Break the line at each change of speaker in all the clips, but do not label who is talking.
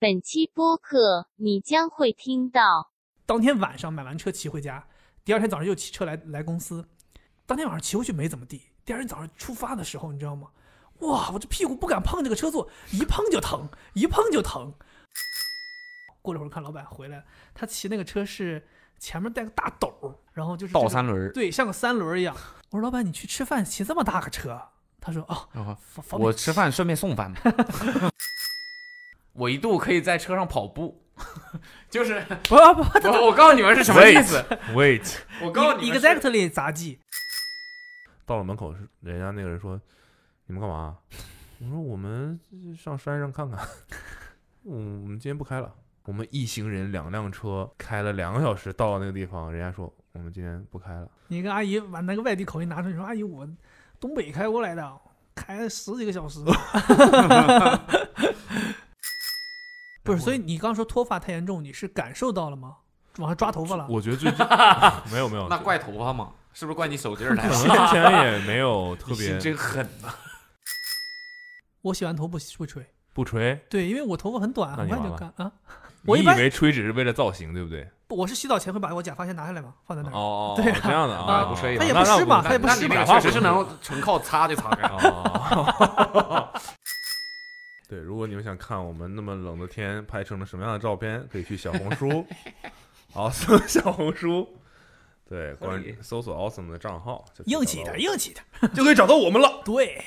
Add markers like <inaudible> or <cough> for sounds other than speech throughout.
本期播客你将会听到
当天晚上买完车骑回家，第二天早上又骑车来来公司。当天晚上骑回去没怎么地，第二天早上出发的时候，你知道吗？哇，我这屁股不敢碰这个车座，一碰就疼，一碰就疼。过了会儿看老板回来了，他骑那个车是前面带个大斗儿，然后就是这个
倒三轮儿。
对，像个三轮儿一样。我说老板，你去吃饭骑这么大个车？他说哦，
然后
方方便
我吃饭顺便送饭吧。
<laughs>
我一度可以在车上跑步，就是
不不不
我我告诉你们是什么意思，
Wait，
我告诉你们是
，exactly 杂技。
到了门口是人家那个人说：“你们干嘛？”啊我说：“我们上山上看看。”嗯，我们今天不开了。我们一行人两辆车开了两个小时到了那个地方，人家说我们今天不开了。
你跟阿姨把那个外地口音拿出来，你说阿姨我东北开过来的，开了十几个小时。不是，所以你刚说脱发太严重，你是感受到了吗？往上抓头发了？
我觉得 <laughs> 最近没有没有，
那怪头发吗？是不是怪你手劲儿来
可
了？
能
<laughs>
之前也没有特
你心
别
真狠呐！
我洗完头不不吹，
不吹。
对，因为我头发很短，
那
很
你
快就
完
干啊。我
你
一
以
般
为吹只是为了造型，对不对？
不我是洗澡前会把我假发先拿下来嘛，放在那儿。
哦，
对
这样的
那
啊，
不吹
他也
那
不
那
是
我
嘛，
那
他也不
那
是
你
嘛
那个确实是能纯靠擦就擦
<laughs>
开。
哦， <laughs> 对，如果你们想看我们那么冷的天拍成了什么样的照片，可以去小红书，好搜小红书，对，
合
关
理
搜索 awesome 的账号，就可以
硬气一
找到
点，硬气一点。
我们就可以找到我们了。
对，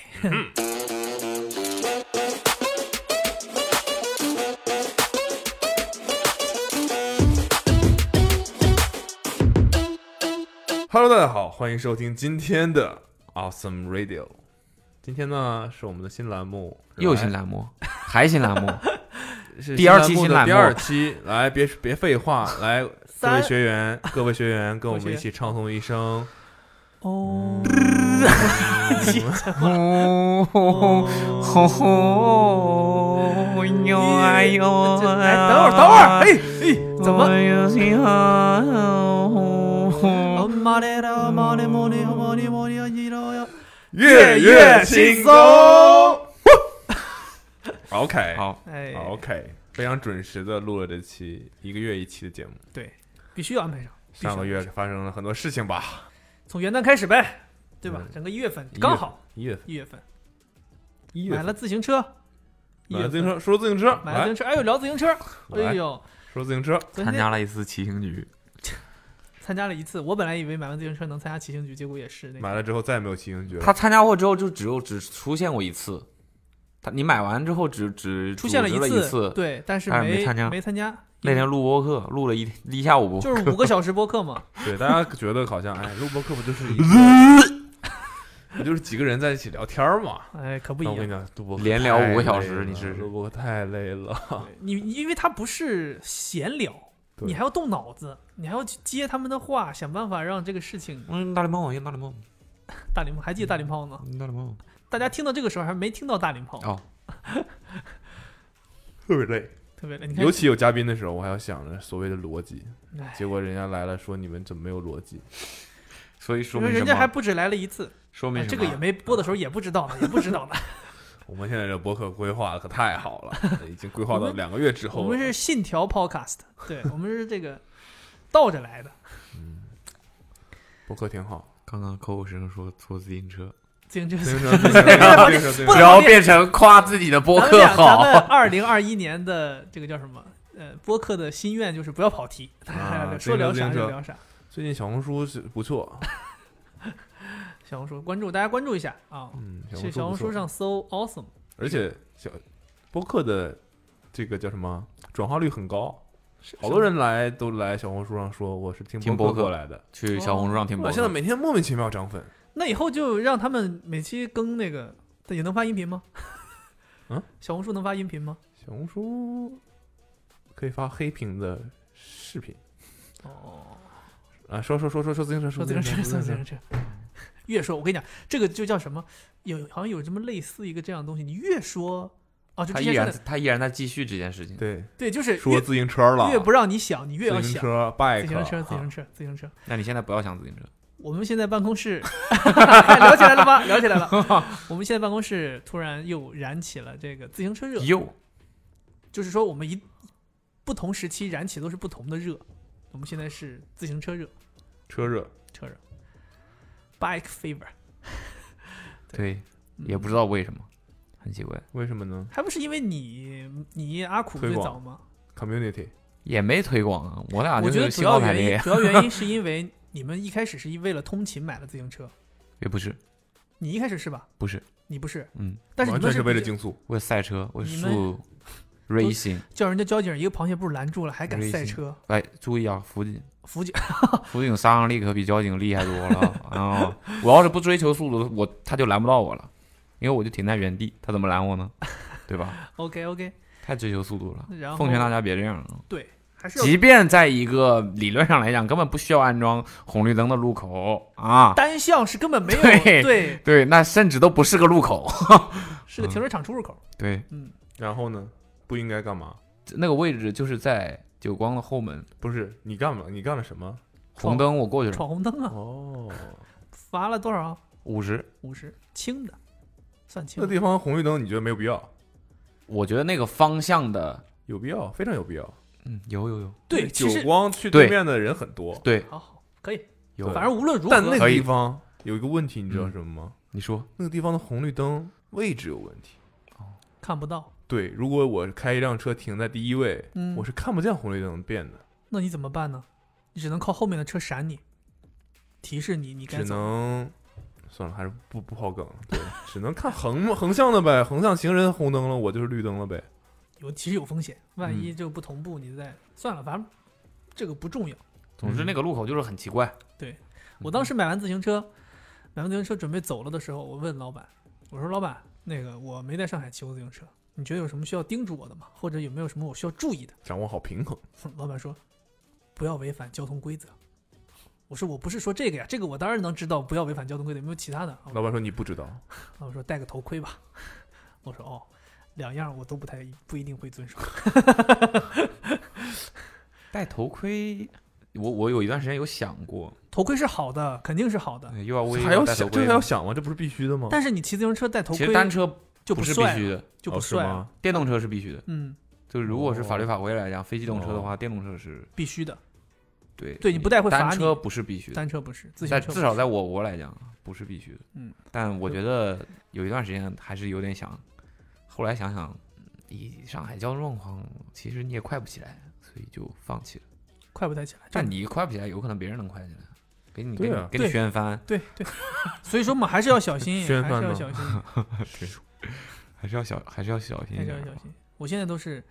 Hello，大家好，欢迎收听今天的 Awesome Radio。今天呢是我们的新栏目，
又
来
新栏目，还新栏目，
是
第二期
新
新栏目
目的第二期，来别别废话，来各位
三
学员，各位学员，跟我
各
们
位
一
学
起唱诵一声。
哦，
轰轰轰轰！哟哎呦！
哎，等会儿，等会儿，哎，哎，怎么？
么？
月
月
轻
轻
松
松。
<laughs> OK，
好，
哎，
，OK，非常准时的录了这期一个月一期的节目。
对，必须要安排上。必须
上个
安排
月
上
发生了很多事情吧？
从元旦开始呗，对吧？
嗯
整个一月份
一月
刚好，
一月份，
一月份
一
买了自行车，一
买
月份
了自行车，说自行车，
买了自
来
行车，哎呦聊自行车，哎
来
呦，
说自行车，
昨
参
天
加了一次骑行局，
参加了一次，我本来以为买完自行车能参加骑行局，结果也是那
买
个。
了之后再也没有骑 <laughs> 行局了。
他参加过之后就只有只出现过一次，他你买完之后只只
出现
组织了
次，
次，
对，但是
但是
没
没参加
没参加。
那天录播客录了一一下午播客，
就是五个小时播客
<laughs>
嘛，
对，大家觉得好像哎，录播客不就是 <laughs> 一个，不就是几个人在一起聊天儿嘛？
哎，可不一
那我跟
样
你。讲，录播
连聊五个小时你试
是
试
录播太累 <laughs> 了。
对你因为它不是闲聊，
对
你还要动脑子，你还要去接他们的话，想办法让这个事情。
嗯，大脸猫，大脸猫，
大林还记得大林炮吗？
大脸猫，
大家听到这个时候还没听到大林炮，
哦
特别累，
特别累。你看
尤，其有嘉宾的时候，我还要想着所谓的逻辑，
哎
结果人家来了说你们怎么没有逻辑？
所以说
因为
明什
人家还
么？
不止来了一次，
说
哎
明
这个也
没
没播的时候也不知道呢，也不知道呢。
我们现在这播客规划可太好
<laughs>
了，已经规划到两个月之
我
后
们
了。
是信条 Podcast，对我们是这个倒着来的。
嗯播客挺好，
刚刚口口声声说坐自行车，
自行车
自行车，自行车，自行车，自行
不能
车
然后变成夸自己的播
咱们
客
俩咱
好
们，二零二一年的这个叫什么？呃，播客的心愿就是不要跑题，
啊
说聊啥
自行车
就聊啥。
最近小红书是不错，
小红书关注，大家关注一下啊！
嗯，
去
小
小
红
红
书不
书
错，
上搜 “awesome”，
而且小播客的这个叫什么转化率很高，好多人来都来小红书上说我是听
听
播
播客
过来的，
哦
去小红书上听播
我
客。
现在每天莫名其妙涨粉，
那以后就让他们每期更那个，也能发音频吗？
嗯，
<laughs> 小红书能发音频吗？
小红书可以发黑屏的视频
哦，
啊，说说说说说自行车，
说
说
自行车，说
说自
自
行
行车。越说，我跟你讲，这个就叫什么？有好像有这么类似一个这样的东西，你越说，哦，就
他
之前
依
说
然
的，
他依然在继续这件事情。
对，
对，就是
说
越
自行车了，
越不让你想，你越要
自行
想。
车哎
自行车，自
bike，哈
行车，自行车。
那你现在不要想自行车，
我们现在办公室 <laughs> 聊起来了吧？聊起来
<laughs> <laughs>
了。我们现在办公室突然又燃起了这个自行车热，
又
就是说我们一不同时期燃起都是不同的热。我们现在是自行车热，
车热，
车热，bike fever，
对，
嗯
也不知道为什么，很奇怪，
为什么呢
还不是因为你你阿苦
推
最
广
早吗？
？Community
也没推广啊，我俩
我觉
就
得
是
主
信
要
号排
原因
列，
主要原因是因为你们一开始是为了通勤买了自行车，
也不是，
你一开始是吧？
不是，
你不是，
嗯，
但是你们
完全
是
是为了
比较
竞速，
为赛车，为
你
速 racing，
叫人家交警一个螃蟹步拦住了，还敢赛车？
哎，注意啊，辅警，
辅警
辅警杀伤力可比交警厉害多了 <laughs> 啊！我要是不追求速度，我他就拦不到我了，因为我就停在原地，他怎么拦我呢？
<laughs>
对吧？
，OK OK，
太追求速度了，
然后
奉劝大家别这样啊！
对，还是要
即便在一个理论上来讲根本不需要安装红绿灯的路口啊，
单向是根本没有
对
对，
对，那甚至都不是个路口，
是个停车场出入口。
<laughs> 对，
嗯，
然后呢，不应该干嘛？
那个位置就是在久光的后门，
不是你干嘛？你干了什么？
红灯我过去了，
闯红灯啊，
哦，
罚了多少？
五十，
五十，轻的，算轻
那
的。
地方红绿灯你觉得没有必要？
我觉得那个方向的，
有必要，非常有必要。
嗯，有有有，
对，
久
其实
光去
对
对面的人很多，
对，
好好可以，
有，
反正无论如嗯
但那
何，
个
可以
地方有一个问题，你知道什么吗？
你说
那个地方的红绿灯位置有问题。
看不到，
对，如果我开一辆车停在第一位，
嗯
我是看不见红绿灯变的，
那你怎么办呢？你只能靠后面的车闪你，提示你你该
只
走。
能算了，还是不不好梗了。对，只能看横横向的呗，横向行人红灯了，我就是绿灯了呗。
有其实有风险，万一就不同步，你再算了，反正这个不重
嗯
要。
总之那个路口就是很奇怪。
对我当时买完自行车，买完自行车准备走了的时候，我问老板，我说老板，那个我没在上海骑过自行车，你觉得有什么需要叮嘱我的吗？或者有没有什么我需要注意的？
掌握好平衡，
老板说，不要违反交通规则。我说我不是说这个呀，这个我当然能知道，不要违反交通规则。有没有其他的？
老板说你不知道，
老板说戴个头盔吧。 <laughs> 我说哦，两样我都不太不一定会遵守。
戴头盔，我我有一段时间有想过，
头盔是好的，肯定是好的，
哎又要微
还要
戴头
想这
盔
个还要
吗，
想吗？这不是必须的吗？
但是你骑自行车戴头
其
盔
实单车
就
不是必
帅
须
了，
的，
就
哦
不
是
帅了。啊
吗？
电动车是必须的。
嗯，
就是如果是法律
哦
法规来讲，非机动车的话，电动车是
必须的。
对，
对你不戴会罚
单
你
车不是必须的，
单车不是，自行
在
车不
至少在我国来讲不是必须的。
嗯，
但我觉得有一段时间还是有点想，后来想想，以上海交通状况，其实你也快不起来，所以就放弃了。
是快不太起来。
但你快不起来，有可能别人能快起来，给你给
对
你
啊
给你
对
掀翻，
对对，所以说嘛，还是要小
<laughs>
心，
宣
还
传
是要小
呢
心，
还是要小还是要小心
还是
一点
要
儿
小
啊，
心。我现在都是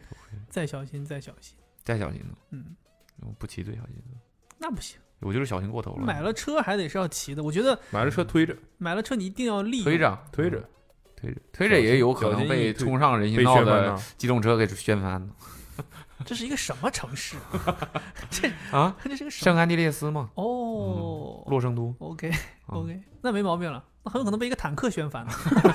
再小心，再小心。
再小心了。
嗯，
我不骑最小心了，
那不行，
我就是小心过头了。
买了车还得是要骑的。我觉得
买了车推着
买了车你一定要利用
推，着嗯
推着，
推着推着也有可
小
能
心翼翼
被啊
推
冲上人行
被
道
旋翻
的
呢，
机动车给掀翻了
这是一个什么城 <laughs> 市啊？
啊！
这是个什么？
圣安地列斯嘛，
哦
洛圣都，
，OK
嗯
OK，那没毛病了，那很有可能被一个坦克掀翻了， <laughs>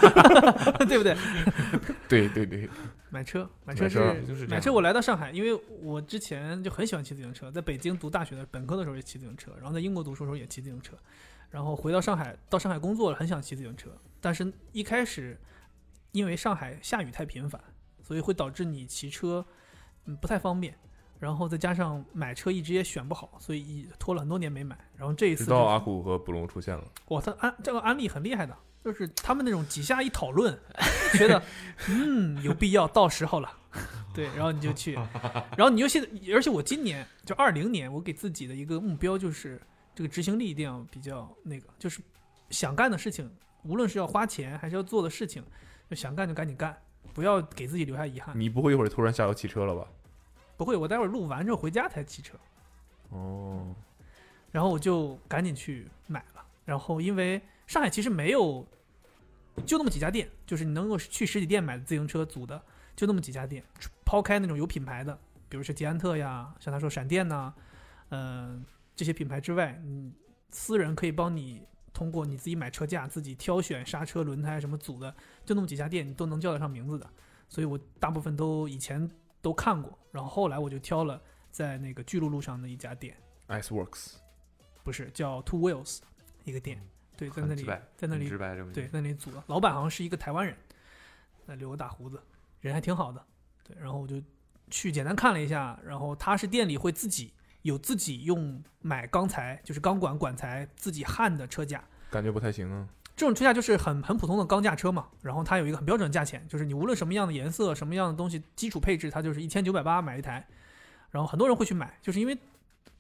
对不对？
<laughs> 对对对，
买车，买
买
车
车
是
就是这
买
样
车，我来到上海，因为我之前就很喜欢骑自行车，在北京读大学的本科的时候也骑自行车，然后在英国读书的时候也骑自行车，然后回到上海，到上海工作了，很想骑自行车，但是一开始因为上海下雨太频繁，所以会导致你骑车嗯不太方便，然后再加上买车一直也选不好，所以一拖了很多年没买，然后这一次
直
就
到
是
阿虎和卜龙出现了，
哇，他安这个安利很厉害的，就是他们那种几下一讨论，觉得嗯有必要，到时候了，对，然后你就去，然后你就现在，而且我今年就二零年，我给自己的一个目标就是这个执行力一定要比较那个，就是想干的事情，无论是要花钱还是要做的事情，就想干就赶紧干，不要给自己留下遗憾。
你不会一会儿突然下楼骑车了吧？
不会，我待会儿录完之后回家才骑车。
哦，
然后我就赶紧去买了。然后因为上海其实没有，就那么几家店，就是你能够去实体店买自行车组的，就那么几家店。除抛开那种有品牌的，比如说捷安特呀，像他说闪电呐、嗯、这些品牌之外，你私人可以帮你通过你自己买车架、自己挑选刹车、轮胎什么组的，就那么几家店，你都能叫得上名字的。所以我大部分都以前都看过，然后后来我就挑了在那个巨鹿路上的一家店。
Ice Works
不是叫 Two Wheels 一个店，对，在那
嗯很
里
直白，
在那
很
里
直白这么
对
一
在那里组的，老板好像是一个台湾人，那留个大胡子，人还挺好的，对，然后我就去简单看了一下，然后他是店里会自己有自己用买钢材，就是钢管管材自己焊的车架。
感觉不太行啊。
这种车架就是很很普通的钢架车嘛，然后它有一个很标准的价钱，就是你无论什么样的颜色、什么样的东西，基础配置它就是一千九百八买一台，然后很多人会去买，就是因为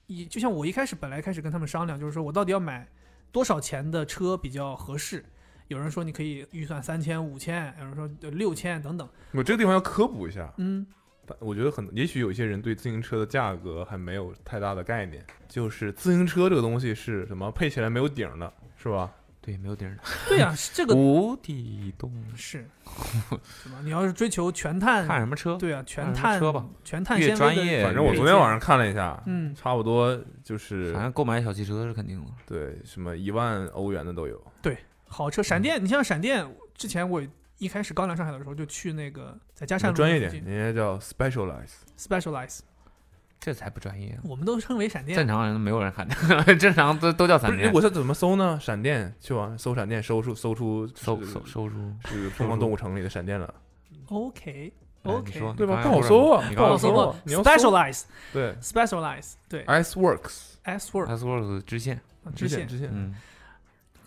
也就像我一开始本来开始跟他们商量，就是说我到底要买多少钱的车比较合适，有人说你可以预算三千、五千，有人说六千等等，
我这个地方要科普一下，
嗯，
但我觉得很，也许有一些人对自行车的价格还没有太大的概念，就是自行车这个东西是什么配起来没有顶儿的，是吧？
对，没有地儿
对呀、是这
的。 <laughs>
个
无底洞，
是，是吧？你要是追求全碳，
看什么车？
对啊，全
看什么
碳
车吧，
全碳
越
纤维
专
的
业
反正我昨天晚上看了一下，
嗯
差不多就是
反正购买小汽车是肯定的。
对什么一万欧元的都有。
好车，闪
嗯
电，你像闪电，之前我一开始刚来上海的时候就去那个在嘉善路
专业
那
点
附，
嗯
近
人家叫 specialize。
Specialized，
这才不专业呢。
我们都称为闪
正
电。
常人没有人喊， <laughs> 正常都都叫
不
闪
是，
电。
我是怎么搜呢？闪电去网搜闪电，搜出搜出
收
是
收收入，
是疯狂动物城里的闪电了，
OK
哎你
OK，
说
对吧？
嗯你刚
不
才
好搜啊，
你
不
刚才
好
我
说哎
搜
搜
了
过
啊。你要搜
Specialized
对
Specialized，对
Ice Works
S Word 啊
S Works 支线，
支
线
线，
支线，
嗯，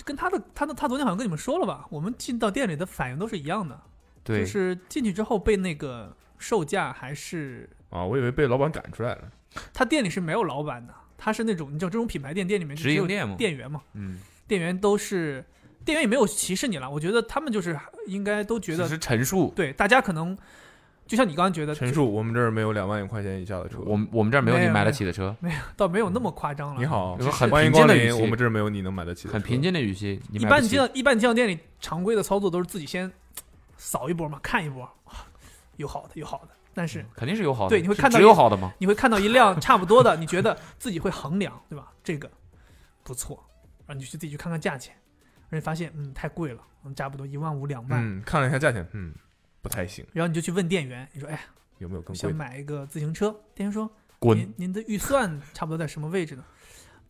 跟他的他的他昨天好像跟你们说了吧？我们进到店里的反应都是一样的，
对
就，是进去之后被那个售价还是
啊，我以为被老板赶出来了。
他店里是没有老板的，他是那种你知道这种品牌店店里面就
直
只有
营店嘛
店员嘛，
嗯，
店员都是店员也没有歧视你了，我觉得他们就是应该都觉
只
得
是陈述。
对大家可能就像你刚刚觉得
陈述，我们这儿没有两万块钱以下的车。
我们我们这儿没有
没
你
有
买
没
得
有
起的车，
倒没有那么夸张了。
嗯你，好，
有个很
欢迎
平静
光
的
临
语，气
我们这儿没有你能买得起的车，
很平静的语气。你
一
买
般
不
你
起
进到一般你进到店里，常规的操作都是自己先扫一波嘛，看一波，哇有好的有好的，但是
嗯
肯定是有好的，
对你会
是
看到
只
一
有
个
好的吗？
你会看到一辆差不多的，你觉得自己会衡量，对吧？这个不错，然后你去自己去看看价钱，然后你发现嗯太贵了，嗯差不多一万五两万，
嗯，看了一下价钱，嗯，不太行，
然后你就去问店员，你说哎。
有没有更贵
想
的？
买一个自行车，店员说：“
滚
您您的预算差不多在什么位置呢？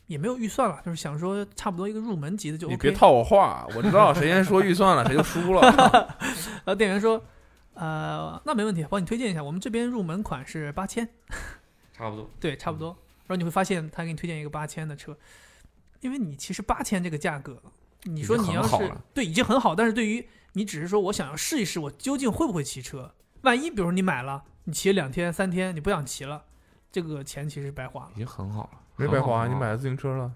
也没有预算了，就是想说差不多一个入门级的就
你别
OK。
套我话，我知道谁先说预算了，谁就输
<laughs>
<laughs>
了。
然后店员说：“呃，那没问题，帮你推荐一下，我们这边入门款是八千，
差不多。
对，差不多。”
嗯
然后你会发现他给你推荐一个八千的车，因为你其实八千这个价格，你说
已经
你要
很好
是
了
对已经很好，但是对于你只是说我想要试一试我究竟会不会骑车，万一比如说你买了，你骑了两天三天你不想骑了，这个钱其实白花了
已。经很好了，
没
很
白
好
花，
了
啊你买了自行车了，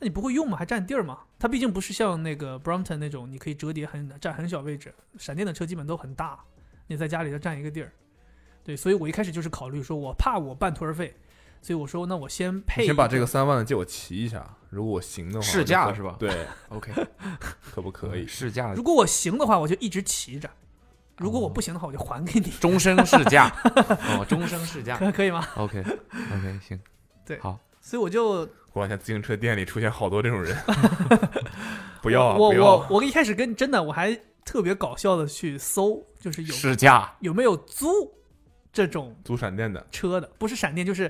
那你不会用吗？还占地儿吗？它毕竟不是像那个 Brompton 那种，你可以折叠很占很小位置。闪电的车基本都很大，你在家里要占一个地儿。对，所以我一开始就是考虑说，我怕我半途而废，所以我说那我先配
你先把这
个
个三万的借我骑一下，如果我行的话，
试驾
我就可
是吧
对，
OK，
可不可以？
嗯试驾
<laughs> 如果我行的话，我就一直骑着；
哦
如果我不行的话，我就还给你， <laughs>
终身试驾哦，终身试驾
可可以吗？
OK OK 行，
对
好，
所以我就
我发现自行车店里出现好多这
<laughs>
种人，不要啊，
我
不要啊
我，我一开始跟真的我还特别搞笑的去搜，就是有
试驾
有没有租这种
租闪电的，
车的，不是闪电就是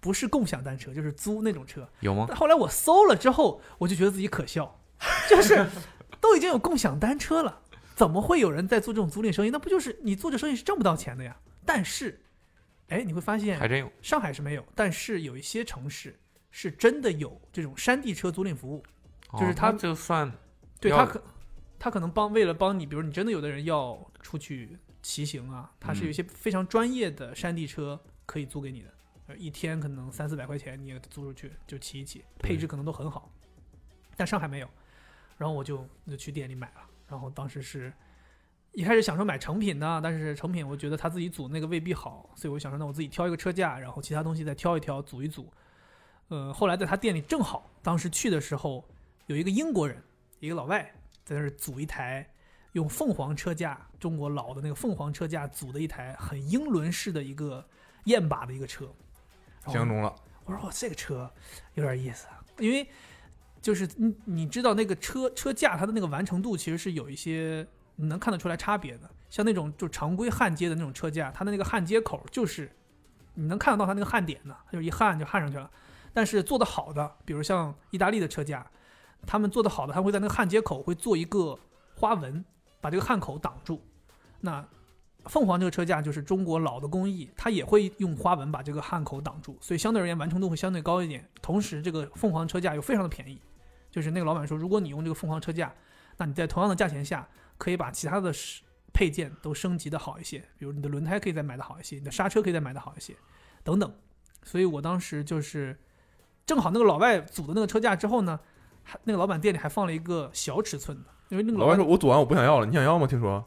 不是共享单车，就是租那种车。
有吗？
后来我搜了之后，我就觉得自己可笑， <laughs> 就是都已经有共享单车了，怎么会有人在做这种租赁生意？那不就是你做这生意是挣不到钱的呀？但是，哎，你会发
还
现
真有，
上海是没有，但是有一些城市是真的有这种山地车租赁服务。
哦
就是他
那就算
对
要
他可他可能帮为了帮你，比如你真的有的人要出去骑行啊，他
嗯
是有一些非常专业的山地车可以租给你的，呃一天可能三四百块钱你也租出去就骑一骑，
对
配置可能都很好，但上海没有，然后我就我就去店里买了，然后当时是。一开始想说买成品的，但是成品我觉得他自己组那个未必好，所以我想说，那我自己挑一个车架，然后其他东西再挑一挑，组一组。呃，后来在他店里正好，当时去的时候有一个英国人，一个老外在那儿组一台用凤凰车架，中国老的那个凤凰车架组的一台很英伦式的一个燕把的一个车。然后
相中了，
我说我哦这个车有点意思，啊，因为就是你你知道那个车车架它的那个完成度其实是有一些你能看得出来差别的，像那种就常规焊接的那种车架，它的那个焊接口就是你能看得到它那个焊点的，它就一焊就焊上去了。但是做的好的，比如像意大利的车架，他们做的好的，他会在那个焊接口会做一个花纹，把这个焊口挡住。那凤凰这个车架就是中国老的工艺，它也会用花纹把这个焊口挡住，所以相对而言完成度会相对高一点。同时，这个凤凰车架又非常的便宜，就是那个老板说，如果你用这个凤凰车架，那你在同样的价钱下，可以把其他的是配件都升级的好一些，比如你的轮胎可以再买的好一些，你的刹车可以再买的好一些，等等。所以我当时就是正好那个老外组的那个车架之后呢，还那个老板店里还放了一个小尺寸的，因为那个
老
外
外说：“我组完我不想要了，你想要吗？”听说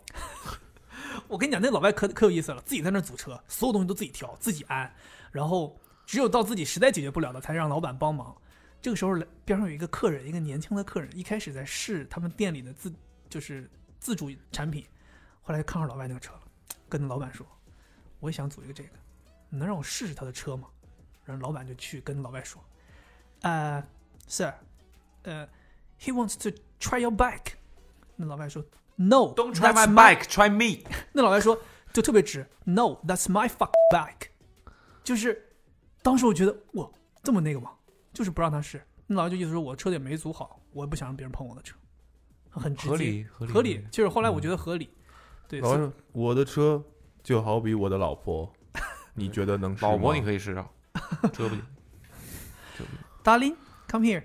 我跟你讲，那老外可可有意思了，自己在那儿组车，所有东西都自己挑，自己安，然后只有到自己实在解决不了了，才让老板帮忙。这个时候，边上有一个客人，一个年轻的客人，一开始在试他们店里的自就是自主产品，后来看上老外那个车了，跟老板说：“我也想组一个这个，你能让我试试他的车吗？”然后老板就去跟老外说：“呃、，sir，呃、h e wants to try your bike。”那老外说：“No,
Don't try
that's
my bike, try me。
那老外说就特别直，No, that's my fuck bike，就是当时我觉得哇这么那个吗？就是不让他试。那老外就意思说我车子也没组好，我也不想让别人碰我的车，很直接，
合理合理
合理。就是后来我觉得合理，对，
老外
所以
说：“我的车就好比我的老婆，你觉得能
老婆你
以
可以试 <laughs> 上，
<laughs>
车不行。
Darling, come here 。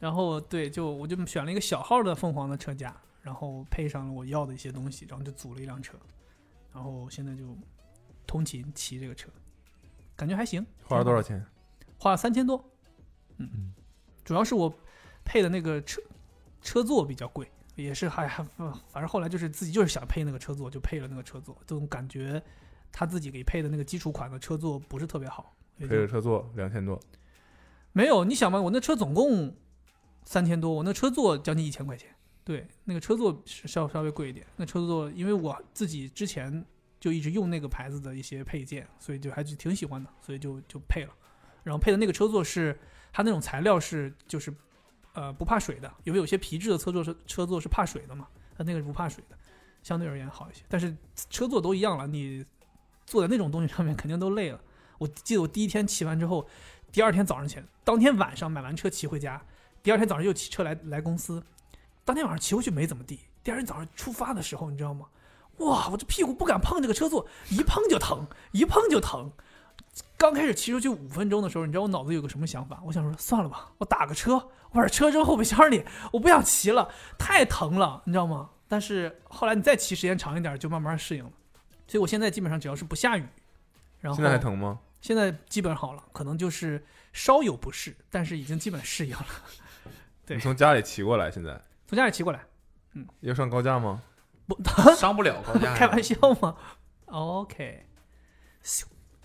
然后对，就我就选了一个小号的凤凰的车架，然后配上了我要的一些东西，然后就组了一辆车，然后现在就通勤骑这个车，感觉还行。
花了多少钱？
花了三千多。嗯
嗯，
主要是我配的那个车车座比较贵，也是还还反正后来就是自己就是想配那个车座，就配了那个车座。这种感觉他自己给配的那个基础款的车座不是特别好，也
配
就
着车座两千多，
没有，你想吧，我那车总共三千多，我那车座将近一千块钱。对，那个车座是稍稍微贵一点。那车座，因为我自己之前就一直用那个牌子的一些配件，所以就还是挺喜欢的，所以就就配了。然后配的那个车座是它那种材料是就是呃不怕水的，因为有些皮质的车座是车座是怕水的嘛，它那个是不怕水的，相对而言好一些。但是车座都一样了，你坐在那种东西上面肯定都累了。我记得我第一天骑完之后，第二天早上起来，当天晚上买完车骑回家，第二天早上又骑车来来公司，当天晚上骑回去没怎么地，第二天早上出发的时候，你知道吗？哇，我这屁股不敢碰这个车座，一碰就疼，一碰就疼。刚开始骑出去五分钟的时候，你知道我脑子有个什么想法？我想说算了吧，我打个车，我把车扔后备箱里，我不想骑了，太疼了，你知道吗？但是后来你再骑时间长一点，就慢慢适应了。所以我现在基本上只要是不下雨，然后
现在还疼吗？
现在基本好了，可能就是稍有不适，但是已经基本适应了。 <laughs> 对
你从家里骑过来，现在
从家里骑过来，
要上高架吗？
上不了高
哎
架呀，
开玩笑吗？OK，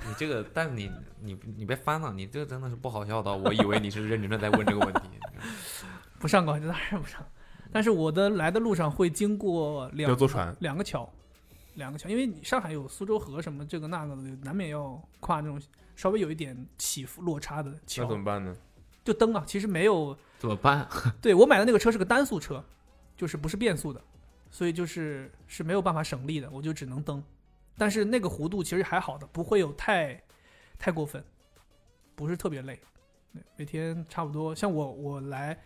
你这个，但你你你别翻了，你这真的是不好笑的。我以为你是认真的在问这
<laughs>
个问题。
不上高架当然不上，但是我的来的路上会经过两
要坐船，
两个桥，两个桥，因为你上海有苏州河什么这个那个的，难免要跨这种稍微有一点起伏落差的
那
桥
怎，么办呢？
就蹬啊，其实没有
怎么办？
对我买的那个车是个单速车，就是不是变速的，所以就是是没有办法省力的，我就只能蹬。但是那个弧度其实还好的，不会有太太过分，不是特别累。对每天差不多，像我我来，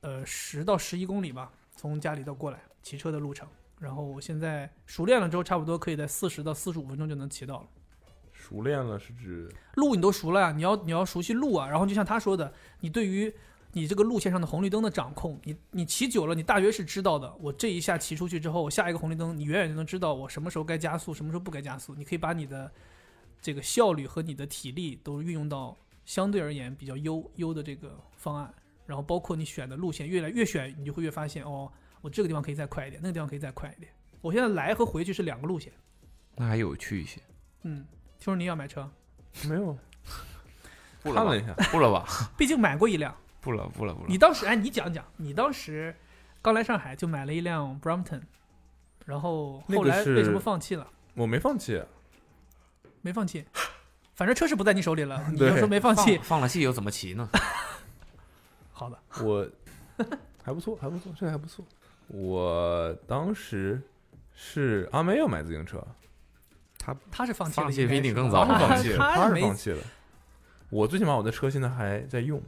呃，十到十一公里吧，从家里到过来骑车的路程。然后我现在熟练了之后，差不多可以在四十到四十五分钟就能骑到了。
熟练了是指
路你都熟了呀，你要你要熟悉路啊。然后就像他说的，你对于你这个路线上的红绿灯的掌控，你你骑久了，你大约是知道的。我这一下骑出去之后，我下一个红绿灯，你远远就能知道我什么时候该加速，什么时候不该加速。你可以把你的这个效率和你的体力都运用到相对而言比较优优的这个方案。然后包括你选的路线越来越选，你就会越发现哦，我这个地方可以再快一点，那个地方可以再快一点。我现在来和回去是两个路线。
那还有趣一些。
嗯，听说你要买车，
没有
不
看了一
了吧，
下，
不了吧，
毕竟买过一辆。
不了，不了，
嗯
不了
你。当时哎，你讲讲，你当时刚来上海就买了一辆 Brompton，然后
那
后
个
来
是
为什么放弃了？
我没放弃，
没放弃，反正车是不在你手里
<laughs>
了，你
对
就说没放弃。
放了弃又怎么骑呢？
好的，
我还不错，还不错，这个还不错。我当时是阿妹要买自行车，
他是放弃了，
放弃
应该
比你
是
更
她
早
是放弃了，
他
她
是
是
没
放弃了。我最起码我的车现在还在用，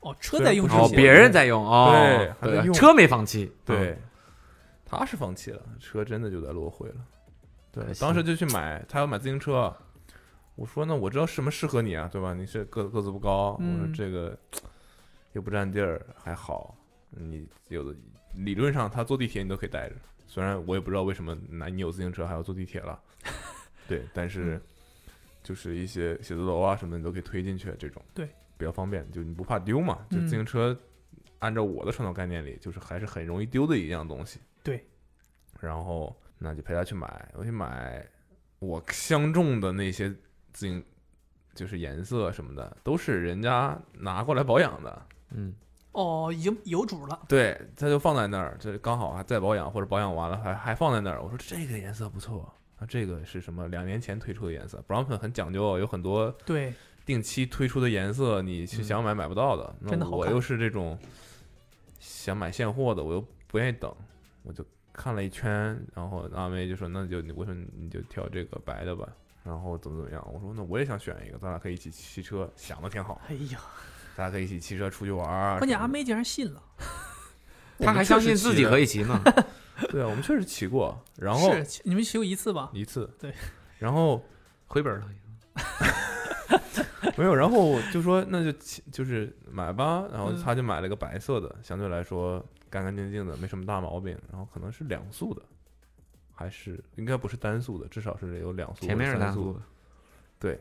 哦，车在用
<laughs> 然后
之
哦，
前
别人在用哦
对，还在用
车没放弃。
对，嗯他是放弃了，车真的就在落灰了。对
可，惜
当时就去买，他要买自行车，我说那我知道什么适合你啊，对吧？你是个个子不高，我
嗯
说这个又不占地儿，还好，你有的理论上他坐地铁你都可以带着，虽然我也不知道为什么那你有自行车还要坐地
<laughs>
铁了，对，但
嗯
是就是一些写字楼啊什么的你都可以推进去，这种
对
比较方便，就你不怕丢嘛，就自
嗯
行车按照我的传统概念里，就是还是很容易丢的一样东西。
对，
然后那就陪他去买，我去买我相中的那些自行，就是颜色什么的，都是人家拿过来保养的。
嗯，
哦，已经有主了，
对，他就放在那儿，这刚好还在保养，或者保养完了还还放在那儿。我说这个颜色不错，啊，这个是什么？两年前推出的颜色，Brown 粉很讲究哦，有很多
对，
定期推出的颜色，你去想买买不到的。
嗯真的
那
好
我
看
又是这种想买现货的，我又不愿意等，我就看了一圈，然后阿妹就说：“那就你我说你就挑这个白的吧。”然后怎么怎么样？我说那我也想选一个，咱俩可以一起骑车，想的挺好，
哎呀，
咱俩可以一起骑车出去玩儿。啊
关键
什
阿
么的，
妹竟然信了，
他还相信自己可以骑
<laughs>
呢。
对啊，我们确实骑过，然后
是骑你们骑过一次吧？
一次，
对，
然后
回本
<laughs>
了，
没有，然后我就说那就起就是买吧，然后他就买了个白色的，相对来说干干净净的，没什么大毛病，然后可能是两速的，还是应该不是单速的，至少是有两速，
前面是
三
单速
的，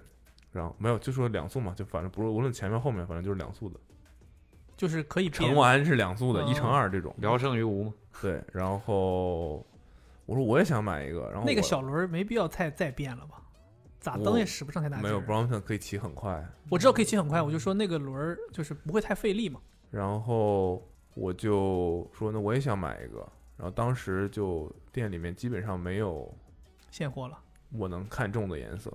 然后没有就说两速嘛，就反正不是无论前面后面，反正就是两速的，
就是可以变
乘完是两速的，一乘
哦
二这种，
聊胜于无嘛。
对，然后我说我也想买一个，然后
那个
我
小轮儿没必要再再变了吧？咋蹬也使不上太大劲
没有
儿。
Brompton 可以骑很快，
我知道可以骑很快，我就说那个轮儿就是不会太费力嘛。
然后我就说那我也想买一个，然后当时就店里面基本上没有
现货了，
我能看中的颜色。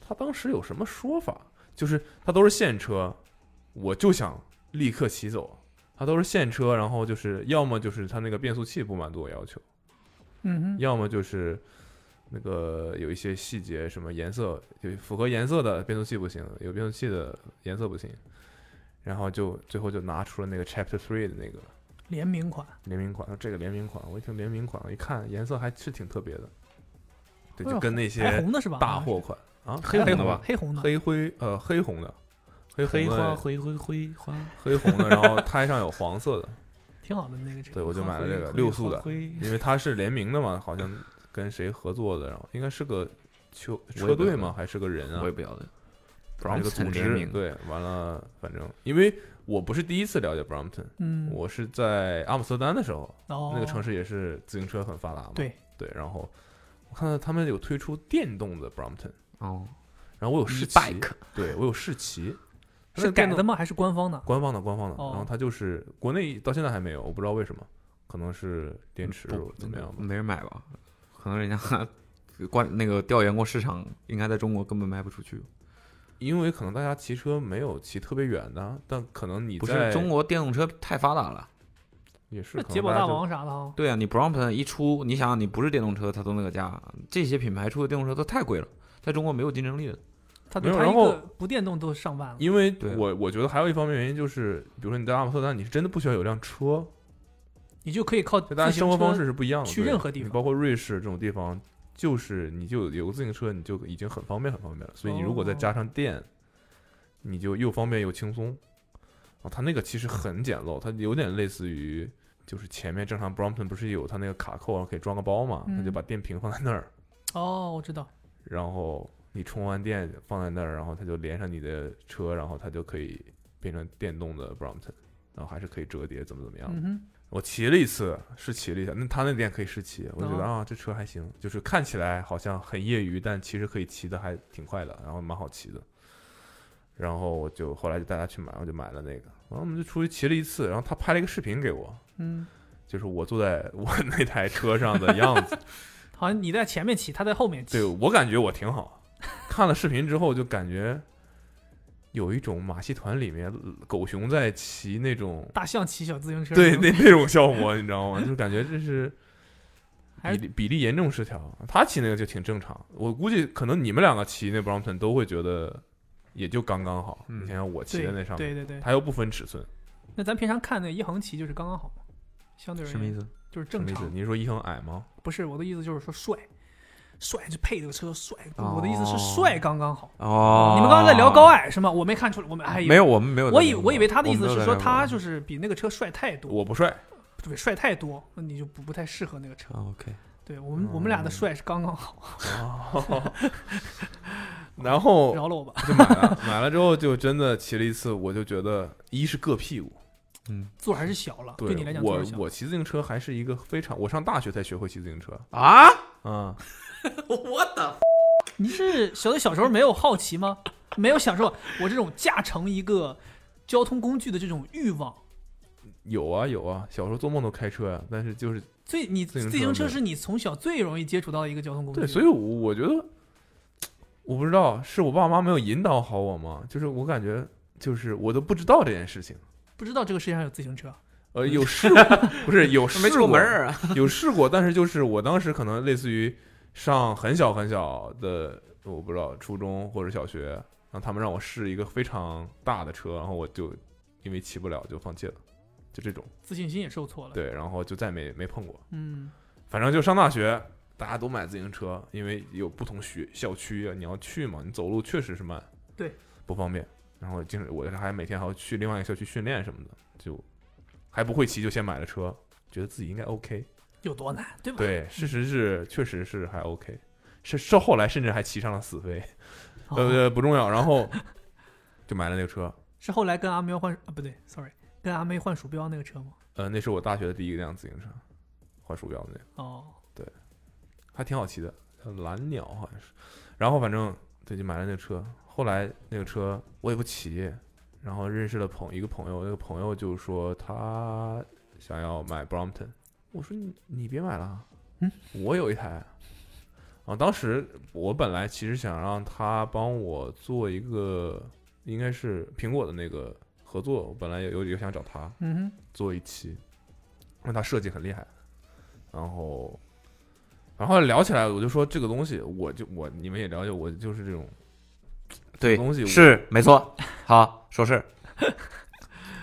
他当时有什么说法？就是他都是现车，我就想立刻骑走。他都是现车，然后就是要么就是他那个变速器不满足我要求，
嗯哼，
要么就是那个有一些细节，什么颜色有符合颜色的变速器不行，有变速器的颜色不行，然后就最后就拿出了那个 Chapter Three 的那个
联名款，
联名款，呃这个联名款，我一听联名款，我一看颜色还是挺特别的，对，就跟那
白
些
红的是吧？
大货款啊，
黑红的吧
黑红的，
黑灰呃黑红的，黑红的
灰灰灰花，
黑红的，然后胎上有黄
<laughs>
色的，
挺好的那个车。
对我就买了这个六速的，因为它是联名的嘛，好像跟谁合作的，然后应该是个球
我也
车
不知
队
道
吗？还是个人啊
我也？不要的。
还是个
Brompton
组
联
织
名
对，完了，反正因为我不是第一次了解 Brompton，
嗯，
我是在阿姆斯特丹的时候，
哦
那个城市也是自行车很发达嘛，
对
对，然后我看到他们有推出电动的 Brompton，
哦，
然后我有试骑
E-bike
对我有试骑，
是改的吗？还是官方的？
官方的官方的，
哦
然后它就是国内到现在还没有，我不知道为什么，可能是电池
不
怎么样吧。
没人买吧？可能人家 <laughs> 关那个调研过市场，应该在中国根本卖不出去。
因为可能大家骑车没有骑特别远的，但可能你
不
在
是中国电动车太发达了。
也是
那
可能
捷豹
大家
大
就
王啥的哈，
对啊，你 Brompton 一出，你想想，你不是电动车，它都那个价，这些品牌出的电动车都太贵了，在中国没有竞争力的。
它
没有
它
然
一
后
个不电动都上万了。
因为
对
我我觉得还有一方面原因就是，比如说你在阿姆斯特丹，你是真的不需要有辆车，
你就可以靠
就大家
自行
生活方
车
式是不一样的。
去
对
任何地方
你包括瑞士这种地方，就是你就有个自行车，你就已经很方便很方便了。所以你如果再
哦
加上电，你就又方便又轻松。啊，它那个其实很简陋，它有点类似于就是前面正常 Brompton 不是有它那个卡扣，然后可以装个包嘛，它就
嗯
把电瓶放在那儿，
哦，我知道，
然后你充完电放在那儿，然后它就连上你的车，然后它就可以变成电动的 Brompton，然后还是可以折叠，怎么怎么样的。
嗯哼，
我骑了一次，试骑了一下。那他那店可以试骑，我觉得
哦
啊，这车还行，就是看起来好像很业余，但其实可以骑的还挺快的，然后蛮好骑的。然后我就后来就带他去买，我就买了那个，然后我们就出去骑了一次。然后他拍了一个视频给我，
嗯，
就是我坐在我 <laughs> 那台车上的样子。
好像你在前面骑，他在后面骑
对，我感觉我挺好。看了视频之后，就感觉有一种马戏团里面狗熊在骑那种
大象骑小自行车，<laughs>
<laughs> 对那那种效果，你知道吗？就是感觉这是
还
比
是
例比例严重失调。他骑那个就挺正常，我估计可能你们两个骑那 Brompton 都会觉得也就刚刚好。
嗯
你想想我骑
对
的那上
对
面，
对对。
它又不分尺寸，
那咱平常看那一横骑就是刚刚好嘛，相对而
什么意
言
思？
就是
什
正
么意
常
思？。你是说一恒矮吗？
不是我的意思，就是说帅，帅就配这个车帅。
哦
我的意思是帅刚刚好。
哦，
你们刚刚在聊高矮是吗？我没看出来，我们哎呦
没有，我们没有在聊过。
我以我以为他的意思是说他
是
就是比那个车帅太多，
我不帅，
对，帅太多，那你就不不太适合那个车。
哦 OK，
对我们、我们俩的
嗯
帅是刚刚好，哦 <laughs>
然后
饶了我吧。
就买了，买了之后就真的骑了一次，我就觉得一是硌屁股，
嗯
座儿还是小了，对你来讲座
我
儿小。
我骑自行车还是一个非常，我上大学才学会骑自行车
啊，
啊，
你是小的小时候没有好奇吗？没有享受我这种驾乘一个交通工具的这种欲望。
有啊有啊，小时候做梦都开车呀、但是就是
最你
自行车
自行车
对
是你从小最容易接触到的一个交
哦
通工具。哦
对，所以我我觉得我不知道是我爸妈没有引导好我吗？就是我感觉就是我都不知道这件事情，
不知道这个世界上有自行车。
呃，有试过不是有试
<laughs> 没出
过
门儿啊，
有试过，但是就是我当时可能类似于上很小很小的，我不知道初中或者小学，然后他们让我试一个非常大的车，然后我就因为骑不了就放弃了，就这种
自信心也受挫了。，
对，然后就再没没碰过。
嗯，
反正就上大学，大家都买自行车，因为有不同学校区啊，你要去嘛，你走路确实是慢，
对，
不方便。然后经我还每天还要去另外一个校区训练什么的，就还不会骑，就先买了车，觉得自己应该
<laughs>
OK。
有多难，对吧？
对，事实是确实是还 OK，是是后来甚至还骑上了死飞，
哦
呃呃不重要，
<laughs>
然后就买了那个车，
是后来跟阿喵换啊，不对，sorry，跟阿妹换鼠标那个车吗？
呃那是我大学的第一辆自行车，换鼠标的那个，
哦，
还挺好骑的，叫蓝鸟好像是，然后反正对就买了那个车，后来那个车我也不骑，然后认识了朋一个朋友，那个朋友就说他想要买 Brompton，我说你你别买了，
嗯，
我有一台。啊，当时我本来其实想让他帮我做一个，应该是苹果的那个合作，我本来有有有想找他
嗯
做一期，因为他设计很厉害。然后，然后聊起来，我就说这个东西，我就我你们也了解，我就是这种
对，
东西我
是没错。好，说事儿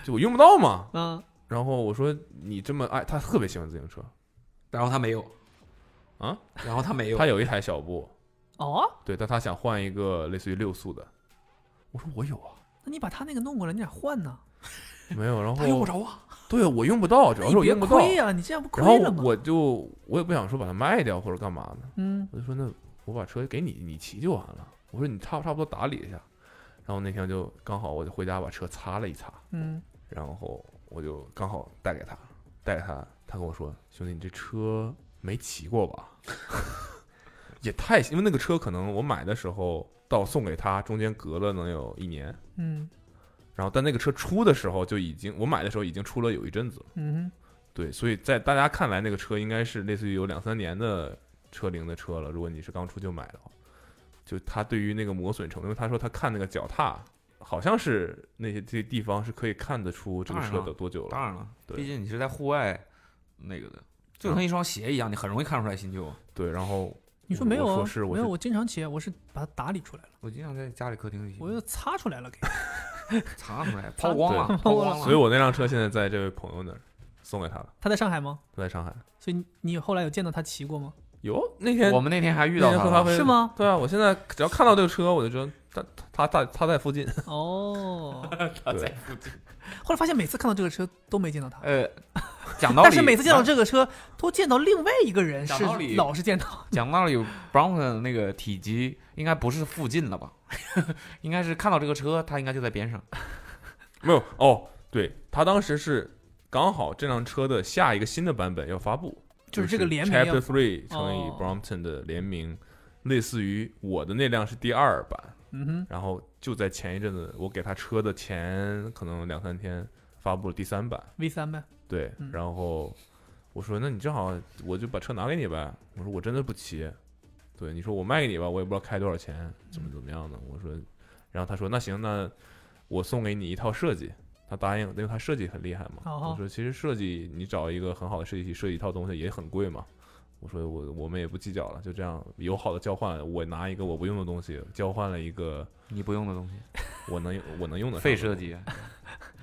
就我用不到嘛。
哼，啊，
然后我说你这么爱，他特别喜欢自行车
然后他没有，
啊，
然后他没有
他，有一台小布，
哦，
对，但他想换一个类似于六速的。我说我有啊，
那你把他那个弄过来，你俩换呢？
没有，然
他用不
后
着啊，
对我用不到，主
那
要
你
是我
别
用不到。
亏呀、你这样不亏
然后
了吗？
我就我也不想说把它卖掉或者干嘛的，
嗯，
我就说那我把车给你，你骑就完了。我说你差不差不多打理一下。然后那天就刚好我就回家把车擦了一擦，
嗯，
然后我就刚好带给他，带给他，他跟我说：“兄弟，你这车没骑过吧？ <laughs> 也太……因为那个车可能我买的时候到送给他中间隔了能有一年，
嗯，
然后但那个车出的时候就已经我买的时候已经出了有一阵子了。”
嗯
对，所以在大家看来，那个车应该是类似于有两三年的车龄的车了。如果你是刚出就买的话，就他对于那个磨损程度，因为他说他看那个脚踏，好像是那些这些地方是可以看得出这个
当然
车
了
的多久
当
了。
然了，
对
毕竟你是在户外那个
啊
的，就跟一双鞋一样，你很容易看出来新旧。
对，然后
你说没有
我
啊
说？是，我
没有，
是
我经常骑，我是把它打理出来了，
我经常在家里客厅里
我又擦出来了给你。
擦出来，抛光了，
对
抛光了。
所以我那辆车现在在这位朋友那儿送给他了，
他在上海吗？
他在上海。
所以你你后来有见到他骑过吗？
有那天
我们那天还遇
遇
到
喝
他
咖
了，
啡
是吗？
对啊，我现在只要看到这个车，我就知道他他他他在附近。
哦，
对，
后来发现每次看到这个车都没见到
哎
他， <laughs>
呃，讲道理，
但是每次见到这个车都见到另外一个人，
讲
是
道理
老是见到。
讲道理，Brompton 那个体积应该不是附近了吧？ <laughs> 应该是看到这个车，他应该就在边上。
没有哦，对他当时是刚好这辆车的下一个新的版本要发布，
就是
是
这个联名要
Chapter Three 乘以
哦
Brompton 的联名，类似于我的那辆是第二版，
嗯哼，
然后就在前一阵子我给他车的前可能两三天发布了第三版，
V 三呗，
对
嗯，
然后我说那你正好我就把车拿给你呗，我说我真的不骑，对你说我卖给你吧，我也不知道开多少钱，怎
嗯
么怎么样的，我说，然后他说那行那我送给你一套设计，他答应，因为他设计很厉害嘛，
哦
我说其实设计你找一个很好的设计师设计一套东西也很贵嘛。我说我我们也不计较了，就这样友好的交换。我拿一个我不用的东西，交换了一个
你不用的东西，
我能我能用的
废
上
设
的东西。
计。啊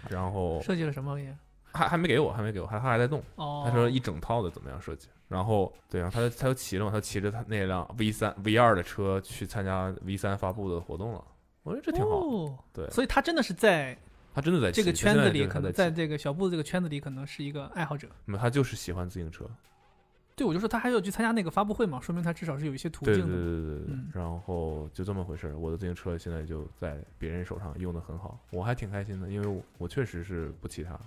然后
设计了什么玩意儿？
还还没给我，还没给我，还他还在动。
哦，
他说一整套的怎么样设计，然后对，然后他就他就骑了嘛，他骑着他那辆 V 三 V 二的车去参加 V 三发布的活动了，我觉得这挺好，
哦
对
所以他真的是在
他真的在骑
这个
他
圈
现
子
在
里，
真
可
的
能
他在
在
骑，
这个小布这个圈子里，可能是一个爱好者。
没有他就是喜欢自行车，
对，我就说他还要去参加那个发布会嘛，说明他至少是有一些途
对
径
对
的
对
嘛。
对对对
嗯，
然后就这么回事儿，我的自行车现在就在别人手上用的很好，我还挺开心的，因为我我确实是不骑它，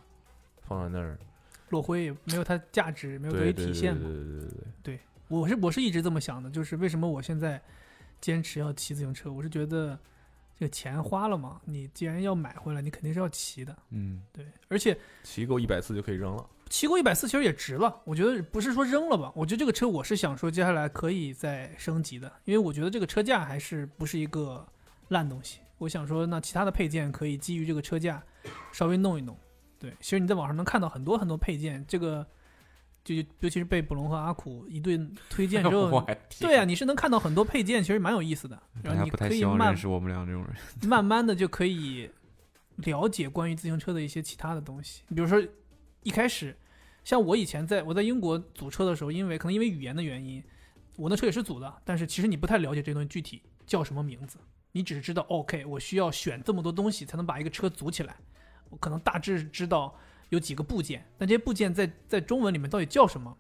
放在那儿，
落灰也没有它价值，没有作为
对对对
体
对
现
对
嘛。
对对对，
我是我是一直这么想的，就是为什么我现在坚持要骑自行车，我是觉得这个钱花了嘛，你既然要买回来，你肯定是要骑的。
嗯，
对，而且
骑够一百次就可以扔了，
骑过一百次其实也值了，我觉得不是说扔了吧，我觉得这个车我是想说接下来可以再升级的，因为我觉得这个车架还是不是一个烂东西。我想说，那其他的配件可以基于这个车架稍微弄一弄。对，其实你在网上能看到很多很多配件，这个就就尤其是被卜龙和阿苦一顿推荐之
<laughs> 我
后，
还
对啊，你是能看到很多配件，其实蛮有意思的。然
大
后
家
你
不太
可以
希望
慢
认识我们俩这种人。
慢慢的就可以了解关于自行车的一些其他的东西。比如说，一开始，像我以前在我在英国组车的时候，因为可能因为语言的原因，我那车也是组的，但是其实你不太了解这东西具体叫什么名字，你只是知道 OK，我需要选这么多东西才能把一个车组起来，我可能大致知道有几个部件，但这些部件在在中文里面到底叫什么，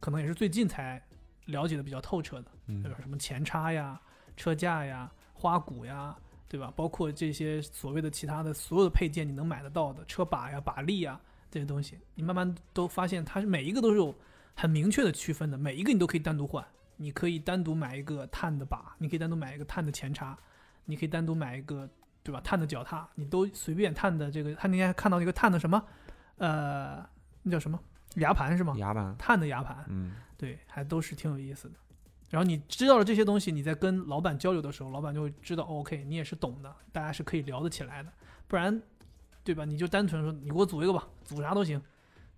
可能也是最近才了解的比较透彻的。对
嗯
吧？什么前叉呀、车架呀、花鼓呀，对吧？包括这些所谓的其他的所有的配件，你能买得到的车把呀、把力呀这些东西，你慢慢都发现它是每一个都是有很明确的区分的，每一个你都可以单独换。你可以单独买一个碳的把，你可以单独买一个碳的前叉，你可以单独买一个对吧碳的脚踏，你都随便碳的这个。他那天还看到一个碳的什么，呃，那叫什么牙盘是吗？
牙板，
碳的牙盘，
嗯，
对，还都是挺有意思的。然后你知道了这些东西，你在跟老板交流的时候，老板就会知道、哦 OK，你也是懂的，大家是可以聊得起来的。不然，对吧？你就单纯说你给我组一个吧，组啥都行，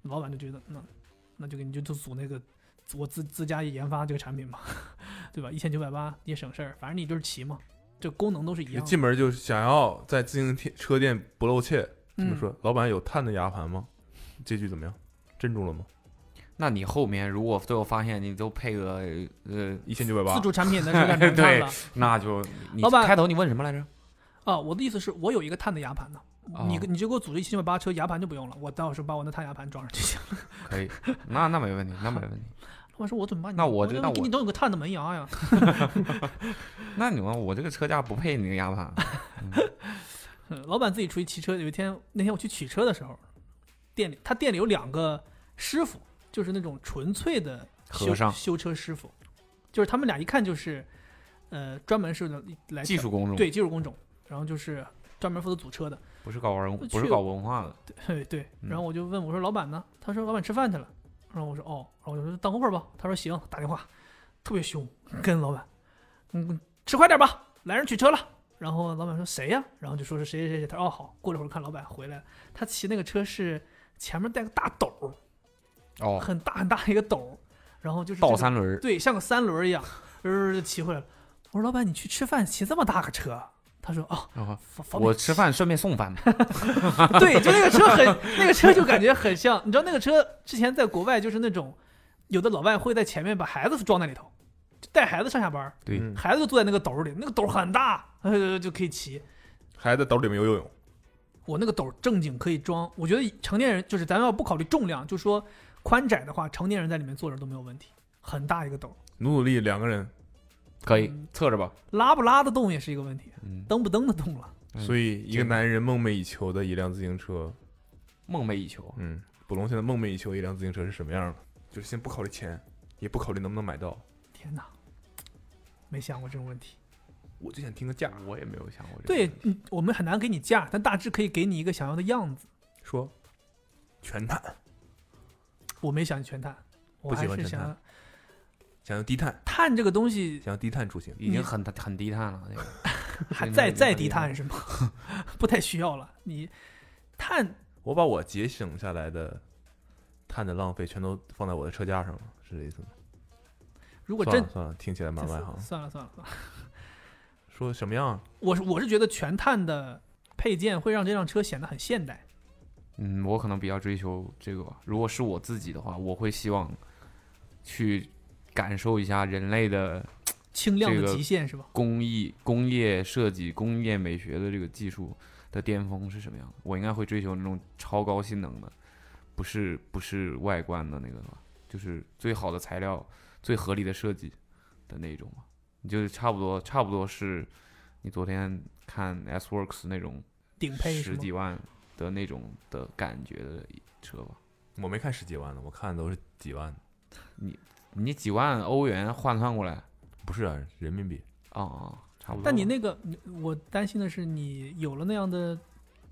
老板就觉得那那就给你就就组那个我自自家研发这个产品吧， <laughs> 对吧？一千九百八也省事儿，反正你就是骑嘛，这功能都是一
你
样
进
的。
门就想要在自行车车店不露怯，
嗯
他们说：“老板有碳的牙盘吗？”这句怎么样？镇住了吗？
那你后面如果最后发现你都配个呃，
一千九百
自
八，
主产品的是干什
对
了？
那就你
老板
开头你问什么来着？
啊，我的意思是我有一个碳的牙盘呢，你
哦
你就给我组织一七九八车牙盘就不用了，我到时候把我那碳牙盘装上就行。
可以，那那没问题，那没问题。
老板说：“我怎么把你？
那我这
这
那
给
我
你弄有个碳的门牙呀。 <laughs>
那你们我这个车架不配你那个牙盘，
嗯”老板自己出去骑车，有一天那天我去取车的时候，店里他店里有两个师傅，就是那种纯粹的修
和尚
修车师傅，就是他们俩一看就是，呃，专门是来
技术工种
对技术工种，然后就是专门负责组车的。
不是搞文
去
不是搞文化的，
<laughs> 对对，
嗯
然后我就问我说老板呢？他说老板吃饭去了。然后我说哦，然后我就说等会儿吧。他说行，打电话，特别凶，跟老板，嗯，吃快点吧，来人取车了。然后老板说谁呀？然后就说是谁谁谁谁。他说哦好，过了一会儿看老板回来了，他骑那个车是前面带个大斗儿，
哦，
很大很大一个斗儿，然后就是这
倒
个
三轮儿，
对，像个三轮儿一样，呃就骑回来了。我说老板你去吃饭骑这么大个车？他说哦，
然后
方方便
我吃饭顺便送饭
<laughs>
吧，
对，就那个车很，那个车就感觉很像，你知道那个车之前在国外就是那种，有的老外会在前面把孩子装在里头，就带孩子上下班儿，
对
嗯
孩子就坐在那个斗儿里，那个斗儿很大，呃，就可以骑。
还在斗里面游游泳，
我那个斗儿正经可以装，我觉得成年人就是咱要不考虑重量，就说宽窄的话，成年人在里面坐着都没有问题，很大一个斗儿，
努努力，两个人，
可以
嗯
测着吧，
拉不拉得动也是一个问题，
嗯，
蹬不蹬得动了。
嗯
所以一
这
个
个
男人梦寐以求的一辆自行车，
梦寐以求，
嗯，卜龙现在梦寐以求一辆自行车是什么样的？就是先不考虑钱，也不考虑能不能买到，
天哪，没想过这种问题。
我就想听个价。
我也没有想过这个
对
问题，，
嗯我们很难给你价，但大致可以给你一个想要的样子。
说全碳，
我没想全碳，我
不喜
还
欢
是
全碳
想
想要低碳，
碳这个东
<laughs>
西
想要低碳出行，
已经很很低碳了，这个
还
这
再
个
再低碳是吗？ <laughs> 不太需要了。你碳
我把我节省下来的碳的浪费全都放在我的车架上了，是这意思吗？
如果
算
真
了算了，听起来蛮外行。
算了算了算了，
说什么样？啊
我是我是觉得全碳的配件会让这辆车显得很现代，
嗯，我可能比较追求这个吧。如果是我自己的话，我会希望去感受一下人类的
轻量
这
的
个
极限是吧？
工艺、工业设计、工业美学的这个技术的巅峰是什么样的。我应该会追求那种超高性能的，不是不是外观的那个吧，就是最好的材料、最合理的设计的那种吧。你就是差不多，差不多是你昨天看 S Works 那种
顶配是
十
吗？
几万的那种的感觉的车吧。
我没看十几万的，我看的都是几万的，
你几万欧元换算过来，
不是啊，人民币。
啊啊，差不多吧。
但你那个，你我担心的是，你有了那样的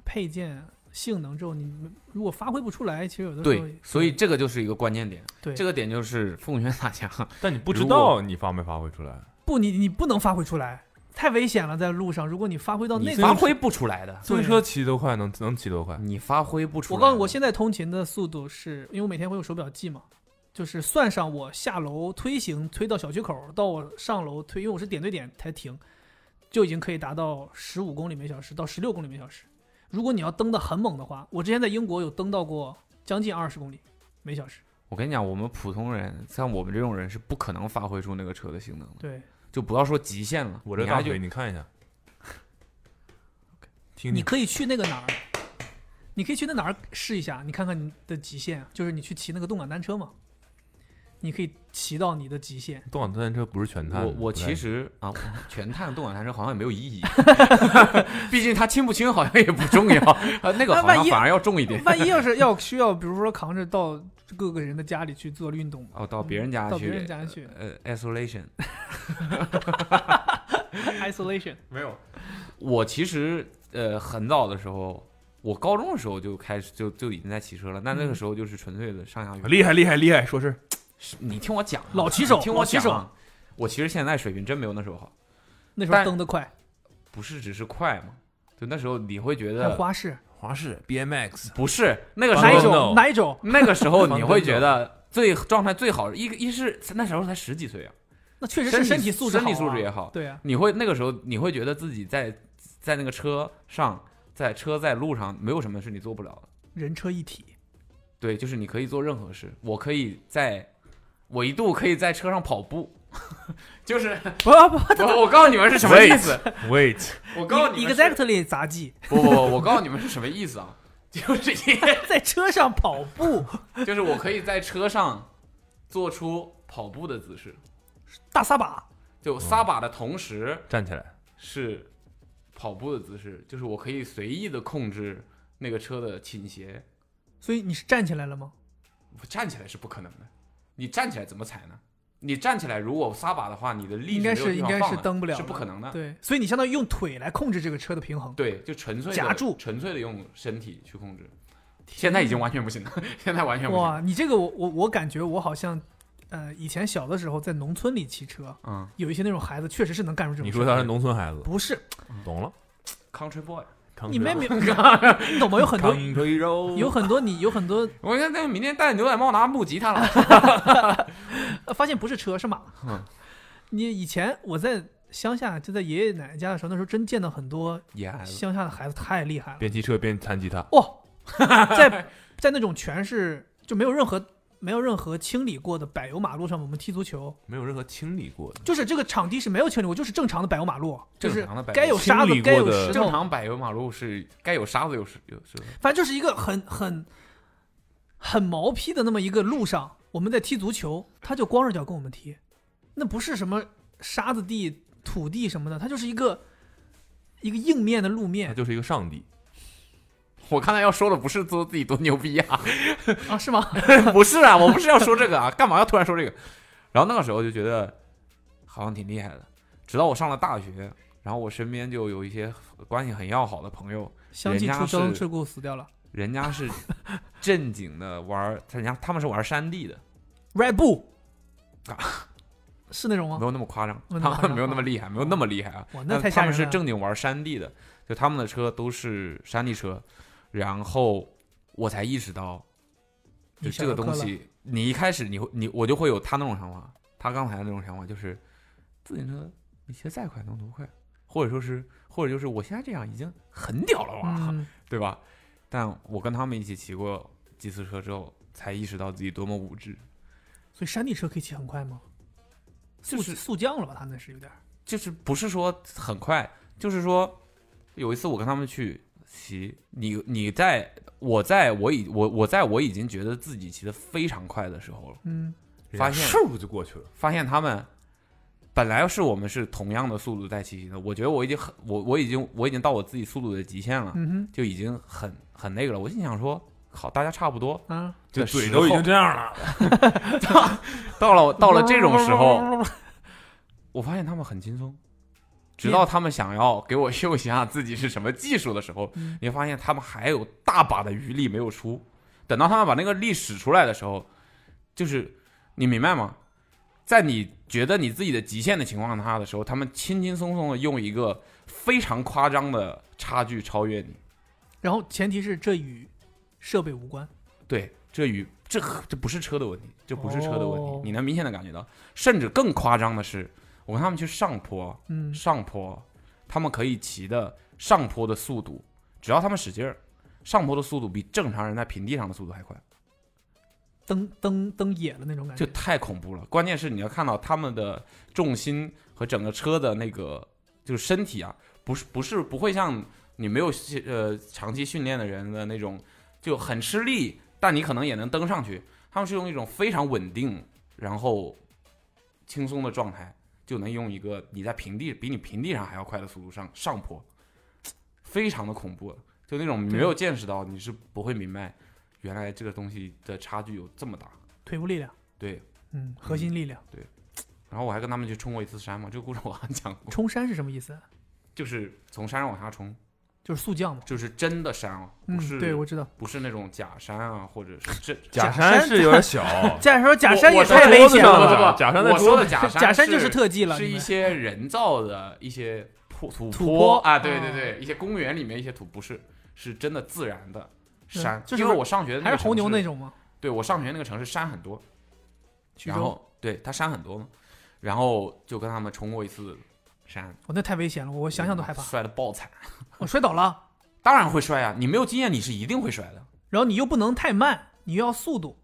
配件性能之后，你如果发挥不出来，其实有的时候
对，所以
对
这个就是一个关键点。
对
这个点就是奉劝大家，
但你不知
如果
道你发没发挥出来，
不，你你不能发挥出来，太危险了，在路上，如果你发挥到哦
你
那
这
个，
发挥不出来的，
自行车骑多快能能骑多快？
你发挥不出
我
来。
告诉你，我现在通勤的速度是因为我每天会用手表记嘛，就是算上我下楼推行推到小区口，到我上楼推，因为我是点对点才停，就已经可以达到十五公里每小时到十六公里每小时。如果你要蹬的很猛的话，我之前在英国有蹬到过将近二十公里每小时。
我跟你讲，我们普通人，像我们这种人是不可能发挥出那个车的性能的，
对，
就不要说极限了。
我这
你
大
还
腿，
就
你看一下，听
你
听，
可以去那个哪儿，你可以去那哪儿试一下，你看看你的极限，啊就是你去骑那个动感单车嘛，你可以骑到你的极限。
动感单车不是全碳的。
我我
不太
其
<laughs>
实啊，全碳动感单车好像也没有意义， <laughs> 毕竟它轻不轻好像也不
<laughs>
重要，呃，那个
那
好
万
像
一
反而要重一点。
<laughs> 万一要是要需要，比如说扛着到各个人的家里去做运动，
哦，到别人家去，
到别人家去
呃，isolation。呃
isolation，
没有，
我其实呃很早的时候，我高中的时候就开始就就已经在骑车了，但
嗯
那个时候就是纯粹的上下运动。
厉害厉害厉害，说事儿
你听我讲啊，
老骑手
你听
老
我
骑
讲
手
啊。我其实现在水平真没有那时候好，
那时候
但
蹬得快，
不是只是快嘛，就那时候你会觉
还
得
花式，
华氏 <laughs> BMX
不是那个时
哪一
还有
候，
no
种哪一种？
<laughs> 那个时候你会
<laughs>
觉得最状态最好，一个一是那时候才十几岁啊，
那确实是
身体
体素质好啊，
身体素质也好
对啊，
你会那个时候你会觉得自己在在那个车上，在车在路上没有什么是你做不了的。
人车一体，
对，就是你可以做任何事，我可以在，我一度可以在车上跑步， <laughs> 就是
不不不
<laughs> 我我告诉你们是什么意思，
Wait，
我告诉你们是
，exactly 杂技，
不不不，我告诉你们是什么意思啊，就是
在车上跑步，
就是我可以在车上做出跑步的姿势，
大撒把，
就撒把的同时
站起来，
是跑步的姿势，就是我可以随意的控制那个车的倾斜，
所以你是站起来了吗？
我站起来是不可能的，你站起来怎么踩呢？你站起来，如果撒把的话，你的力
应该
没有
是
地
应
方
该
放啊
是蹬不了，
是不可能的。
对，所以你相当于用腿来控制这个车的平衡，
对，就纯粹地
夹住
纯粹的用身体去控制。现在已经完全不行了， <laughs> 现在完全不行。
哇，你这个我我我感觉我好像，呃，以前小的时候在农村里骑车，
嗯
有一些那种孩子确实是能干出这种
你
事。
说他是农村孩子，
不是，
懂了？
，Country Boy，
你妹
没
妹，你懂吗？有很多，
Country Road
有很多你有很多、
我看那明天戴牛仔帽拿木吉他了。
呃发现不是车是马。
嗯
你以前我在乡下，就在爷爷奶奶家的时候，那时候真见到很多
野孩子，
乡下的孩子太厉害了。
边骑车边弹吉他，
哇、在 <laughs> 在那种全是就没有任何没有任何清理过的柏油马路上，我们踢足球，
没有任何清理过的。
就是这个场地是没有清理过，就是正常的柏油马路，就是
正常的柏油
该有沙子
清理过
该有
的
石
正
头，
常柏油马路是该有沙子有石有石头。
反正就是一个很很很毛坯的那么一个路上，我们在踢足球，他就光着脚跟我们踢，那不是什么沙子地、土地什么的，它就是一个一个硬面的路
他
<laughs>
面
哎就是一个上帝，
我刚才要说的不是说自己多牛逼啊，
啊，是吗？
不是啊，我不是要说这个啊，干嘛要突然说这个？然后那个时候就觉得好像挺厉害的，直到我上了大学，然后我身边就有一些关系很要好的朋友，
相继
人家
出生
是
事故死掉了。
人家是正经的玩儿，人家他们是玩山地的，
Red Bull
啊
是那种
没
吗？
有那么夸张，
没有那么夸张
他们没有那么厉害，没有那么厉害啊。
哇，那
但
太
他
吓人
们
了。
是正经玩山地的，就他们的车都是山地车，然后我才意识到，就
你小
这个
儿科
东
了
西，你一开始你会你我就会有他那种想法，他刚才那种想法就是，自行车你骑得再快能多快，或者说是或者就是我现在这样已经很屌了哇，
嗯，
对吧？但我跟他们一起骑过几次车之后，才意识到自己多么无知。
所以山地车可以骑很快吗？速
就是
速降了吧？它那是有点儿。
就是不是说很快，就是说有一次我跟他们去骑，你你在我在我已我我在我已经觉得自己骑得非常快的时候了，
嗯，
发现
嗖哎就过去了，
发现他们本来是我们是同样的速度在骑行的，我觉得我已经很我我已经我已经到我自己速度的极限了，
嗯
就已经很很那个了。我心想说，靠，大家差不多，
哼啊，
就
的
嘴
时
都已
候
经这样了，
到了到了这种时候，我发现他们很轻松，直到他们想要给我秀一下自己是什么技术的时候，
嗯
你会发现他们还有大把的余力没有出。等到他们把那个力使出来的时候，就是你明白吗？在你觉得你自己的极限的情况下的时候，他们轻轻松松的用一个非常夸张的差距超越你。
然后前提是这与设备无关。
对，这与这这不是车的问题，这不是车的问题，
哦
你能明显的感觉到。甚至更夸张的是，我跟他们去上坡，
嗯，
上坡，他们可以骑的上坡的速度，只要他们使劲儿，上坡的速度比正常人在平地上的速度还快，
蹬蹬蹬野了那种感
这
觉。
太恐怖了。关键是你要看到他们的重心和整个车的那个就是身体啊，不是不是不会像你没有呃长期训练的人的那种就很吃力，但你可能也能登上去。他们是用一种非常稳定，然后轻松的状态，就能用一个你在平地比你平地上还要快的速度上上坡，非常的恐怖。就那种没有见识到，你是不会明白原来这个东西的差距有这么大。
腿部力量，
对，
嗯，核心力量。
然后我还跟他们去冲过一次山嘛，这个故事我还讲过，
冲山是什么意思？啊
就是从山上往下冲，
就是速降嘛。
就是真的山啊，
嗯
不是、，
对，我知道。
不是那种假山啊，或者是这
假
假
山
山
是有点 <laughs> 小，
再说假
我
山也
我说
太
的
危
桌子
险
上的
了
不
吧。
不不
<laughs> 假山在
我说
桌
的假山
假山就是特技了，
是
你
一
们
些人造的一些坡土
土
坡
坡
啊，对对
哦
对，一些公园里面一些土不是是真的自然的
对
山，
嗯就是
因为我上学的那
还
个
是红牛
城市
那，种吗？
对我上学那个城市山很多，
徐
然
州，
后对它山很多嘛，然后就跟他们冲过一次山，
哦我那太危险了，我想想都害怕。
摔的爆惨，
我摔倒了，
当然会摔啊，你没有经验你是一定会摔的，
然后你又不能太慢，你又要速度，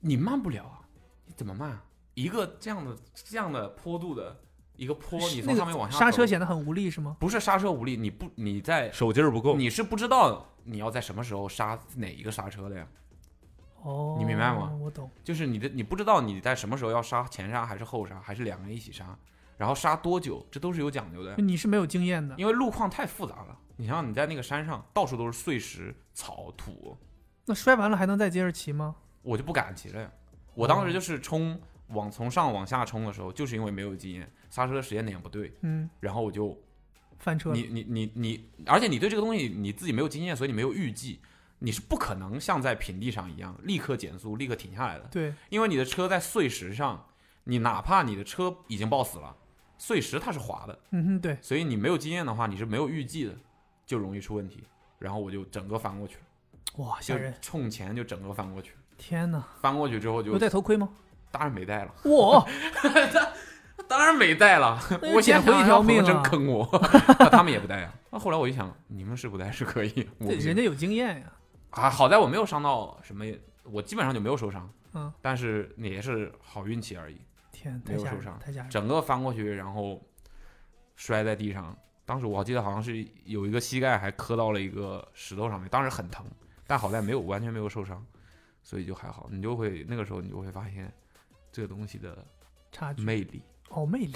你慢不了啊，你怎么慢啊？一个这样的这样的坡度的一个坡，你
那
从
个
上面往下
刹
走
车显得很无力，是吗？
不是刹车无力，你不你在
手劲儿不够，
你是不知道你要在什么时候刹哪一个刹车的呀？
哦，
你明白吗
我懂。
就是你的你不知道你在什么时候要刹前刹还是后刹，还是两个一起刹，然后刹多久，这都是有讲究的
就。你是没有经验的，
因为路况太复杂了，你想想你在那个山上到处都是碎石、草、土，
那摔完了还能再接着骑吗？
我就不敢骑了呀。我当
哦
时就是冲往从上往下冲的时候，就是因为没有经验，刹车的时间点不对，
嗯，
然后我就
翻车了
你你你你，而且你对这个东西你自己没有经验，所以你没有预计，你是不可能像在平地上一样立刻减速、立刻停下来的，
对，
因为你的车在碎石上，你哪怕你的车已经抱死了，碎石它是滑的，
嗯哼，对，
所以你没有经验的话，你是没有预计的，就容易出问题。然后我就整个翻过去了，
哇，吓
就
人！
冲前就整个翻过去了，
天哪，
翻过去之后就
有戴头盔
<laughs>
吗？
当然没带了，
哇，
当然没带了，
那就
我
捡
先
回一条命啊
真坑我， <laughs> 那他们也不带呀、那后来我一想，你们是不带是可以，我
对，
不
人家有经验呀。
啊，好在我没有伤到什么，我基本上就没有受伤，
嗯，
但是也是好运气而已。
天，太
没有
吓
受
人了，
伤
太吓人了。
整个翻过去，然后摔在地上，当时我记得好像是有一个膝盖还磕到了一个石头上面，当时很疼，但好在没有完全没有受伤，所以就还好。你就会那个时候你就会发现这个东西的
差距，
魅力。。
哦，魅力，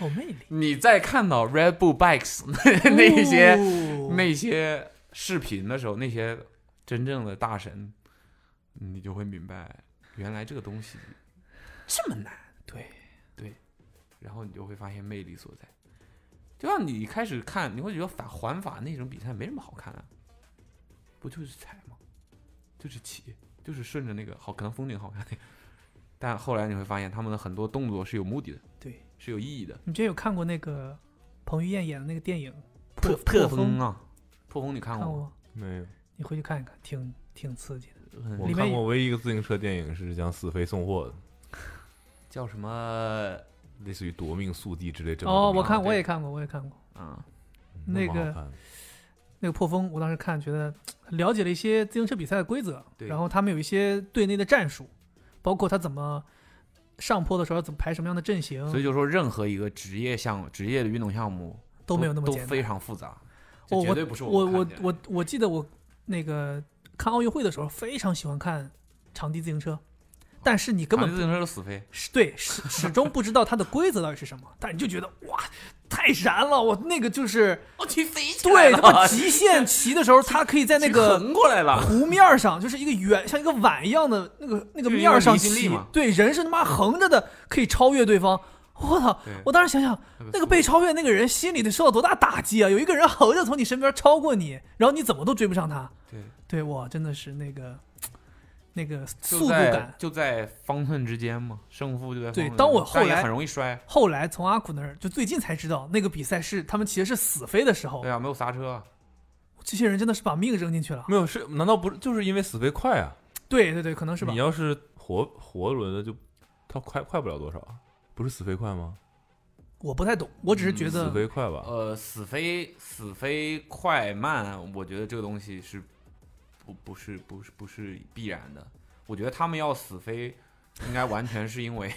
哦，魅力
你再看到 Red Bull Bikes <laughs> 那 <laughs> 那些、
哦
那些视频的时候，那些真正的大神，你就会明白，原来这个东西，
这么难，对，
然后你就会发现魅力所在。就像你一开始看，你会觉得反环法那种比赛没什么好看的、啊不就是踩吗？就是骑，就是顺着那个好，可能风景好看点。但后来你会发现，他们的很多动作是有目的的，
对，
是有意义的。
你之前有看过那个彭于晏演的那个电影《
破
破
风啊，破风你看
看
过
过
吗？
吗？
没有。
你回去看一看，挺挺刺激的。
嗯
我
里面
看
有
过唯一一个自行车电影是讲死飞送货的，
叫什么？
类似于夺命速递之类这种。
哦，我
看
看
对
我也看过，我也看过
嗯，
嗯那
那
蛮好
个
看的
那个破风，我当时看觉得了解了一些自行车比赛的规则，
对
然后他们有一些队内的战术，包括他怎么上坡的时候要怎么排什么样的阵型，
所以就说，任何一个职业项目、职业的运动项目
都没有那么
都
简单。
非常复杂，这
我
绝对不是
我我
们看见的
我我记得我那个看奥运会的时候，非常喜欢看场地自行
哦
车，但是你根
长
本
距自行车都死飞，
是对始始终不知道它的规则到底是什么，但你就觉得哇，太燃了！我那个就是
哦，骑飞起
对他妈极限骑的时候，它可以
<laughs>
在那个
横过来了，
湖面儿上，就是一个圆像一个碗一样的那个那个
就是
面儿上
一个离心
骑
力嘛，
对，人是他妈横着的，可以超越对方。我操
对！
我当时想想，那个被超越那个人心里得受到多大打击啊！有一个人横着从你身边超过你，然后你怎么都追不上他。
对，
对我真的是那
<laughs>
个那个速
就
度
在
感。
就在方寸之间嘛，胜负就在方寸
对
之间
当我后
但也
来
很容易摔，
后来从阿苦那儿，就最近才知道那个比赛是他们骑的是死飞的时候
对，啊，没有刹车啊，
这些人真的是把命扔进去了。
没有是？难道不是就是因为死飞快啊？
对对对，可能是吧
你。要是活活轮的就，它快快不了多少啊，不是死飞快吗？
我不太懂，我只是哦觉
死
得
飞快吧，
呃，死飞死飞快慢，我觉得这个东西是不不是不是不是必然的。我觉得他们要死飞，应该完全是因为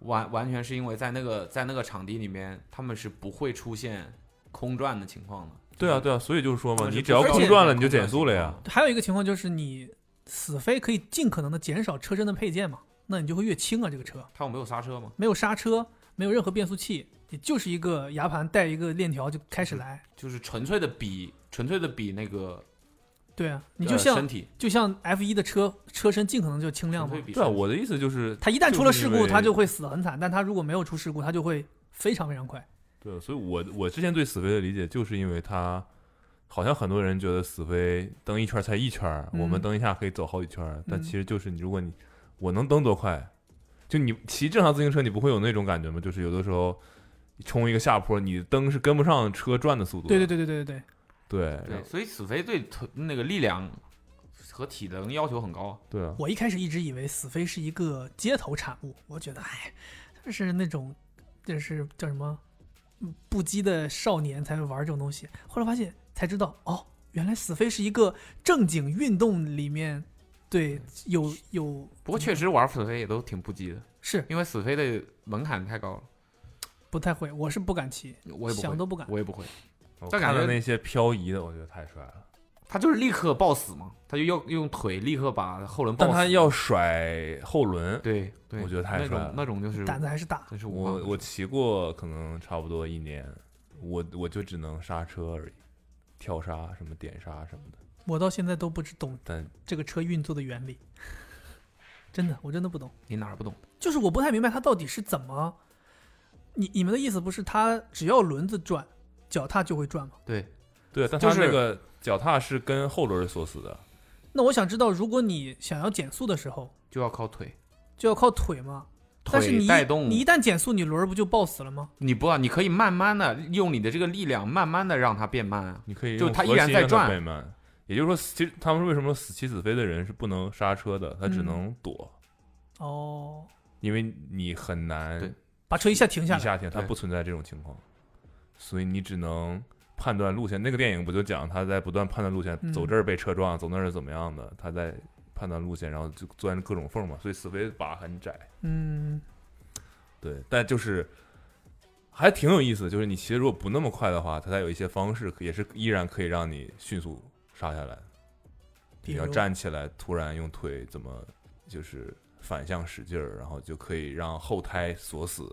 完完全是因为在那个在那个场地里面，他们是不会出现空转的情况的。
对啊，对啊，所以就是
哦
说嘛，
就是
你
不
只要
而
会
且
空
出
转
现
了你就
空转
减速了
情
呀
况。
还有一个情况就是你死飞可以尽可能的减少车身的配件嘛，那你就会越轻啊。这个车
它有没有刹车吗？
没有刹车，没有任何变速器，也就是一个牙盘带一个链条就开始来。
就是纯粹的比纯粹的比那个
对啊，你
呃
就像
身体，
就像 F 一的车车身尽可能就轻量
纯
嘛
粹。比
对啊，
身体
我的意思就是，
它一旦出了
就是
事
因
故，
为
它就会死得很惨；但它如果没有出事故，它就会非常非常快。
对，所以我我之前对死飞的理解就是因为它。好像很多人觉得死飞蹬一圈才一圈儿，我们
嗯
蹬一下可以走好几圈儿，但
嗯
其实就是你，如果你我能蹬多快，就你骑正常自行车，你不会有那种感觉吗？就是有的时候你冲一个下坡，你蹬是跟不上车转的速度的。
对对对对对对对，
对
对，所以死飞对腿那个力量和体能要求很高。
对啊，
我一开始一直以为死飞是一个街头产物，我觉得哎，就是那种就是叫什么嗯不羁的少年才会玩这种东西。后来发现才知道哦，原来死飞是一个正经运动里面对有有
嗯不过确实玩死飞也都挺不羁的，
是
因为死飞的门槛太高了，
不太会，我是不敢骑，
我也不
想
会，
都不敢。
我也不会。
我
但感
看了
觉
那些漂移的，我觉得太帅了。
他就是立刻抱死嘛，他就要用腿立刻把后轮抱
但
死。
他要甩后轮，
对对，
我觉得太
那
帅
种
了
那种就是
胆子还是大，
真是无
我
法
我骑过可能差不多一年，我我就只能刹车而已，跳刹什么点刹什么的。
我到现在都不知懂
但
这个车运作的原理， <laughs> 真的，我真的不懂。
你哪儿不懂？
就是我不太明白它到底是怎么。你你们的意思不是它只要轮子转，脚踏就会转吗？
对，
对啊，但
就
他那
是
个脚踏是跟后轮锁死的，
那我想知道，如果你想要减速的时候，
就要靠腿，
就要靠腿吗？但是你
腿
一
带动
你一旦减速，你轮儿不就抱死了吗？
你不啊，你可以慢慢的用你的这个力量，慢慢的让它变慢啊。
你可以
就
用
它依
核
然
心
在
让它
转
变慢。也就是说，其实他们为什么说死骑死飞的人是不能刹车的，他只
嗯
能躲，
哦，
因为你很难
对
把车一下停下
地
来。
下停，它
对
不存在这种情况，所以你只能判断路线。那个电影不就讲他在不断判断路线，
嗯
走这儿被车撞，走那儿是怎么样的？他在判断路线，然后就钻各种缝嘛。所以死飞靶很窄，
嗯，
对，但就是还挺有意思。就是你骑得如果不那么快的话，它才有一些方式，也是依然可以让你迅速刹下来。
比
你要
如
站起来，突然用腿怎么就是反向使劲儿，然后就可以让后胎锁死，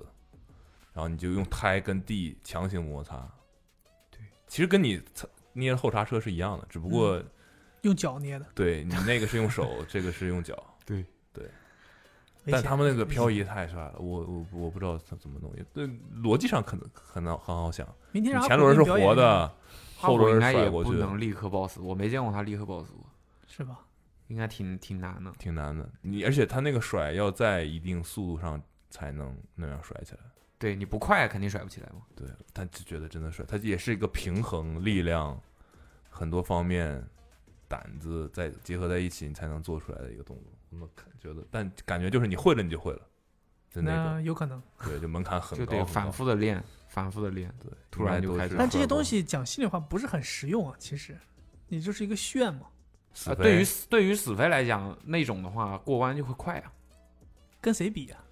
然后你就用胎跟地强行摩擦。
对，
其实跟你擦捏后刹车是一样的，只不过、
嗯用脚捏的，
对你那个是用手，这个是用脚。
危
但
险
他们那个漂移太帅了，我我我不知道他怎么弄，对逻辑上可能很好很好想，
明
你
天让
前
阿普
轮
给
是
你表演
活
一下，
的，后轮
应
是
该也
甩过
不
去的，
能立刻抱死，我没见过他立刻抱死过，
是吧？
应该挺挺难的。
挺难的。你而且他那个甩要在一定速度上才能那样甩起来。
对，你不快肯定甩不起来嘛。
对，但就觉得真的帅，他也是一个平衡力量很多方面胆子再结合在一起，你才能做出来的一个动作。我们看觉得，但感觉就是你会了你就会了，的那
那
种，
有可能。
对，就门槛很
就
高，
得
很
反
高
复的练，反复的练。
对，
突然就开始
始。
了
但这些东西讲心里话不是很实用啊，其实你就是一个炫嘛，
死
啊，
飞
对于死对于死飞来讲，那种的话过弯就会快啊，
跟谁比啊？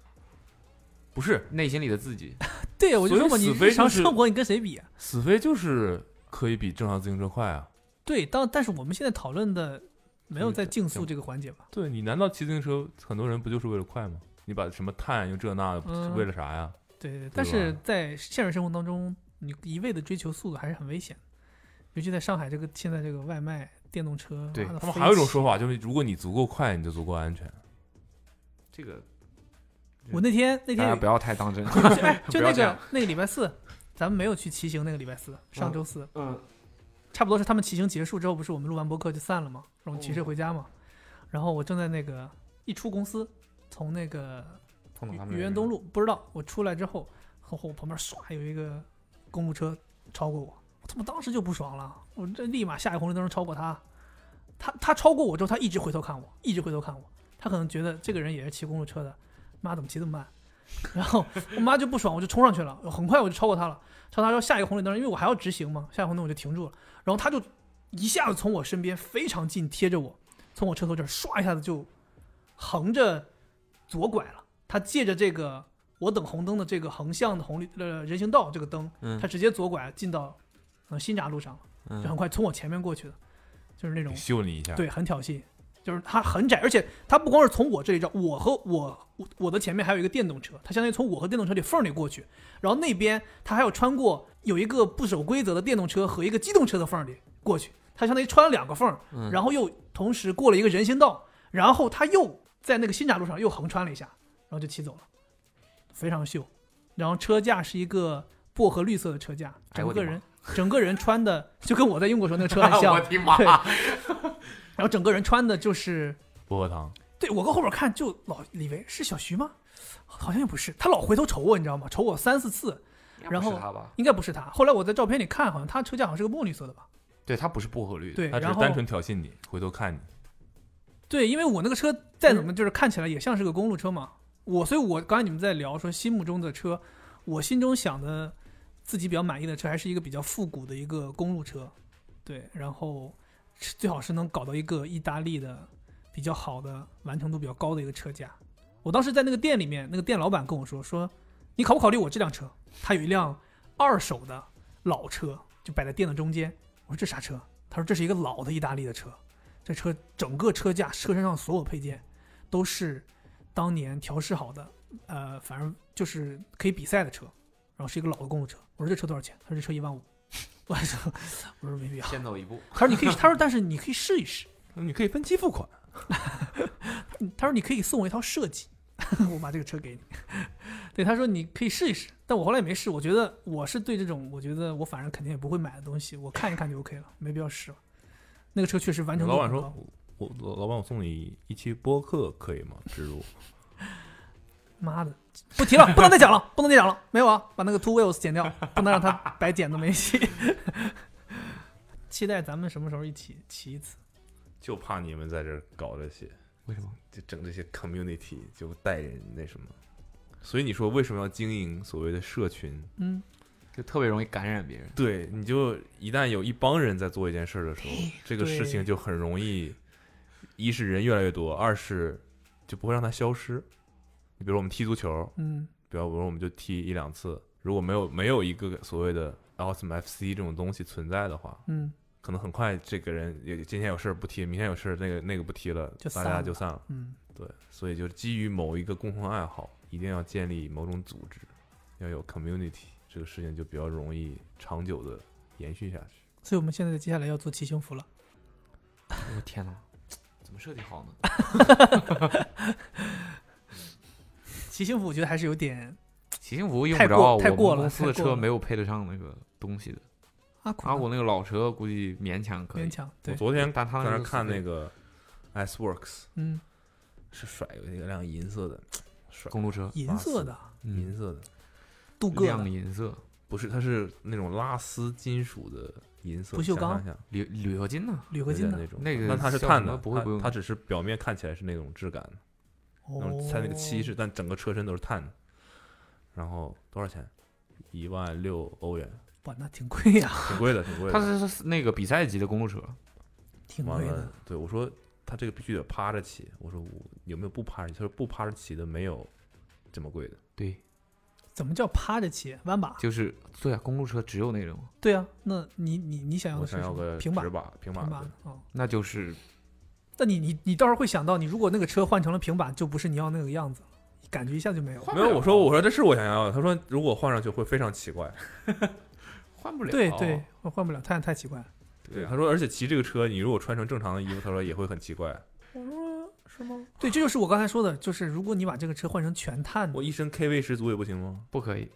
不是
内心里的自己。
对，啊我就
所以
说嘛，你
死飞
日常
就是
生活你跟谁比啊？
死飞就是可以比正常自行车快啊。
对，当但是我们现在讨论的没有在竞速这个环节吧？
对你难道骑自行车很多人不就是为了快吗？你把什么碳又这那的，
嗯
为了啥呀？
对对对，但是在现实生活当中，你一味的追求速度还是很危险的，尤其在上海这个现在这个外卖电动车，
对
妈的
他们
飞
还有一种
起
说法，就是如果你足够快，你就足够安全。
这个
我那天那
大
天
家
有
不要太当真。
就
不要
那
这
个
样
那个礼拜四，咱们没有去骑行。那个礼拜四，上周四，
嗯，
差不多是他们骑行结束之后，不是我们录完播客就散了嘛，然后骑
嗯
车回家嘛。然后我正在那个一出公司，从那个
碰到他们
愚园
<laughs>
东路，不知道我出来之后，然后我旁边唰有一个公路车超过我，我他妈当时就不爽了，我这立马下一个红绿灯超过他，他他超过我之后，他一直回头看我，一直回头看我，他可能觉得这个人也是骑公路车的，妈怎么骑这么慢？ <laughs> 然后我妈就不爽，我就冲上去了，很快我就超过他了，超他之后下一个红绿灯，因为我还要直行嘛，下一个红绿灯我就停住了，然后他就一下子从我身边非常近贴着我，从我车头这儿唰一下子就横着左拐了，他借着这个我等红灯的这个横向的红绿呃人行道这个灯，
嗯
他直接左拐进到呃新闸路上了，
嗯
就很快从我前面过去的，就是那种
秀你一下，
对，很挑衅，就是它很窄，而且它不光是从我这里绕，我和我我我的前面还有一个电动车，它相当于从我和电动车里缝儿里过去，然后那边它还要穿过有一个不守规则的电动车和一个机动车的缝儿里过去，它相当于穿了两个缝儿，
嗯
然后又同时过了一个人行道，然后它又在那个新闸路上又横穿了一下，然后就骑走了，非常秀，然后车架是一个薄荷绿色的车架，
哎
整
我的
个
妈
人。整个人穿的就跟我在英国时候那个
<laughs>
车很像，
我的妈！
对然后整个人穿的就是，
薄荷糖。
对我跟后边看就老以为是小徐吗？好像也不是，他老回头瞅我，你知道吗？瞅我三四次，然后
不是他吧？
应该不是他。后来我在照片里看，好像他车架好像是个墨绿色的吧？
对他不是薄荷绿，，
对，
他只是
然后
单纯挑衅你，回头看你。
对，因为我那个车再怎么就是看起来也像是个公路车嘛，我所以，我刚才你们在聊说心目中的车，我心中想的自己比较满意的车，还是一个比较复古的一个公路车，对，然后是最好是能搞到一个意大利的比较好的完成度比较高的一个车架。我当时在那个店里面，那个店老板跟我说说，你考不考虑我这辆车？他有一辆二手的老车，就摆在店的中间。我说这啥车？他说这是一个老的意大利的车。这车整个车架、车身上所有配件都是当年调试好的，呃，反正就是可以比赛的车，然后是一个老的公路车。我说这车多少钱？他说这车一万五。我说我说没必要。
先走一步。
他说你可以，他说但是你可以试一试。
你可以分期付款，
嗯他说你可以送我一套设计， <laughs> 我把这个车给你。 <laughs> 对，他说你可以试一试，但我后来也没试。我觉得我是对这种，我觉得我反正肯定也不会买的东西，我看一看就 OK 了，没必要试了。那个车确实完成度
老板
很
说
高，
我老老板，我送你一期播客可以吗？植入，
妈的，不提了， <laughs> 不能再讲了，不能再讲了，没有啊，把那个 two wheels 剪掉，不能让他白剪都没戏。 <laughs> 期待咱们什么时候一起骑一次？
就怕你们在这儿搞这些，
<laughs> 为什么？
就整这些 community，就带人那什么。所以你说为什么要经营所谓的社群？
嗯，
就特别容易感染别人。
对，你就一旦有一帮人在做一件事儿的时候，
哎
这个事情就很容易，一是人越来越多，二是就不会让它消失。你比如我们踢足球，
嗯，
比方说我们就踢一两次，如果没有没有一个所谓的 Awesome FC 这种东西存在的话，
嗯，
可能很快这个人也今天有事儿不踢，明天有事儿那个那个不踢了，
就
大
散
家
了
就散了。
嗯，
对，所以就是基于某一个共同爱好，一定要建立某种组织，要有 community，这个事情就比较容易长久的延续下去。
所以我们现在接下来要做骑行服了。
我天哪，怎么设计好呢？
骑行服我觉得还是有点
骑 <laughs> 行服用
太
不
过
着，啊我
太
们
过了
公司的
太过
车
了
没有配得上那个东西的。
阿苦
阿古那个老车估计勉强可以，
勉强
我
对，
昨天在
但他
那
那
儿
个
看
是
那个 Ice Works
嗯，
是甩有一辆银色的，甩
公路车，
银色的
银色的，
镀铬
亮
的，
银色，
不是，它是那种拉丝金属的银色，
不锈钢
想象一下
铝铝合金呢？
铝合金
那
的。
种，
那个
但它是
叫
碳
什么
的，
不会
它
不用
它只是表面看起来是那种质感的，那种
哦
它那个漆是，但整个车身都是碳的。然后多少钱？一万六欧元，
哇，那挺贵呀、
挺贵的，挺贵的。
它是是那个比赛级的公路车，
挺
完
贵
了
的。，
对我说他这个必须得趴着骑。我说我有没有不趴着骑？他说不趴着骑的没有这么贵的。
对，
怎么叫趴着骑？弯把？
就是对啊，公路车只有那种，
对啊，那你你你想要
我
的是
想
什
要
么？
个
平板
直。把平板
平板
的，
哦，
那就是
那你你你倒是会想到，你如果那个车换成了平板，就不是你要那个样子了，感觉一下就没有了。
换
没
不
有。
了
我说我说这是我想要的。他说如果换上去会非常奇怪。
换不了。
对对，换换不了，太太奇怪了。
对啊
他说而且骑这个车，你如果穿成正常的衣服，他说也会很奇怪。
对，这就是我刚才说的，就是如果你把这个车换成全碳的，
我一身 K 味十足也不行吗？
不可以。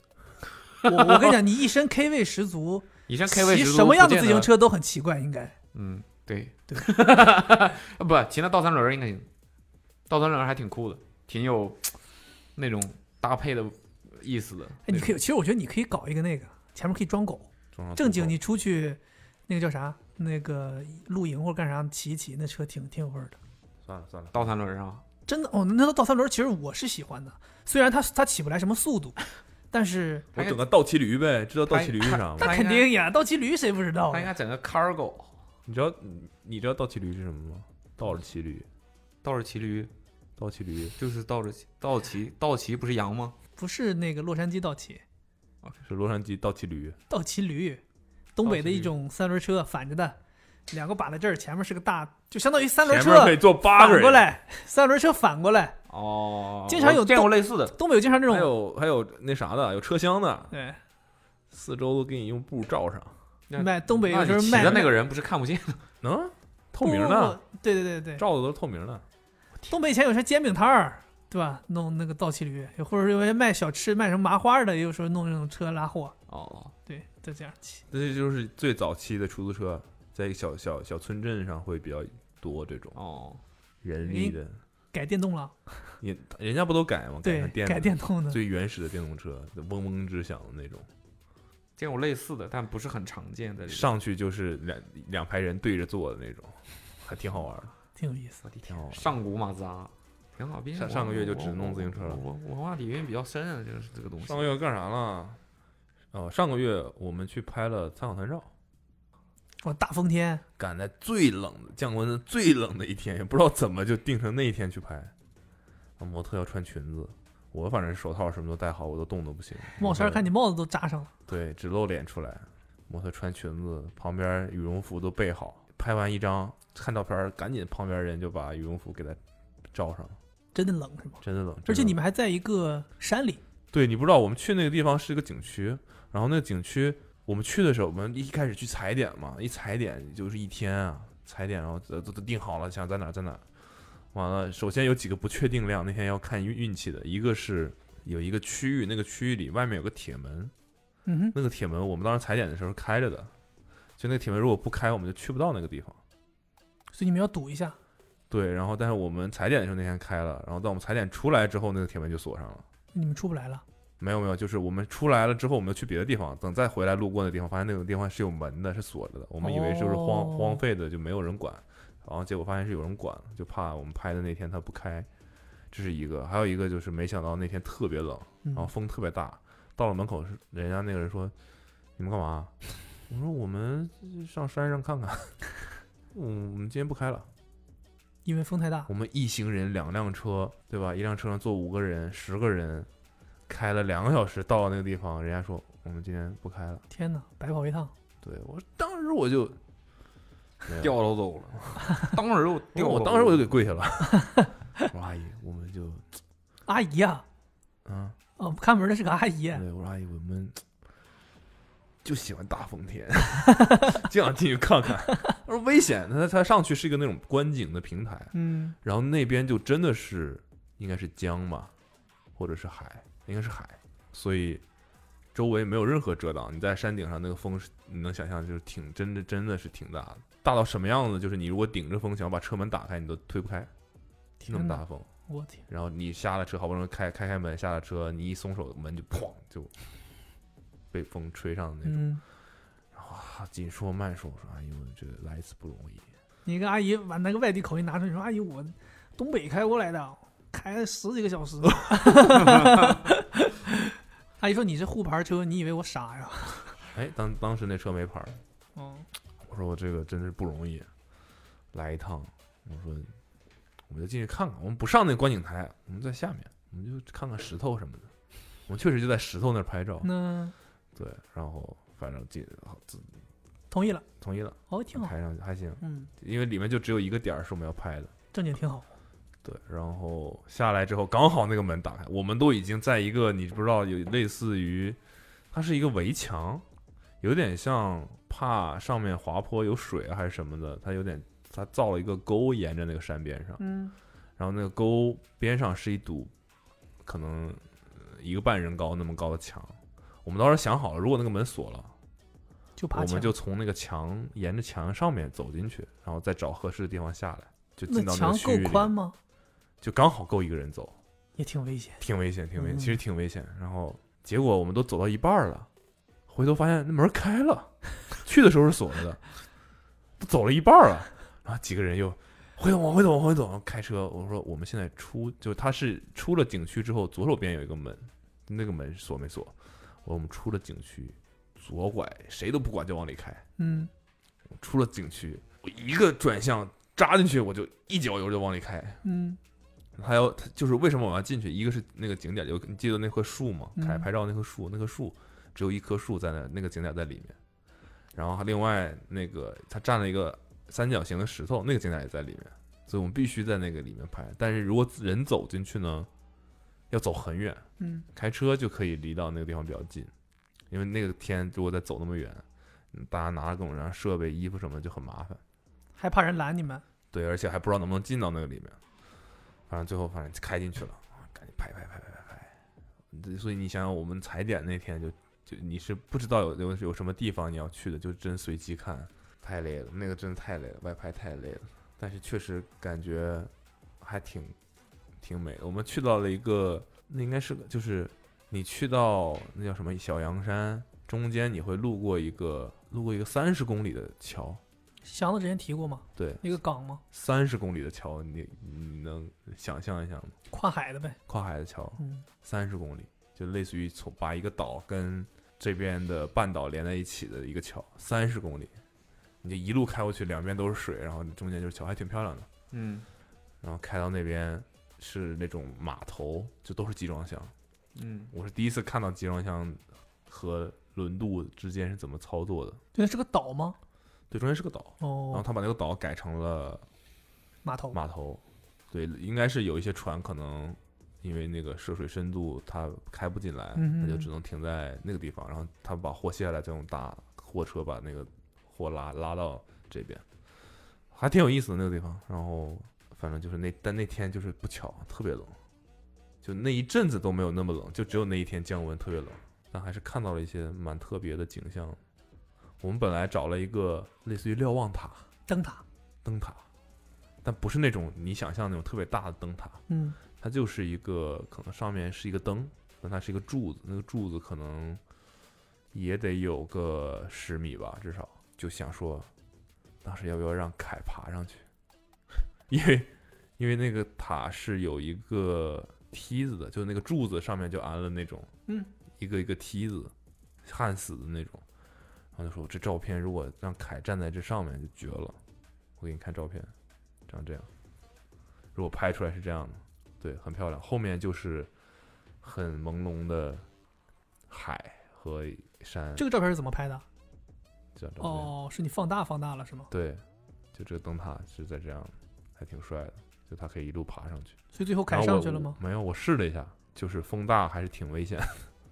我我跟你讲，你一身 K 味十
<laughs>
足，
以上 K 位
骑
十足
什么样的
不
自
见
行
得？
车都很奇怪，应该。哎
嗯，对
对
啊 <laughs> 不，骑那倒三轮儿应该行，倒三轮儿还挺酷的，挺有那种搭配的意思的。
哎，你
那
可以，
种
其实我觉得你可以搞一个那个，前面可以装狗，
装上
正经
土狗
你出去那个叫啥，那个露营或者干啥骑一骑，那车挺挺有味儿的。
算了算了，
倒三轮儿啊，
真的哦，那那倒三轮其实我是喜欢的，虽然它它起不来什么速度，但是
我整个倒骑驴呗，知道倒骑驴是啥吗？
它
那肯定呀，倒骑驴谁不知道
他应
啊？
该整个 cargo
你知道你知道倒骑驴是什么吗？倒着骑驴，
倒着骑驴，
倒骑驴
就是倒着骑，倒骑，倒骑不是羊吗？
不是那个洛杉矶倒骑，
是洛杉矶倒骑驴，
倒骑驴，东北的
倒骑
一
驴
种三轮车，反着的，两个把在这儿，前面是个大，就相当于三轮
前面可
车
以坐八个
反
人
过。来，三轮车反过来，
哦，
经常有
我见
动
过类似的，
东北有经常这
还
种，
有还有那啥的，有车厢的，
对，
四周都给你用布罩上，
那
卖东北有时
那
候
你骑
卖
的那个人不是看不见，
能、透明啊的，，
不对对对对，
罩子都是透明的。
东北以前有些煎饼摊儿，对吧？弄那个倒骑驴，或者有些卖小吃、卖什么麻花的，也有时候弄那种车拉货，
哦，
对，就这样骑。
这就是最早期的出租车，在一个小小小村镇上会比较多这种
哦，
人力的，
改电动了，
也人家不都改吗？
对
成，电
改
改
电动的，
最原始的电动车，嗡嗡直响的那种，
见过类似的，但不是很常见在这里。
上去就是两两排人对着坐的那种，还挺好玩的，
挺有意思。
挺好玩的。
上古马自达，挺好。毕竟
上
我
上个月就只弄自行车了
我我我文化底蕴比较深啊，就是这个东西。
上个月干啥了？哦，上个月我们去拍了参考团照，
我大风天，
赶在最冷的降温的最冷的一天，也不知道怎么就定成那一天去拍。啊，模特要穿裙子，我反正手套什么都戴好，我都冻得不行。
帽衫
模特
看你帽子都扎上了，
对，只露脸出来。模特穿裙子，旁边羽绒服都备好。拍完一张，看照片儿，赶紧旁边人就把羽绒服给他罩上，
真的冷是吗？
真的冷。
而且
真的冷
你们还在一个山里，
对你不知道，我们去那个地方是一个景区，然后那个景区我们去的时候，我们一开始去踩点嘛，一踩点就是一天啊，踩点然后都都都定好了，想在哪儿在哪儿。完了，首先有几个不确定量，那天要看运运气的，一个是有一个区域，那个区域里外面有个铁门，
嗯哼，
那个铁门我们当时踩点的时候是开着的，就那个铁门如果不开，我们就去不到那个地方。
所以你们要赌一下。
对，然后但是我们踩点的时候那天开了，然后到我们踩点出来之后，那个铁门就锁上了。
你们出不来了，
没有没有，就是我们出来了之后，我们又去别的地方，等再回来路过那地方，发现那个地方是有门的，是锁着的。我们以为就是荒、
哦
荒废的，就没有人管，然后结果发现是有人管，就怕我们拍的那天它不开，这是一个。还有一个就是没想到那天特别冷，
嗯
然后风特别大，到了门口是人家那个人说：“你们干嘛？” <laughs> 我说：“我们上山上看 <laughs> 看。”嗯，我们今天不开了。
因为风太大，
我们一行人两辆车，对吧？一辆车上坐五个人、十个人，开了两个小时到了那个地方，人家说我们今天不开了。
天哪，白跑一趟。
对我当时我就没有
掉头走了， <laughs> 当时我掉头走了，
我当时我就给
<laughs>
跪下了。我说阿姨，我们就
阿姨呀、
啊，
哦，看门的是个阿姨，
对，我说阿姨，我们就喜欢大风
<laughs>
天，就想进去看看。他说危险，他他上去是一个那种观景的平台，
嗯，
然后那边就真的是应该是江吧，或者是海，应该是海，所以周围没有任何遮挡。你在山顶上那个风是，你能想象就是挺真的，真的是挺大的，大到什么样子？就是你如果顶着风想要把车门打开，你都推不开，那么
天哪
大风。
我天，
然后你下了车，好不容易开开开门下了车，你一松手门就砰就被风吹上的那种。
嗯，
啊，紧说慢说，我说哎呦，这来一次不容易。
你跟阿姨把那个外地口音拿出来，你说阿姨我东北开过来的，开了十几个小时。
<laughs>
<laughs> 阿姨说你是沪牌车，你以为我傻呀？
哎，当当时那车没牌儿，
嗯，
我说我这个真是不容易，来一趟，我说我们就进去看看，我们不上那观景台，我们在下面，我们就看看石头什么的。我们确实就在石头那儿拍照，
那
对，然后反正进好自
同意了，
同意了，
哦，挺好，
拍上去还行，
嗯，
因为里面就只有一个点儿是我们要拍的。
正经挺好。
对，然后下来之后，刚好那个门打开，我们都已经在一个你不知道有类似于，它是一个围墙，有点像怕上面滑坡有水啊还是什么的，它有点它造了一个沟，沿着那个山边上，
嗯，
然后那个沟边上是一堵可能呃一个半人高那么高的墙。我们当时想好了，如果那个门锁了，
就
我
爬墙
们，就从那个墙沿着墙上面走进去，然后再找合适的地方下来，就
那
进到那
墙
个区
够
域里，
宽吗？
就刚好够一个人走。
也挺危险。
挺危险，挺危险，
嗯
其实挺危险。然后结果我们都走到一半儿了，回头发现那门开了， <laughs> 去的时候是锁着的，都走了一半儿了，然后几个人又回头往回走，往回走，然后开车。我说我们现在出，就他是出了景区之后，左手边有一个门，那个门锁没锁？我说我们出了景区，左拐，谁都不管就往里开。
嗯，
出了景区，我一个转向扎进去，我就一脚油就往里开。
嗯，
还有，它就是为什么我要进去？一个是那个景点，有你记得那棵树吗？
嗯
凯拍照那棵树，那棵树只有一棵树在那，那个景点在里面。然后另外那个它占了一个三角形的石头，那个景点也在里面，所以我们必须在那个里面拍。但是如果人走进去呢，要走很远，
嗯，
开车就可以离到那个地方比较近，因为那个天如果再走那么远，嗯大家拿各种各样的设备、衣服什么的就很麻烦。
还怕人拦你们？
对，而且还不知道能不能进到那个里面。反正最后反正开进去了，啊赶紧拍拍拍拍拍拍。对所以你想想，我们踩点那天就就你是不知道有有有什么地方你要去的，就真随机看，太累了，那个真的太累了，外拍太累了。但是确实感觉还挺挺美的。我们去到了一个，那应该是个就是你去到那叫什么小阳山中间，你会路过一个路过一个三十公里的桥，
祥子之前提过吗？
对，
一个港吗？
三十公里的桥，你你能想象一下吗？
跨海的呗。
跨海的桥，
嗯，
三十公里，就类似于从把一个岛跟这边的半岛连在一起的一个桥，三十公里，你就一路开过去，两边都是水，然后中间就是桥，还挺漂亮的。
嗯
然后开到那边是那种码头，就都是集装箱。
嗯，
我是第一次看到集装箱和轮渡之间是怎么操作的。
对，那是个岛吗？
对，中间是个岛，然后
哦，
他把那个岛改成了
码头。
码头，对，应该是有一些船可能因为那个涉水深度它开不进来，
嗯
它就
嗯
只能停在那个地方，然后他们把货卸下来，再用大货车把那个货拉拉到这边，还挺有意思的那个地方。然后反正就是那，但那天就是不巧，特别冷，就那一阵子都没有那么冷，就只有那一天降温特别冷，但还是看到了一些蛮特别的景象。我们本来找了一个类似于瞭望塔，
灯塔。
灯塔，但不是那种你想象那种特别大的灯塔，
嗯，
它就是一个可能上面是一个灯，但它是一个柱子，那个柱子可能也得有个十米吧，至少就想说，当时要不要让凯爬上去？ <laughs> 因为因为那个塔是有一个梯子的，就是那个柱子上面就安了那种，
嗯，
一个一个梯子，焊死的那种。然后就说这照片如果让凯站在这上面就绝了，我给你看照片，长这样。如果拍出来是这样的，对，很漂亮。后面就是很朦胧的海和山，
这个照片是怎么拍的？
哦这张照片。
哦，是你放大放大了是吗？
对，就这个灯塔是在这样，还挺帅的，就它可以一路爬上去。
所以最后凯
然后
上
我
去了吗？？
我没有，我试了一下，就是风大还是挺危险的。 <laughs>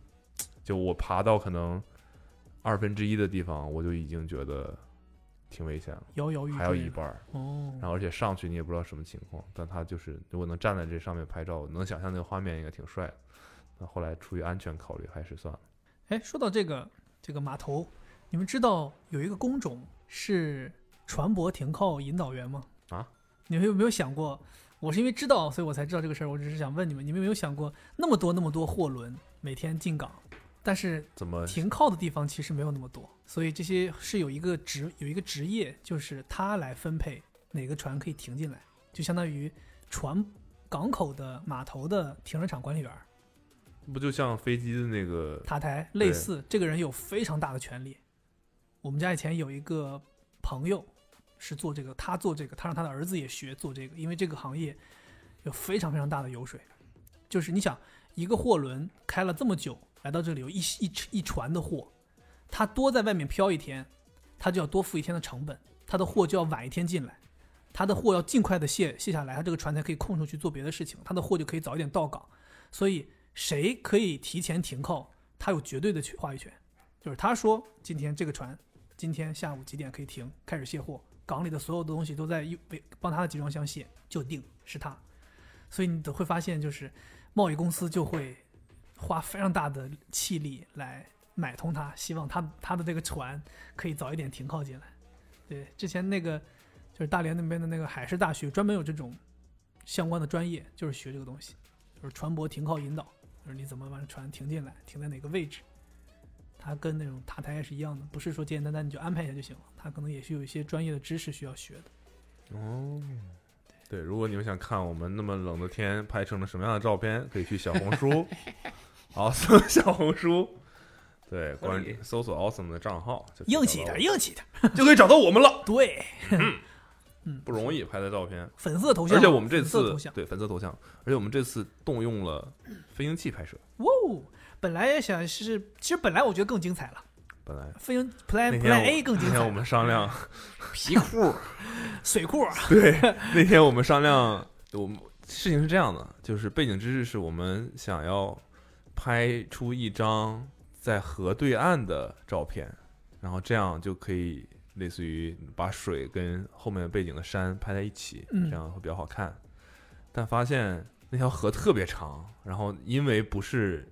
就我爬到可能二分之一的地方，我就已经觉得挺危险了，
摇摇欲坠。
还有一。半儿。然
哦，
后而且上去你也不知道什么情况，但他就是如果能站在这上面拍照，我能想象那个画面应该挺帅的。那后来出于安全考虑，还是算了。
哎，说到这个这个码头，你们知道有一个工种是船舶停靠引导员吗？
啊？
你们有没有想过？我是因为知道，所以我才知道这个事儿。我只是想问你们，你们有没有想过，那么多那么多货轮每天进港，但是
怎么
停靠的地方其实没有那么多，所以这些是有一个职有一个职业，就是他来分配哪个船可以停进来，就相当于船港口的码头的停车场管理员儿，
不就像飞机的那个
塔台类似，这个人有非常大的权利。我们家以前有一个朋友是做这个，他做这个，他让他的儿子也学做这个，因为这个行业有非常非常大的油水。就是你想，一个货轮开了这么久，来到这里有一一一船的货，他多在外面漂一天，他就要多付一天的成本，他的货就要晚一天进来，他的货要尽快的卸卸下来，他这个船才可以空出去做别的事情，他的货就可以早一点到港。所以谁可以提前停靠，他有绝对的话语权，就是他说今天这个船今天下午几点可以停，开始卸货，港里的所有的东西都在一为帮他的集装箱卸，就定是他。所以你都会发现，就是贸易公司就会花非常大的气力来买通他，希望他他的这个船可以早一点停靠进来。对，之前那个就是大连那边的那个海事大学专门有这种相关的专业，就是学这个东西，就是船舶停靠引导，就是你怎么把船停进来，停在哪个位置。它跟那种塔台也是一样的，不是说简简单单你就安排一下就行了，它可能也是有一些专业的知识需要学的。
哦。对，如果你们想看我们那么冷的天拍成了什么样的照片，可以去小红书，好搜小红书，对，关
可以
搜索 awesome 的账号，就可以
硬气一
找到
点，硬气一点。
我们就可以找到我们了，
对，
不容易拍的照片。
粉色头像，
而且我们这
粉色
次
头像，
对粉色头像，而且我们这次动用了飞行器拍摄。
哇哦！本来也想是，其实本来我觉得更精彩了，
本来
飞行 Plan
那天
哎 Plan
我
A 更精
那天我
彩，
们商量，
皮裤，
水库啊
对， <laughs> 那天我们商量，我们事情是这样的，就是背景知识是我们想要拍出一张在河对岸的照片，然后这样就可以类似于把水跟后面背景的山拍在一起，
嗯
这样会比较好看。但发现那条河特别长，然后因为不是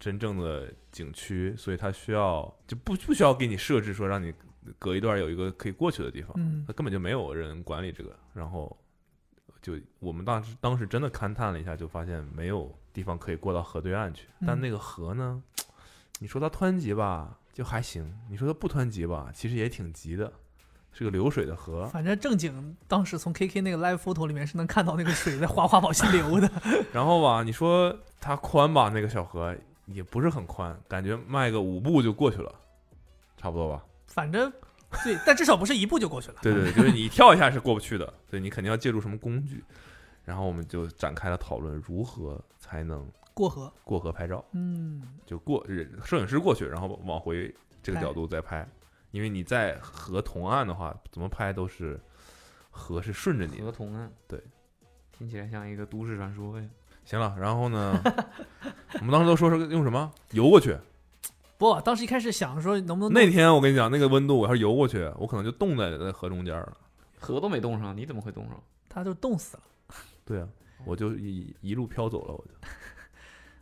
真正的景区，所以它需要就不不需要给你设置说让你隔一段有一个可以过去的地方，
嗯
它根本就没有人管理这个。然后就我们当时当时真的勘探了一下，就发现没有地方可以过到河对岸去。但
嗯
那个河呢，你说它湍急吧，就还行；你说它不湍急吧，其实也挺急的，是个流水的河。
反正正经当时从 KK 那个 live photo 里面是能看到那个水在哗哗往下流的。
然后吧，你说它宽吧，那个小河也不是很宽，感觉迈个五步就过去了，差不多吧。
反正对，但至少不是一步就过去了。
对对，就是你跳一下是过不去的，对你肯定要借助什么工具。然后我们就展开了讨论，如何才能
过河，
过河拍照，
嗯，
就过人摄影师过去，然后往回这个角度再拍，因为你在河同岸的话，怎么拍都是河是顺着你
<laughs>
的。
河同岸，
对，
听起来像一个都市传说呀。
行了，然后呢，我们当时都说是用什么游过去。
不，当时一开始想说能不能弄
那天我跟你讲，那个温度，我要是游过去，我可能就冻在那河中间了。
河都没冻上，你怎么会冻上？
他就冻死了。
对啊，我就一一路飘走了，我就。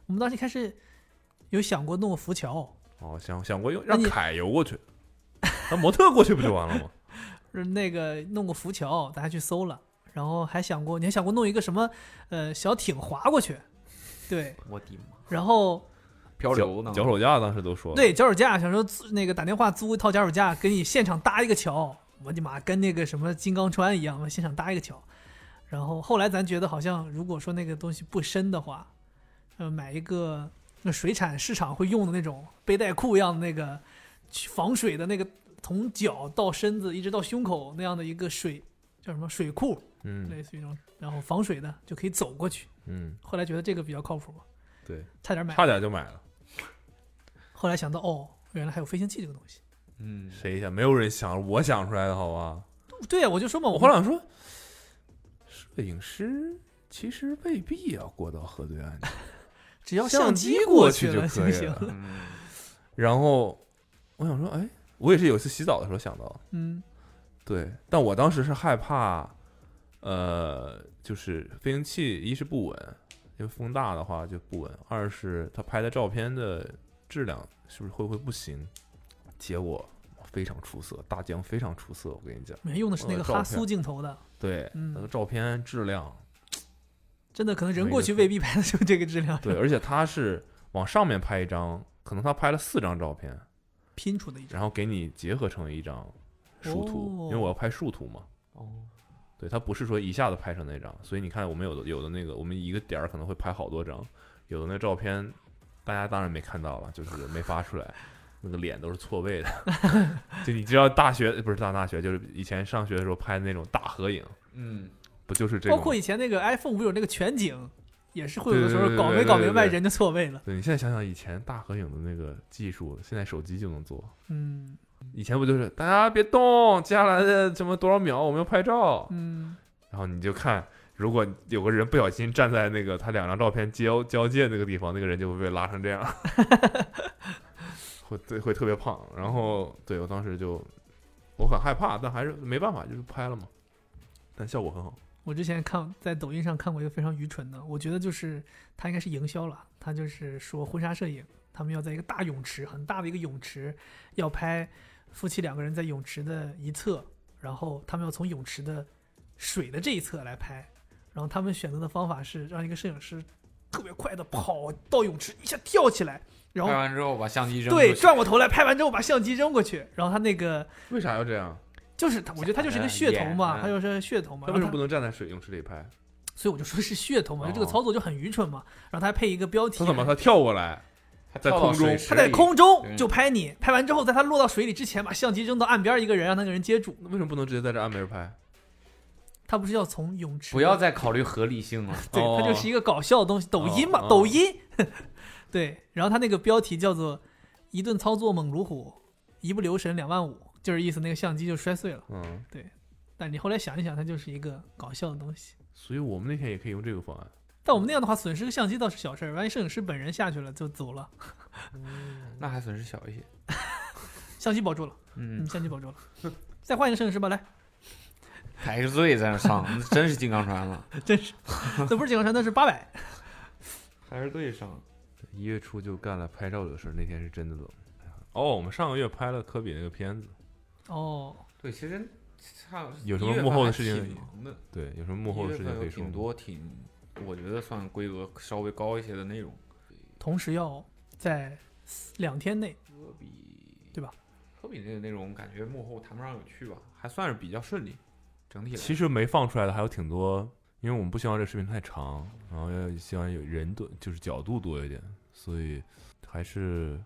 我们当时一开始有想过弄个浮桥，
哦，想想过用
那
让
你
凯游过去，让模特过去不就完了
<laughs>
吗？
是那个弄个浮桥，大家去搜了，然后还想过，你还想过弄一个什么呃小艇划过去，对，
我的妈！
然后
漂流呢？
脚手架当时都说了
对脚手架，想说租那个打电话租一套脚手架，给你现场搭一个桥，我的妈，跟那个什么金刚川一样，我现场搭一个桥。然后后来咱觉得好像如果说那个东西不深的话，呃，买一个那水产市场会用的那种背带裤一样的那个去防水的那个，从脚到身子一直到胸口那样的一个水叫什么水裤，
嗯
类似于那种，然后防水的就可以走过去。
嗯，
后来觉得这个比较靠谱嘛，
对，
差点买。
差点就买了。
后来想到，哦，原来还有飞行器这个东西。
嗯，
谁想？没有人想，我想出来的好吧？
对啊呀，我就说嘛，
我
我
后来想说，摄影师其实未必要过到河对岸去，
只要
相
机
过
去
就
了，行
可
不
以
行？
了。
嗯，
然后我想说，哎，我也是有一次洗澡的时候想到，
嗯，
对，但我当时是害怕，呃，就是飞行器一是不稳，因为风大的话就不稳；二是它拍的照片的质量是不是会不会不行？结果非常出色，大疆非常出色，我跟你讲，
没用的是那个
我的照
哈
片
苏镜头的，
对，
嗯
那个照片质量，
真的可能人
没
过
得
去
说
未必拍得出这个质量，
<laughs> 对，而且它是往上面拍一张，可能他拍了四张照片，
拼出的一张。
然后给你结合成一张树图，因为
哦
<laughs> 我要拍树图嘛，
哦，
对，它不是说一下子拍成那张，所以你看我们有的有的那个，我们一个点儿可能会拍好多张，有的那照片大家当然没看到了，就是没发出来，那个脸都是错位的， <laughs> 就你知道大学不是大大学，就是以前上学的时候拍的那种大合影，
嗯，
不就是这
包
种？
括以前那个 iPhone 五有那个全景，也是会有的时候
对对对
搞没
对
搞
对
明白
对
人就错位了。
对你现在想想以前大合影的那个技术，现在手机就能做，
嗯
以前不就是大家别动，接下来的什么多少秒我们要拍照，
嗯，
然后你就看，如果有个人不小心站在那个他两张照片交交界那个地方，那个人就会被拉成这样，会对会特别胖。然后对我当时就我很害怕，但还是没办法，就是拍了嘛。但效果很好，
我之前看在抖音上看过一个非常愚蠢的，我觉得就是他应该是营销了，他就是说婚纱摄影，他们要在一个大泳池，很大的一个泳池，要拍夫妻两个人在泳池的一侧，然后他们要从泳池的水的这一侧来拍，然后他们选择的方法是让一个摄影师特别快的跑到泳池一下跳起来，然
拍
后
完之后把相机啊扔
对
出去
转过头来拍完之后把相机扔过去，然后他那个
为啥要这样？
就是他，我觉得他就是一个
吓
噱
人
头嘛，
嗯
他就是噱头嘛，
他
然后
为什
他
么不能站在水泳池里拍？
所以我就说是噱头嘛，就这个
哦
操作就很愚蠢嘛。然后他还配一个标题，啊
他怎么他跳过来？
还
在
跳到
空中
水池
他在
里
空中
对
就拍你，拍完之后，在他落到水里之前，把相机扔到岸边一个人，让那个人接住。
那为什么不能直接在这岸边拍？
他不是要从泳池？
不要再考虑合理性了。 <laughs>
对，
哦
他就是一个搞笑的东西，抖音嘛，
哦
抖音。 <laughs> 对，然后他那个标题叫做“一顿操作猛如虎，一不留神两万五”，就是意思那个相机就摔碎了。
嗯，
但你后来想一想，它就是一个搞笑的东西。
所以我们那天也可以用这个方案。
但我们那样的话，损失个相机倒是小事儿，万一摄影师本人下去了就走了，
那还损失小一些。
相机保住了，嗯，
嗯，
相机保住了。
<laughs>
再换一个摄影师吧，来，
还是罪在那上，那真是金刚川了。 <laughs>
真 <laughs> 是，这不是井冈山，那是八百。
还是队上，
一月初就干了拍照的事儿，那天是真的冷。哦，我们上个月拍了科比那个片子，
哦，
对，其实差
有什么幕后的事情
一月份还挺忙的
对，有什么幕后的事
一月
情
份
可以
有
说
挺
吗？
多，挺我觉得算规格稍微高一些的内容。
同时要在两天内，
科比
对吧？
科比那个内容感觉幕后谈不上有趣吧，还算是比较顺利，整体来
其实没放出来的还有挺多，因为我们不希望这个视频太长，然后要希望有人多，就是角度多一点，所以还是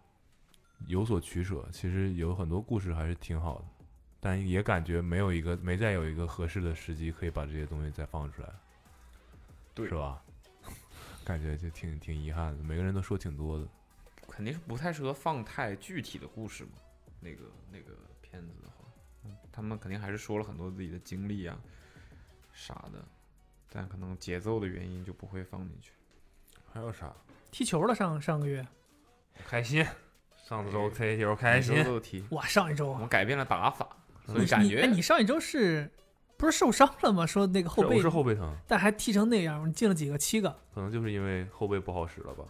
有所取舍。其实有很多故事还是挺好的，但也感觉没有一个没再有一个合适的时机可以把这些东西再放出来，
对
是吧？ <laughs> 感觉就挺挺遗憾的，每个人都说挺多的。
肯定是不太适合放太具体的故事嘛。那个那个片子的话，嗯他们肯定还是说了很多自己的经历啊啥的，但可能节奏的原因就不会放进去。
还有啥？
踢球了上上个月，
开心，上
周
踢球
每周都提，
哇，上一周
我
啊
们，改变了打法，所
你
以感
你哎，
觉
你上一周是不是受伤了吗？说那个后
我
背
是，后背疼，
但还踢成那样，你进了几个？七个。
可能就是因为后背不好使了吧？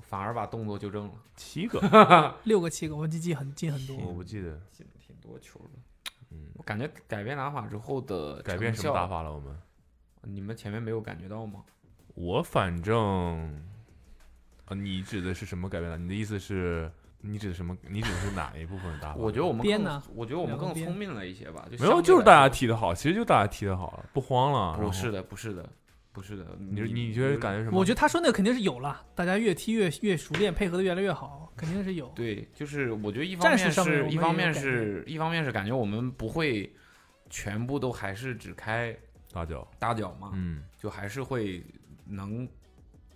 反而把动作纠正了，
七个，
六个七个，我记记很进很
我
多。
不记得。
进了挺多球的。
嗯，
我感觉改变打法之后的
改变
成
什
效
么打？法了？我们
你们前面没有感觉到吗？
我反正啊，你指的是什么改变打？你的意思是，你指的什么？你指的是哪一部分打法？
我觉得我们
边
更
呢，
我觉得我们
两个
更
边
聪明了一些吧。就
没有，
相对
就是
来
大家
说
踢得好，其实就大家踢得好了，不慌了。然
不
后
是，的，不是的，不是的。
你你觉得感觉什么？
我觉得他说那个肯定是有了，大家越踢越越熟练，配合的越来越好，肯定是有。
对，就是我觉得一方
战术
面
上面我
是
们
一方
也有
面
改
是一方面是感觉我们不会全部都还是只开
大脚，
大脚嘛，
嗯，
就还是会能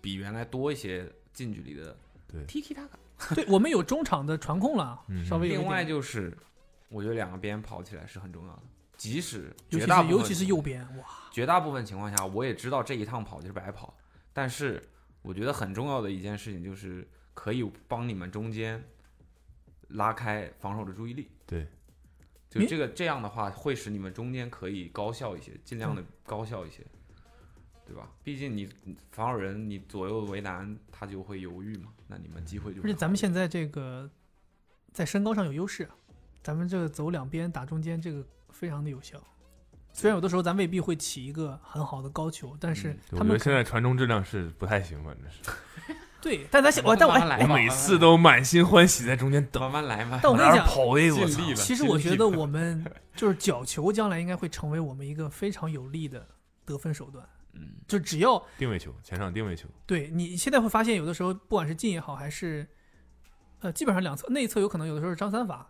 比原来多一些近距离的
对
踢踢踏卡。
对，我们有中场的传控了，
嗯
稍微有一
另外
点，
就是，我觉得两个边跑起来是很重要的，即使
尤
绝
其
大
是
部分
尤其是右边，哇，
绝大部分情况下，我也知道这一趟跑就是白跑，但是我觉得很重要的一件事情就是可以帮你们中间拉开防守的注意力。
对，
就
你
这个这样的话，会使你们中间可以高效一些，尽量的高效一些，对吧？毕竟你防守人你左右为难，他就会犹豫嘛，那你们机会就
而且咱们现
在
在这个在身高上有优势，咱们这个走两边打中间，这个非常的有效。虽然有的时候咱未必会起一个很好的高球，但是
嗯
对
他
我觉
们
得
可
现在传中质量是不太行，反正是
对，但咱想，我但我
慢慢
哎，
来
<laughs> 我
嘛，
每
慢慢
次
来
都满心欢喜在中间等，
慢慢来嘛。 <laughs>
但我跟你
哪儿
讲
跑位我
尽
操
力吧。
其实
尽
我
力
觉得
吧
我
<laughs>
们就是角球将来应该会成为我们一个非常有力的得分手段。
嗯，
就只要
定位球，前场定位球，
对你现在会发现，有的时候不管是进也好，还是呃，基本上两侧内侧有可能有的时候是张三罚，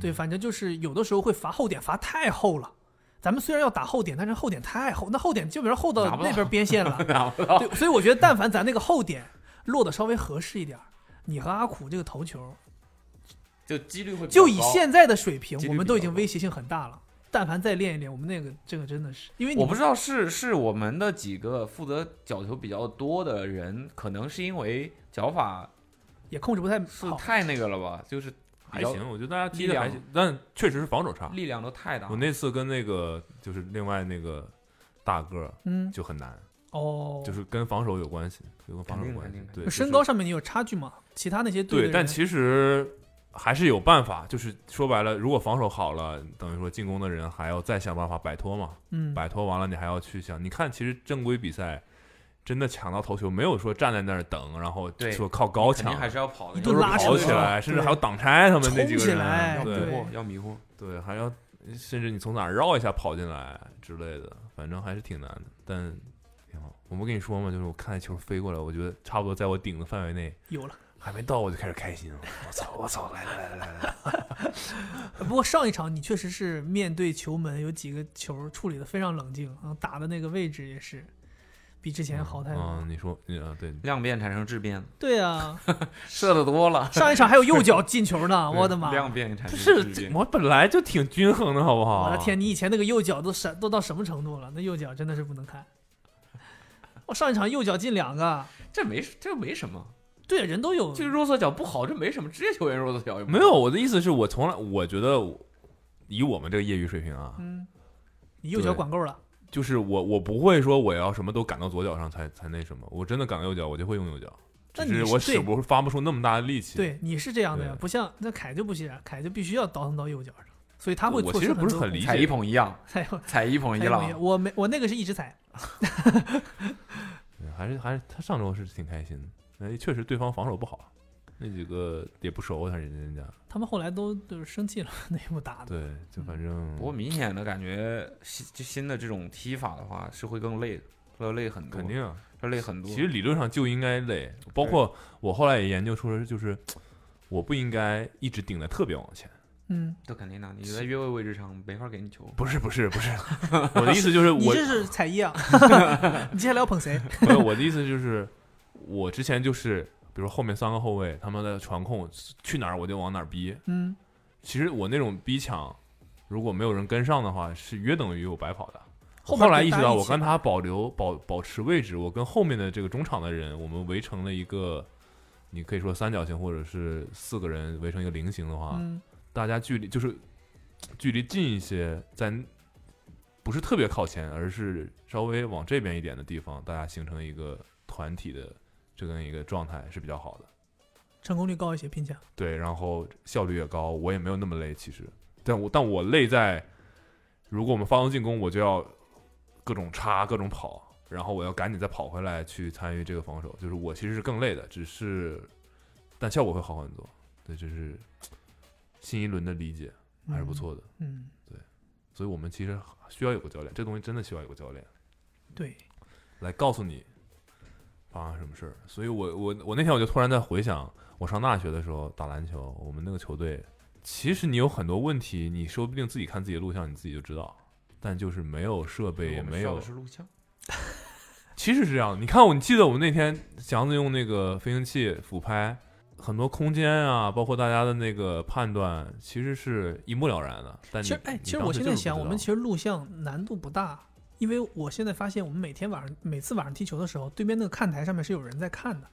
对，
嗯
反正就是有的时候会罚后点，罚太厚了。咱们虽然要打后点，但是后点太厚，那后点基本上厚到
拿不到。
那边边线了
<laughs> 拿不到。
对，所以我觉得但凡咱那个后点落的稍微合适一点儿，你和阿苦这个头球，
就几率会比较
就以
高
现在的水平
几，率
我们
比
都已
较
经
高
威胁性很大了。但凡再练一练，我们那个这个真的是，因为你
我不知道是是我们的几个负责角球比较多的人，可能是因为脚法
也控制不太
是
好。
太那个了吧，就是
还行，我觉得大家踢
力
的
量
还行，但确实是防守差。
力量都太大
我。那次跟那个就是另外那个大个儿
嗯，
就很难，
哦，
就是跟防守有关系，就跟防守有关
肯
系
定肯定。
对，
就
就
身
是
高上面你有差距嘛？其他那些队的
对，
人
但其实还是有办法。就是说白了，如果防守好了，等于说进攻的人还要再想办法摆脱嘛。
嗯，
摆脱完了，你还要去想。你看，其实正规比赛真的抢到头球，没有说站在那儿等，然后
对
说靠高
肯定
抢，啊
还是要跑的，
一
都
顿
是
拉扯
跑起来，甚至还有挡拆，他们那几
冲
个
起
人，
来
要迷
对
对
惑，要迷惑。
对，还要甚至你从哪儿绕一下跑进来之类的，反正还是挺难的，但挺好。我不跟你说嘛，就是我看那球飞过来，我觉得差不多在我顶的范围内，
有了。
还没到我就开始开心了。我操！我操！来来来来来来，
不过上一场你确实是面对球门有几个球处理的非常冷静啊，打的那个位置也是比之前好太多。
嗯，你说，你啊，对，
量变产生质变，
对啊，
射的多了，
上一场还有右
<laughs>
脚进球呢， <laughs> 我的妈！
啊
量变产
不
生
是
质
这
变。
我本来就挺均衡的，好不好？
我的天，你以前那个右脚都闪都到什么程度了？那右脚真的是不能看。我上一场右脚进两个，
这没这没什么，
对，人都有，
就是弱侧脚不好，这没什么，职业球员弱侧脚也不好
没有，我的意思是我从来我觉得我以我们这个业余水平啊，
嗯，你右脚管够了，
就是我我不会说我要什么都赶到左脚上才才那什么，我真的赶右脚我就会用右脚，
那
只
你是
是我使不发不出那么大的力气。，
对，你是这样的呀
对，
不像那凯就不是，凯就必须要倒腾到右脚上，所以他会
我
错
其
失
实不是
多
很理
空
解
踩一捧一样，
间。哎呦
踩一捧一
哎我也
了。
我没我那个是一直踩，
还是还是他上周是挺开心的，哎，确实对方防守不好，那几个也不熟，啊他人人家
他们后来都就是生气了， <laughs> 内部打的。
对，就反正
不过明显的感觉，新就新的这种踢法的话是会更累的，要累很多，
肯定啊，
要累很多。
其实理论上就应该累，包括我后来也研究出来，就是我不应该一直顶得特别往前。 <laughs>
嗯，
这肯定的，你在越位位置上没法给你球。
不是不是不是，我的意思就是
你
我
这是踩
<laughs>
一啊？ <laughs> 你接下来要捧谁？
没有，我的意思就是，我之前就是，比如后面三个后卫他们的传控去哪儿我就往哪儿逼。
嗯，
其实我那种逼抢，如果没有人跟上的话，是约等于我白跑的。
后
<laughs> 后
面
来
跟
意识
大家
到，
一
我
起
跟他保留保保持位置，我跟后面的这个中场的人，我们围成了一个，你可以说三角形或者是四个人围成一个菱形的话，
嗯
大家距离就是距离近一些，在不是特别靠前，而是稍微往这边一点的地方，大家形成一个团体的这样一个状态是比较好的。
成功率高一些，并且
对，然后效率也高，我也没有那么累，其实，但我但我累在，如果我们发动进攻，我就要各种插，各种跑，然后我要赶紧再跑回来去参与这个防守，就是我其实是更累的，只是，但效果会好很多，对，这是新一轮的理解，还是不错的，
嗯，
所以我们其实需要有个教练，这东西真的需要有个教练
对，
来告诉你发生什么事儿，所以我我我那天我就突然在回想，我上大学的时候打篮球，我们那个球队，其实你有很多问题，你说不定自己看自己的录像，你自己就知道，但就是没有设备，也
我们
没
需要
有
的，是录像，
其实是这样的。你看我，你记得我们那天祥子用那个飞行器俯拍，很多空间啊，包括大家的那个判断，其实是一目了然的。但
其
你
实哎，
你
其实
当
我
时
现
就
在
是不
想，
知
我
道
们其实录像难度不大，因为我现在发现，我们每天晚上每次晚上踢球的时候，对面那个看台上面是有人在看的，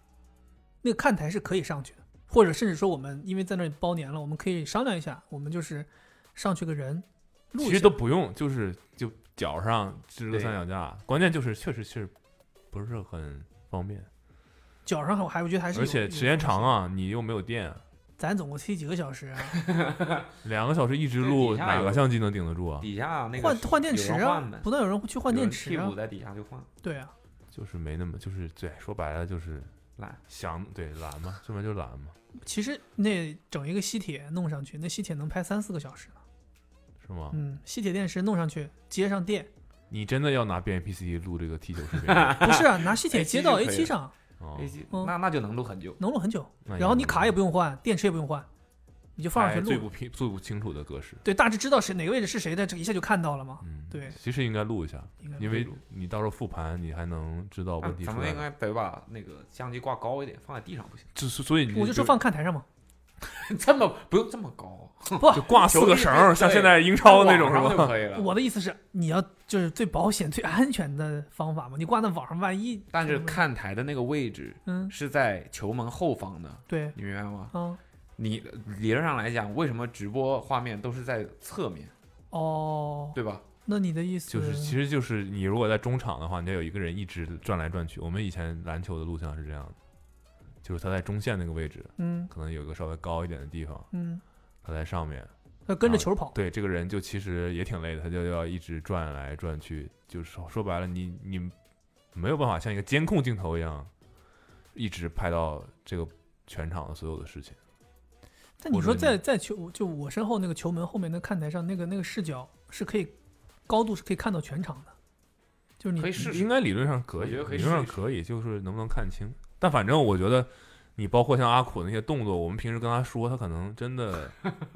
那个看台是可以上去的，或者甚至说我们因为在那里包年了，我们可以商量一下，我们就是上去个人录
其
一
实
下
都。不用，就是就脚上支个
对
三脚架，关键就是确实是不是很方便，
脚上还我还我觉得还是有
而且时间长，啊，你又没有电，
有咱总共踢几个小时啊？
两个小时一直
对
录，
底下
哪
有
个相机能顶得住啊？
底下 <laughs> 那个
换换电池
有人
啊
换呗，
不断有人去换
有
电
人
池
替
啊
补，在底下就换。
对啊，
就是没那么，就是对，说白了就是
懒，
想对懒嘛，这不就懒嘛，
其实那整一个吸铁弄上去，那吸铁能拍三四个小时呢。
是吗？
嗯，吸铁电池弄上去，接上电，
你真的要拿 B M P C 录这个 T 九视
<laughs>
频吗？
不
<laughs>
是啊，拿吸铁
哎其
接
实
到
可以
A 七
了
上，
哦
哎，这
嗯
那那就能录很久。
能录很久。
那
然后
也
你
能
卡也不用换，电池也不用换，你就放上
哎
去
最
录。
不清最不清楚的格式，
对，大致知道谁哪个位置是谁的，这一下就看到了嘛。
嗯，
对
其实应该录一下，
应该
因
可以
为
录啊
你到时候复盘，你还能知道问题出
咱们
来
应
了。
该得把那个相机挂高一点，放在地上不行， <laughs>
就是所以你
我就说放看台上嘛，啊
这么不用这么高，
就挂四个绳儿，
对
像现在英超那种
网上
是
就
吧？
可以了。
我的意思是你要就是最保险、最安全的方法嘛。你挂在网上，万一
但是看台的那个位置
嗯，
是在球门后方的，
对
你明白吗？
啊，
你理论上来讲，为什么直播画面都是在侧面，
哦，
对吧？
那你的意思
就是其实就是你如果在中场的话，你要有一个人一直转来转去。我们以前篮球的录像是这样的，就是他在中线那个位置，
嗯
可能有一个稍微高一点的地方，
嗯，
他在上面。
要跟着
然后
球跑，
对，这个人就其实也挺累的，他就要一直转来转去，就是说说白了，你你没有办法像一个监控镜头一样，一直拍到这个全场的所有的事情。
但你
我
说
说
在
你
在球就我身后那个球门后面那看台上那个那个视角是可以高度是可以看到全场的，就是
可以
你
试试
应。该理论上可
我
以，
觉得可以
理论上
试一试
可以，就是能不能看清。但反正我觉得，你包括像阿苦的那些动作，我们平时跟他说，他可能真的，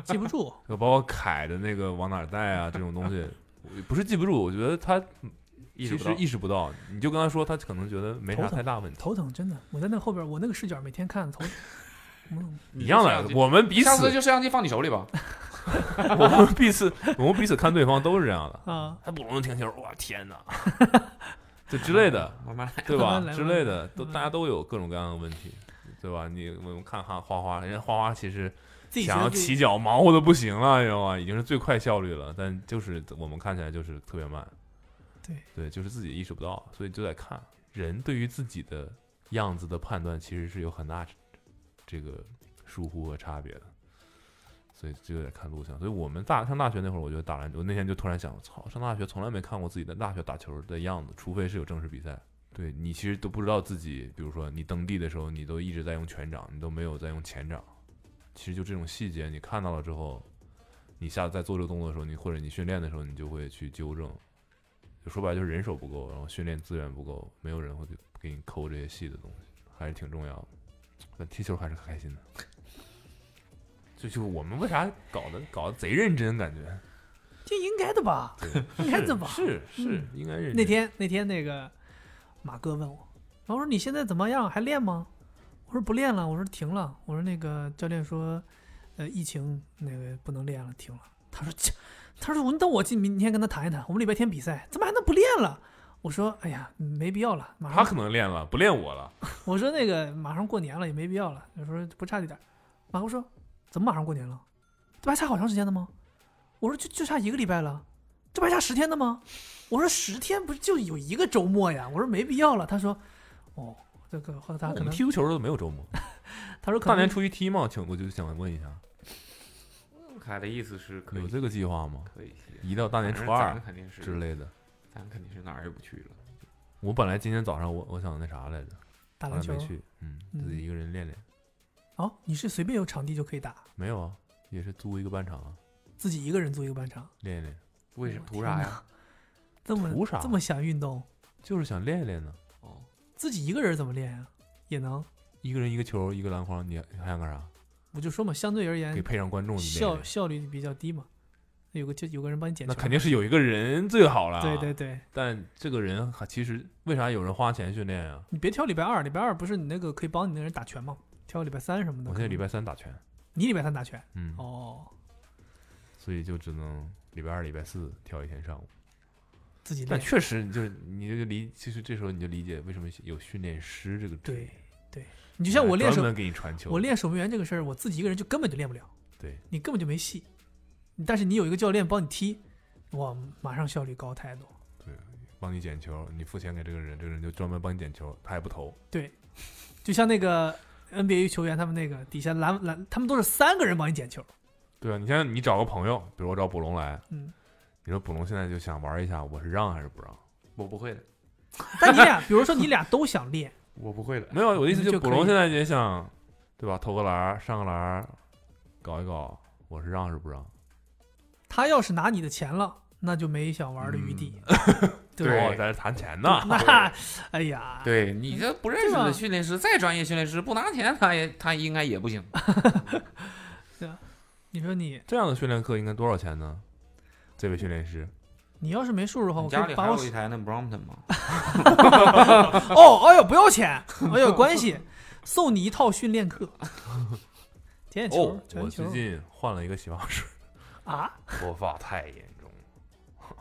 记不
<laughs>
住，
就包括凯的那个往哪儿带啊这种东西，我不是记不住，我觉得他
意
其
识不
实
到
意识不到。你就跟他说，他可能觉得没啥
头疼
太大问题。
头疼，真的。我在那后边，我那个视角每天看头
<laughs>
疼。嗯，
一样的，我们彼
下次
此，
就摄像机放你手里吧。
我们彼此，我们彼此看对方都是
<laughs>
这样的。
啊，
还不容易停球，哇天哪， <laughs> 就之类的，
慢慢来。 <laughs>
对吧
慢慢？来
之类的，都
慢慢来
大家都有各种各样的问题，对吧？你我们看看花花，人家花花其实
自己觉
想
得
要
自己
起脚忙活的不行了，你知道吗？已经是最快效率了，但就是我们看起来就是特别慢。
对
对，就是自己意识不到，所以就得看人对于自己的样子的判断，其实是有很大这个疏忽和差别的。所以就得看录像。所以我们大上大学那会儿，我就打篮球。那天就突然想，我操，上大学从来没看过自己在大学打球的样子，除非是有正式比赛。对你其实都不知道自己，比如说你蹬地的时候，你都一直在用拳掌，你都没有在用前掌。其实就这种细节，你看到了之后，你下次在做这个动作的时候，你或者你训练的时候，你就会去纠正。就说白了就是人手不够，然后训练资源不够，没有人会给你抠这些细的东西，还是挺重要的。但踢球还是很开心的。就就我们为啥搞得搞得贼认真，感觉
这应该的吧？应该的吧？
是是应该认真。
那天那天那个马哥问我，然后我说你现在怎么样？还练吗？我说不练了，我说停了，我说那个教练说，呃，疫情那个不能练了，停了。他说切，他说你等我今明天跟他谈一谈，我们礼拜天比赛，怎么还能不练了？我说哎呀，没必要了，马
他
上
可能练了，不练我了。
我说那个马上过年了，也没必要了。我说不差这点儿。马哥说怎么马上过年了？这不还差好长时间呢吗？我说就就差一个礼拜了，这不还差十天呢吗？我说十天不是就有一个周末呀？我说没必要了。他说哦，这个后来他
我
可
们
能
踢足球的时候没有周末，
他说可
大
能
年初一踢吗？请我就想问一下，
凯的意思是可
有
以，
这个计划吗？
可以。
移到大
大
年初二
肯定是
之，类的。
咱们肯定是哪儿也不去了。
我本来今天早上我我想那啥来着，
打
后
篮
来
球
没去，嗯，
嗯
自己一个人练练。
哦，你是随便有场地就可以打，
没有啊，也是租一个半场啊，
自己一个人租一个半场，
练一练，
为什么？
我
图啥
天
呀？
这么
图啥
这么想运动，
就是想练一练呢。
哦，
自己一个人怎么练呀、也能，
一个人一个球，一个篮筐，你还想干啥？
我就说嘛，相对而言
给配上观众，你练一
效
练。
效率比较低嘛，有个就有个人帮你捡球，
那肯定是有一个人最好了。啊
对对。对，
但这个人还其实为啥有人花钱训练啊？
你别挑礼拜二，礼拜二不是你那个可以帮你那人打拳吗？挑礼拜三什么的。
我现在礼拜三打拳，
你礼拜三打拳
嗯，
哦，
所以就只能礼拜二、礼拜四挑一天上午。
自己
但
练。
确实，你就是你就理，其实这时候你就理解为什么有训练师这个职业
对，你就像我练
哎专
守，
门给你传球，
我练守门员这个事儿，我自己一个人就根本就练不了，
对，
你根本就没戏。但是你有一个教练帮你踢，哇，马上效率高太多。
帮你捡球，你付钱给这个人，这个人就专门帮你捡球，他也不投，
就像那个 NBA 球员他们那个底下篮篮，他们都是三个人帮你
<laughs>
捡球，
对啊，你像你找个朋友，比如我找卜龙来，
嗯，
你说卜龙现在就想玩一下，我是让还是不让？
我不会的。
但你俩，比如说你俩都想练，
我不会的。
没有，我的意思
那
就
就
捕
可
龙
以
现在也想，对吧？投个篮儿，上个篮儿，搞一搞，我是让是不让？
他要是拿你的钱了，那就没想玩的余地，
<laughs>
对
对
吧？
哦在这谈钱呢。
那，哎呀，
对你这不认识
对吧
的训练师，再专业训练师不拿钱，他也他应该也不行。
哦你说你，
这样的训练课应该多少钱呢？这位训练师，
你要是没数的话，
你
我
家
可
里
以
还
把我啊
有一台那 Brompton 吗？
哦，哎呦，不要钱，哎呦，关系，送你一套训练课，点点球
哦，，
传
我最
球
近换了一个洗发水，
啊？
脱发太严重了。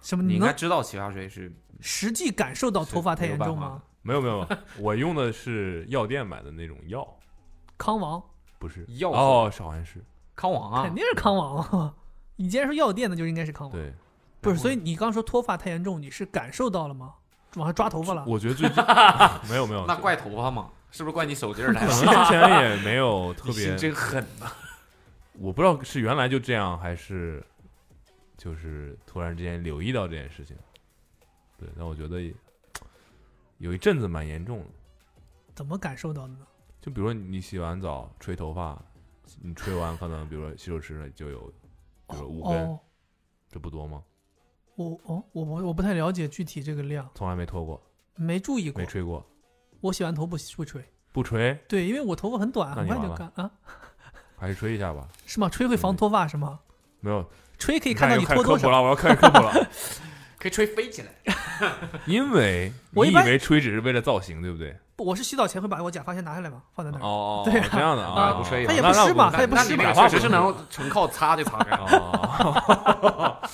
什么？
你
你
应该
能
知道洗发水是
实际感受到头发太严重
是没有办
吗？
没有没有，我用的是药店买的那种药，
康王
不是
药
哦，是好像是
康王啊
肯，定是康王啊！你既然说药店，那就应该是康王。
对。
不是，
然后
所以你刚说脱发太严重，你是感受到了吗？往上抓头发了？
我觉得
<laughs>
最近 <laughs> 没有没有，
那怪头发吗？是不是怪你手劲儿来了？
可能之前
<laughs>
也没有特
你心
别，
真狠呐！
我不知道是原来就这样，还是就是突然之间留意到这件事情。对，但我觉得也有一阵子蛮严重的。
怎么感受到的呢？
就比如说你洗完澡吹头发，你吹完可能比如说洗手池里就有，比如说五根，
哦，
这不多吗？
我哦，我我我不太了解具体这个量，
从来没脱过，
没注意过
没。吹过，
我洗完头不不吹，
不吹
对，因为我头发很短，
那
很
你
快就
完
干啊？
还是吹一下吧。
是吗？吹会防
嗯
脱发是吗？
没有，
吹可以
你
看到
又
你
开
脱
始科
多
普
少。
了，我要开始科普了。
<laughs>
可以吹飞起来。
因为
我
你
一
以
般
为吹只是为了造型，对不对？
不我是洗澡前会把我假发先拿下来嘛，放在那儿。
哦，
对啊
这样的
啊
啊，
不吹也
他也
那
不
那
湿
我
嘛，
那
他也不
那
湿
你
嘛
那。个确实是能纯靠擦就擦
<laughs>
干了，
哦，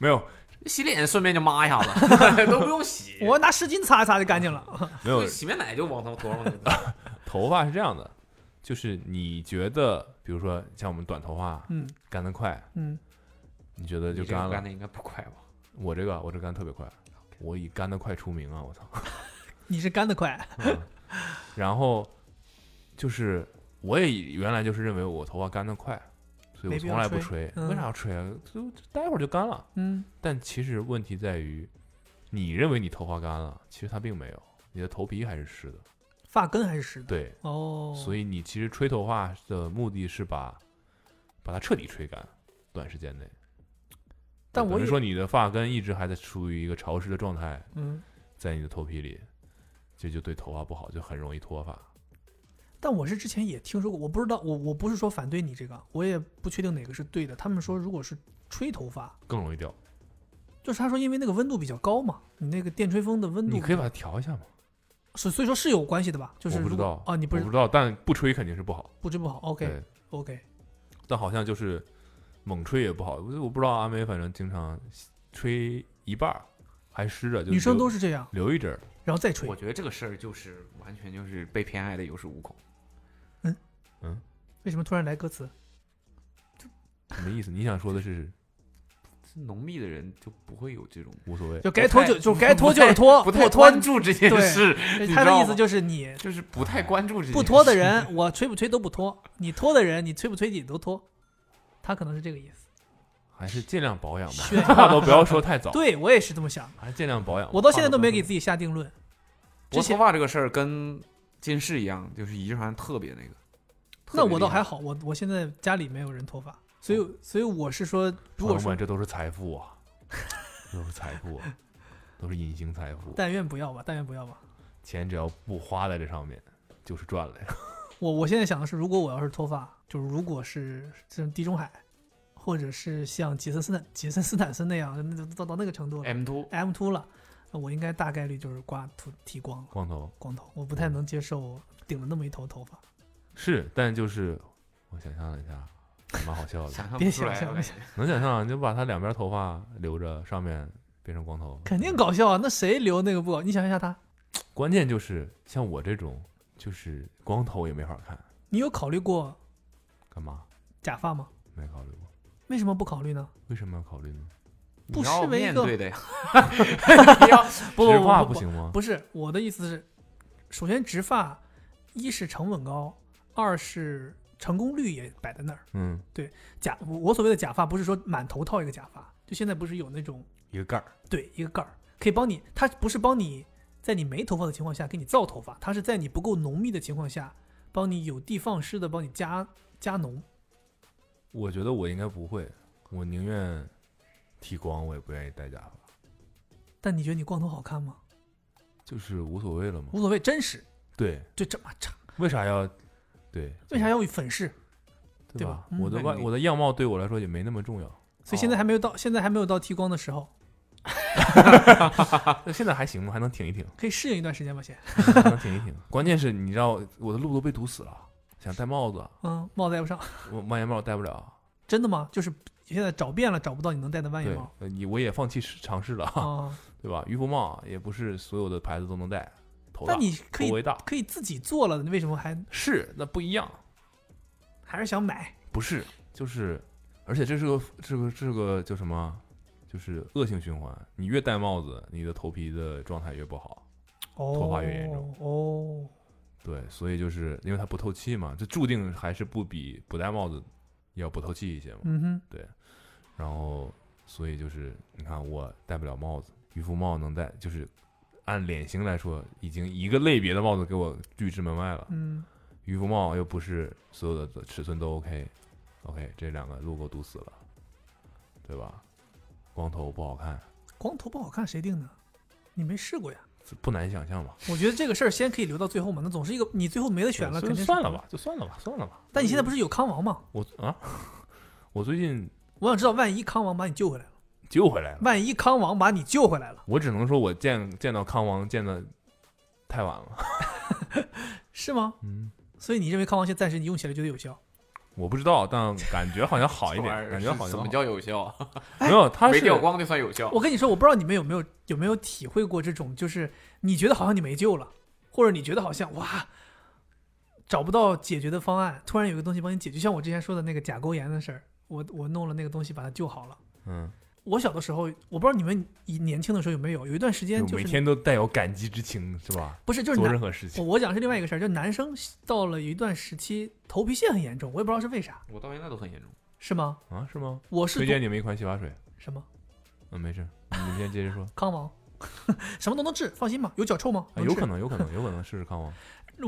没有
洗脸顺便就抹一下子， <laughs> 都不用洗。
我拿湿巾擦一擦就干净了。 <laughs>
没有，
洗面奶就往头头上弄。
头发是这样的，就是你觉得，比如说像我们短头发
嗯
干得快，
嗯，
你觉得就
你这个
干了
干。的应该不快吧？
我这个我这干得特别快，我以干得快出名啊！我操。
你是干得快，
然后就是我也原来就是认为我头发干得快，所以我
没必
从
要
来不
吹
吹。
嗯
为啥要吹啊？就就待会儿就干了。
嗯，
但其实问题在于，你认为你头发干了，其实它并没有，你的头皮还是湿的。
发根还是湿的。
对，
哦，
所以你其实吹头发的目的是把把它彻底吹干，短时间内。呃
但我
等于
也
说你的发根一直还在处于一个潮湿的状态，
嗯，
在你的头皮里，这就对头发不好，就很容易脱发。
但我是之前也听说过，我不知道，我我不是说反对你这个，我也不确定哪个是对的。他们说如果是吹头发，
更容易
嗯
掉。
就是他说因为那个温度比较高嘛，你那个电吹风的温度，
你可以把它调一下吗？
所所以说是有关系的吧？就是
我不知
如果
道
啊，你不
我
是
不知道，但不吹肯定是不好。
不知不好，OK
对，
OK，
但好像就是猛吹也不好。我不知道阿梅，反正经常吹一半儿还湿着，就
女生
留
都是这样，
留一阵儿。
然后再吹
我，觉得这个事儿就是完全就是被偏爱的有恃无恐。
为什么突然来歌词？
什么意思？你想说的是
这浓密的人就不会有这种
无所谓？
就该脱就
不
就该
太 <laughs>
脱就是脱，
不太
啊脱
关注这件事，你知
他的
道
意思
吗
就是你
就是不太关注这件事。
哎不脱的
<laughs>
人，我吹不吹都不脱；你脱的人，你吹不吹你都脱。他可能是这个意思。
还是尽量保养吧
炫，
话都不要说太早，
对我也是这么想，
还是尽量保养吧。
我到现在都没给自己下定论。
薄
之前
头发这个事儿跟近视一样，就是遗传特别那个。特别
那我倒
厉害
还
哦
好，我我现在家里没有人脱发，所以所以我是说，如
朋友
果
们，
说
这都是财富啊，都是财富啊，都是隐形财富。
但愿不要吧，但愿不要吧。
钱只要不花在这上面，就是赚了呀。
我我现在想的是，如果我要是脱发，就是如果是像地中海，或者是像杰森斯坦杰森斯坦森那样，那就到到那个程度了
M two
，M two 了，那我应该大概率就是刮秃剃光了。
光头
光头，我不太能接受顶了那么一头头发。
是，但就是我想象了一下，还蛮好笑的。
想象
哎别
不出
想
来，
象
我
不
感觉
能想象，你就把他两边头发留着，上面变成光头，
肯定。搞笑啊！那谁留那个不搞？你想一下他，
关键就是像我这种，就是光头也没法看，
你有考虑过
干嘛？
假发吗？
没考虑过，
为什么不考虑呢？
为什么要考虑呢？
不
你要
失为一
面
个
对的呀。
不
直发
不
行吗？
不是我的意思是，首先植发，一是成本高，二是成功率也摆在那儿。
嗯，
假我我所谓的假发，不是说满头套一个假发，就现在不是有那种
一个盖儿。
对一个盖儿可以帮你，它不是帮你在你没头发的情况下给你造头发，它是在你不够浓密的情况下，帮你有的放矢的帮你加加浓。
我觉得我应该不会，我宁愿剃光，我也不愿意戴假发，
但你觉得你光头好看吗？
就是无所谓了嘛。
无所谓，真实。
对，
对，这么差，
为啥要？对，
为啥要粉饰？
对
对
吧
吧？嗯
我的
那
外，
你
我的样貌对我来说也没那么重要，
所以现在还没有到，现在还没有到剃光的时候，
那现在还行吗？还能挺一 <laughs> 挺，
可以适应一段时间吧，先。
还能挺一挺。关键是你知道我的路都被堵死了，想戴帽子，
嗯，帽戴不上，
我万元帽戴不了。
真的吗？就是现在找遍了，找不到你能戴的万
对
元帽，
呃你我也放弃试尝试了，
啊。
对吧？渔夫帽也不是所有的牌子都能戴，头
那
大
你可
头
以
围大
可以自己做了，你为什么还
是那不一样，
还是想买？
不是就是，而且这是个这个这个叫什么？就是恶性循环，你越戴帽子，你的头皮的状态越不好。
哦，
头发越严重
哦。
对，所以就是因为它不透气嘛，这注定还是不比不戴帽子要不透气一些嘛。
嗯哼，
然后，所以就是你看我戴不了帽子，渔夫帽能戴，就是按脸型来说，已经一个类别的帽子给我拒之门外了。
嗯，
渔夫帽又不是所有的尺寸都 OK，OK，、OK，这两个路给我堵死了，对吧？光头不好看，
光头不好看谁定的？你没试过呀？
这不难想象嘛。
我觉得这个事儿先可以留到最后嘛，那总是一个你最后没得选了，
所
肯
以
定是
算了。吧，就算了吧，算了吧。
但你现在不是有康王吗？
我啊， <laughs> 我最近
我想知道，万一康王把你救回来了，
救回来了。
万一康王把你救回来了，
我只能说，我见见到康王见的太晚了。
是吗？
嗯，
所以你认为康王现在暂时你用起来觉得有效？
我不知道，但感觉好像好一
<laughs>
点，感觉好像
怎么
好
叫有效？啊
没有，他
没
是
掉光就算有效。
我跟你说，我不知道你们有没有有没有体会过这种，就是你觉得好像你没救了，或者你觉得好像哇找不到解决的方案，突然有个东西帮你解决。像我之前说的那个甲沟炎的事儿，我我弄了那个东西把它救好了。
嗯，
我小的时候，我不知道你们以年轻的时候有没有，有一段时间
就
就
每
是
天都带有感激之情，是吧？
不是就是
做
男
任何事
我
情，
我讲的是另外一个事儿，就男生到了有一段时期头皮屑很严重，我也不知道是为啥，
我到现在都很严重。
是吗？
啊，是吗？
我是
推荐你们一款洗发水，
多什么
嗯，没事，你先接着
<laughs>
说。
康王，什么都能治，放心吧。有脚臭吗？
啊，
能
有
治
可能，有可能， <laughs> 有可能试试康王。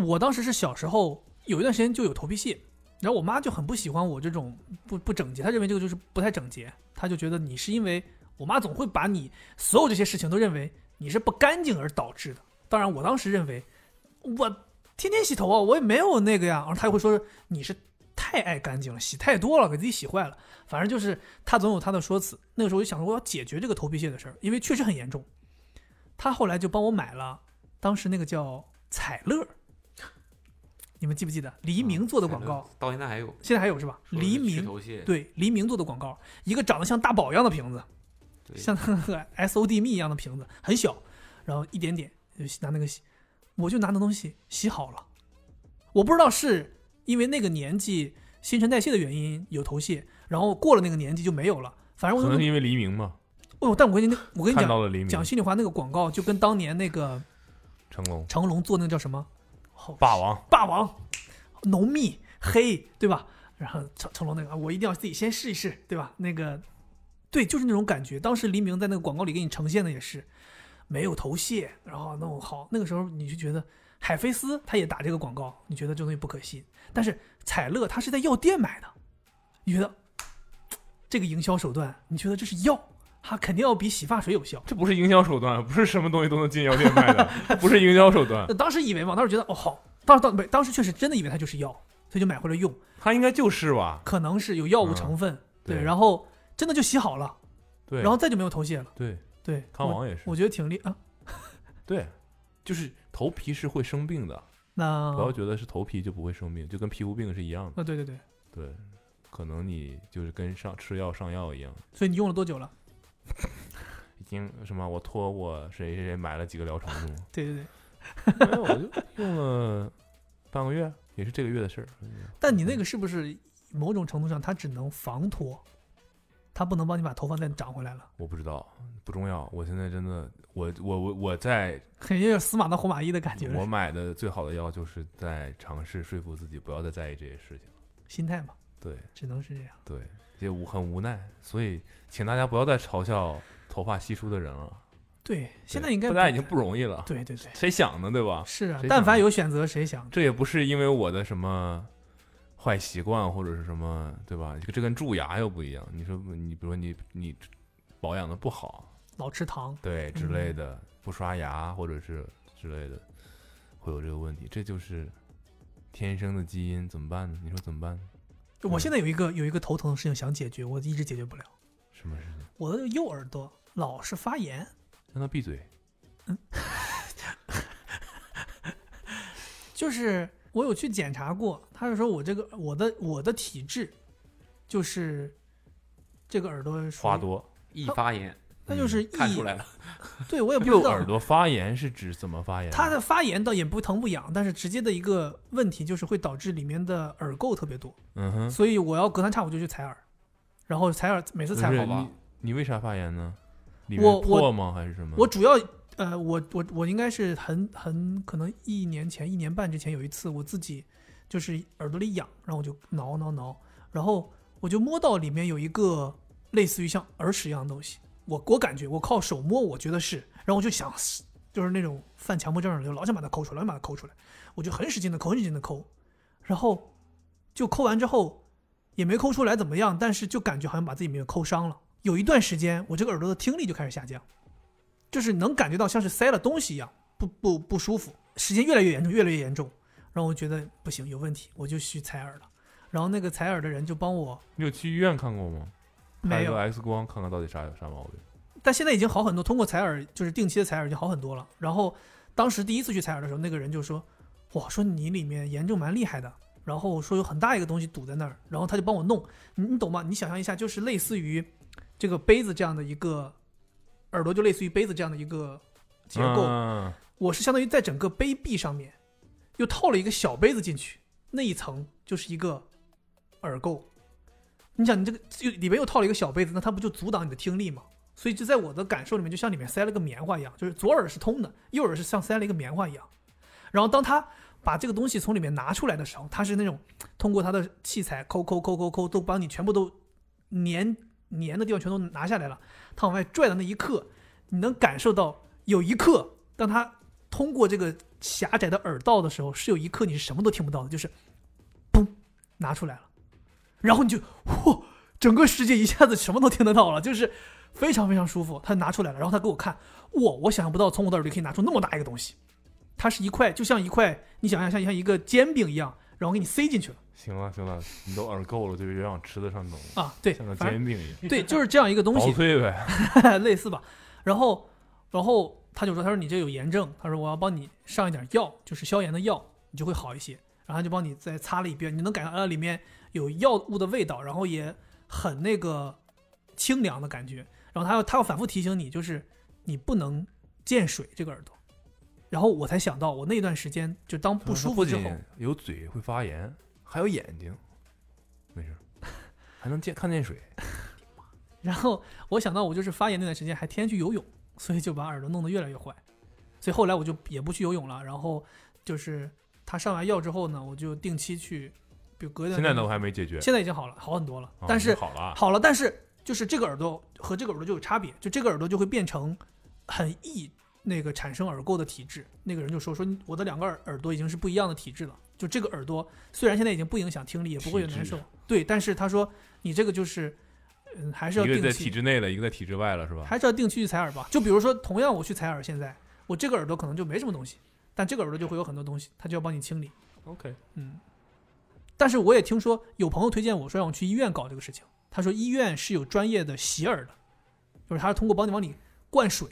我当时是小时候有一段时间就有头皮屑，然后我妈就很不喜欢我这种不不整洁，她认为这个就是不太整洁，她就觉得你是因为我妈总会把你所有这些事情都认为你是不干净而导致的。当然，我当时认为我天天洗头啊，我也没有那个呀，然后她又会说你是太爱干净了，洗太多了，给自己洗坏了。反正就是她总有她的说辞。那个时候我就想说我要解决这个头皮屑的事儿，因为确实很严重。她后来就帮我买了当时那个叫彩乐儿。你们记不记得黎明做的广告？
到嗯现在还有。
现在还有是吧？
说是
黎
去
明
头屑，
对黎明做的广告，一个长得像大宝一样的瓶子，
对
像那个 S O D E 蜜一样的瓶子，很小，然后一点点就拿那个洗，我就拿那东西洗好了。我不知道是因为那个年纪新陈代谢的原因有头屑，然后过了那个年纪就没有了。反正
可
我
能是
就
因为黎明嘛，
哦，但我跟你那我跟你
看
讲
到了黎明
讲，心里话，那个广告就跟当年那个
成龙，
成龙做那个叫什么哦
霸王，
霸王、浓密、黑，对吧？然后成成龙那个，啊我一定要自己先试一试，对吧？那个，对，就是那种感觉。当时黎明在那个广告里给你呈现的也是没有头屑，然后弄好。那个时候你就觉得海飞丝他也打这个广告，你觉得这东西不可信。但是彩乐他是在药店买的，你觉得这个营销手段，你觉得这是药，它肯定要比洗发水有效。
这不是营销手段，不是什么东西都能进药店卖的，
<laughs>
不是营销手段
那，当时以为嘛，当时觉得哦好，当时当当时确实真的以为它就是药，所以就买回来用。
他应该就是吧？
可能是有药物成分，
啊对
然后真的就洗好了，
对，
然后再就没有头屑了。
对，
对，
康
我
王也是，
我觉得挺厉啊。
对，就是头皮是会生病的，
那
不要觉得是头皮就不会生病，就跟皮肤病是一样的。
啊，对对对，
对，可能你就是跟上吃药上药一样。
所以你用了多久了？
已经什么？我托我谁谁谁买了几个疗程是吗？ <laughs>
对对对，
没有，我就用了半个月，也是这个月的事儿。
但你那个是不是某种程度上它只能防脱，它不能帮你把头发再长回来了？ <laughs>
我不知道，不重要。我现在真的，我我我我在
很有点死马当活马医的感觉，
我买的最好的药就是在尝试说服自己不要再在意这些事情。
心态嘛，
对
只能是这样。
对，也无很无奈，所以请大家不要再嘲笑头发稀疏的人了。
对，现在应该
大家已经不容易了，
对对对，
谁想呢，对吧？
是啊
谁，
但
想
凡
呢
有选择，谁想？
这也不是因为我的什么坏习惯或者是什么，对吧？这跟蛀牙又不一样。你说你比如说你你保养的不好，
老吃糖，
对之类
嗯
的，不刷牙或者是之类的，会有这个问题。这就是天生的基因，怎么办呢？你说怎么办呢？
就我现
嗯
在有一个有一个头疼的事情想解决，我一直解决不了。
什么事情？
我的右耳朵老是发炎，
让他闭嘴。
就是我有去检查过，他是说我这个我的我的体质，就是这个耳朵属于
花，多
易发炎
那就是易
嗯看出来了，
对我也不知
右
道
耳。朵发炎是指怎么发炎？
它的发炎倒也不疼不痒，但是直接的一个问题就是会导致里面的耳垢特别多，
嗯哼，
所以我要隔三差五就去采耳，然后采耳每次
不
采
是
耳
你你为啥发炎呢？里
我
面
我
破吗？还是什么？
我主要呃，我我我应该是很很可能一年前一年半之前有一次我自己就是耳朵里痒，然后我就挠挠挠，然后我就摸到里面有一个类似于像耳屎一样的东西，我我感觉我靠手摸我觉得是，然后我就想嘶就是那种犯强迫症的人，就老想把它抠出来，老想把它抠出来，我就很使劲的抠，很使劲的抠，然后就抠完之后也没抠出来怎么样，但是就感觉好像把自己没有抠伤了。有一段时间，我这个耳朵的听力就开始下降，就是能感觉到像是塞了东西一样，不不不舒服。时间越来越严重，越来越严重，然后我觉得不行，有问题，我就去采耳了。然后那个采耳的人就帮我
你有去医院看过吗？
没有
拍个 X 光看看到底啥有啥毛病。
但现在已经好很多，通过采耳就是定期的采耳已经好很多了。然后当时第一次去采耳的时候，那个人就说：“哇，说你里面炎症蛮厉害的，然后说有很大一个东西堵在那儿，然后他就帮我弄，你你懂吗？你想象一下，就是类似于这个杯子这样的一个耳朵，就类似于杯子这样的一个结构，
嗯
我是相当于在整个杯壁上面又套了一个小杯子进去，那一层就是一个耳垢。你想，你这个又里面又套了一个小杯子，那它不就阻挡你的听力吗？所以就在我的感受里面，就像里面塞了个棉花一样，就是左耳是通的，右耳是像塞了一个棉花一样。然后当他把这个东西从里面拿出来的时候，他是那种通过他的器材抠抠抠抠抠，都帮你全部都粘粘的地方全都拿下来了。他往外拽的那一刻，你能感受到有一刻，当他通过这个狭窄的耳道的时候，是有一刻你是什么都听不到的，就是嘣拿出来了，然后你就嚯，整个世界一下子什么都听得到了，就是非常非常舒服。他拿出来了，然后他给我看，哇，我想象不到从我的耳朵里可以拿出那么大一个东西，它是一块就像一块，你想象像像一个煎饼一样，然后给你塞进去了
行了行了，你都耳垢了，就别往吃的上弄，
啊，对，
像个
反正
煎饼一样，
对，就是这样一个东
薄
西，
脆呗。
<laughs> 类似吧。然后，然后他就说：“他说你这有炎症，他说我要帮你上一点药，就是消炎的药，你就会好一些。”然后他就帮你再擦了一遍，你能感觉到里面有药物的味道，然后也很那个清凉的感觉。然后他要他要反复提醒你，就是你不能见水这个耳朵。然后我才想到，我那段时间就当不舒服之后，
嗯它不仅有嘴会发炎，还有眼睛，没事，还能见看见水。
然后我想到我就是发炎那段时间还天天去游泳，所以就把耳朵弄得越来越坏，所以后来我就也不去游泳了。然后就是他上完药之后呢，我就定期去，比如隔一段
现在都还没解决，
现在已经好了，好很多了。
啊
但是、
你好了啊，
好了，但是就是这个耳朵和这个耳朵就有差别，就这个耳朵就会变成很易那个产生耳垢的体质。那个人就说说你我的两个耳耳朵已经是不一样的体质了，就这个耳朵虽然现在已经不影响听力，也不会有难
体质
受，对，但是他说你这个就是。嗯，还是要
一
定
个在
期
体制内的，一个在体制外了，是吧？
还是要定期去采耳吧。就比如说，同样我去采耳，现在我这个耳朵可能就没什么东西，但这个耳朵就会有很多东西，它就要帮你清理。
OK，
嗯，但是我也听说有朋友推荐我说让我去医院搞这个事情，他说医院是有专业的洗耳的，就是他是通过帮你往里灌水，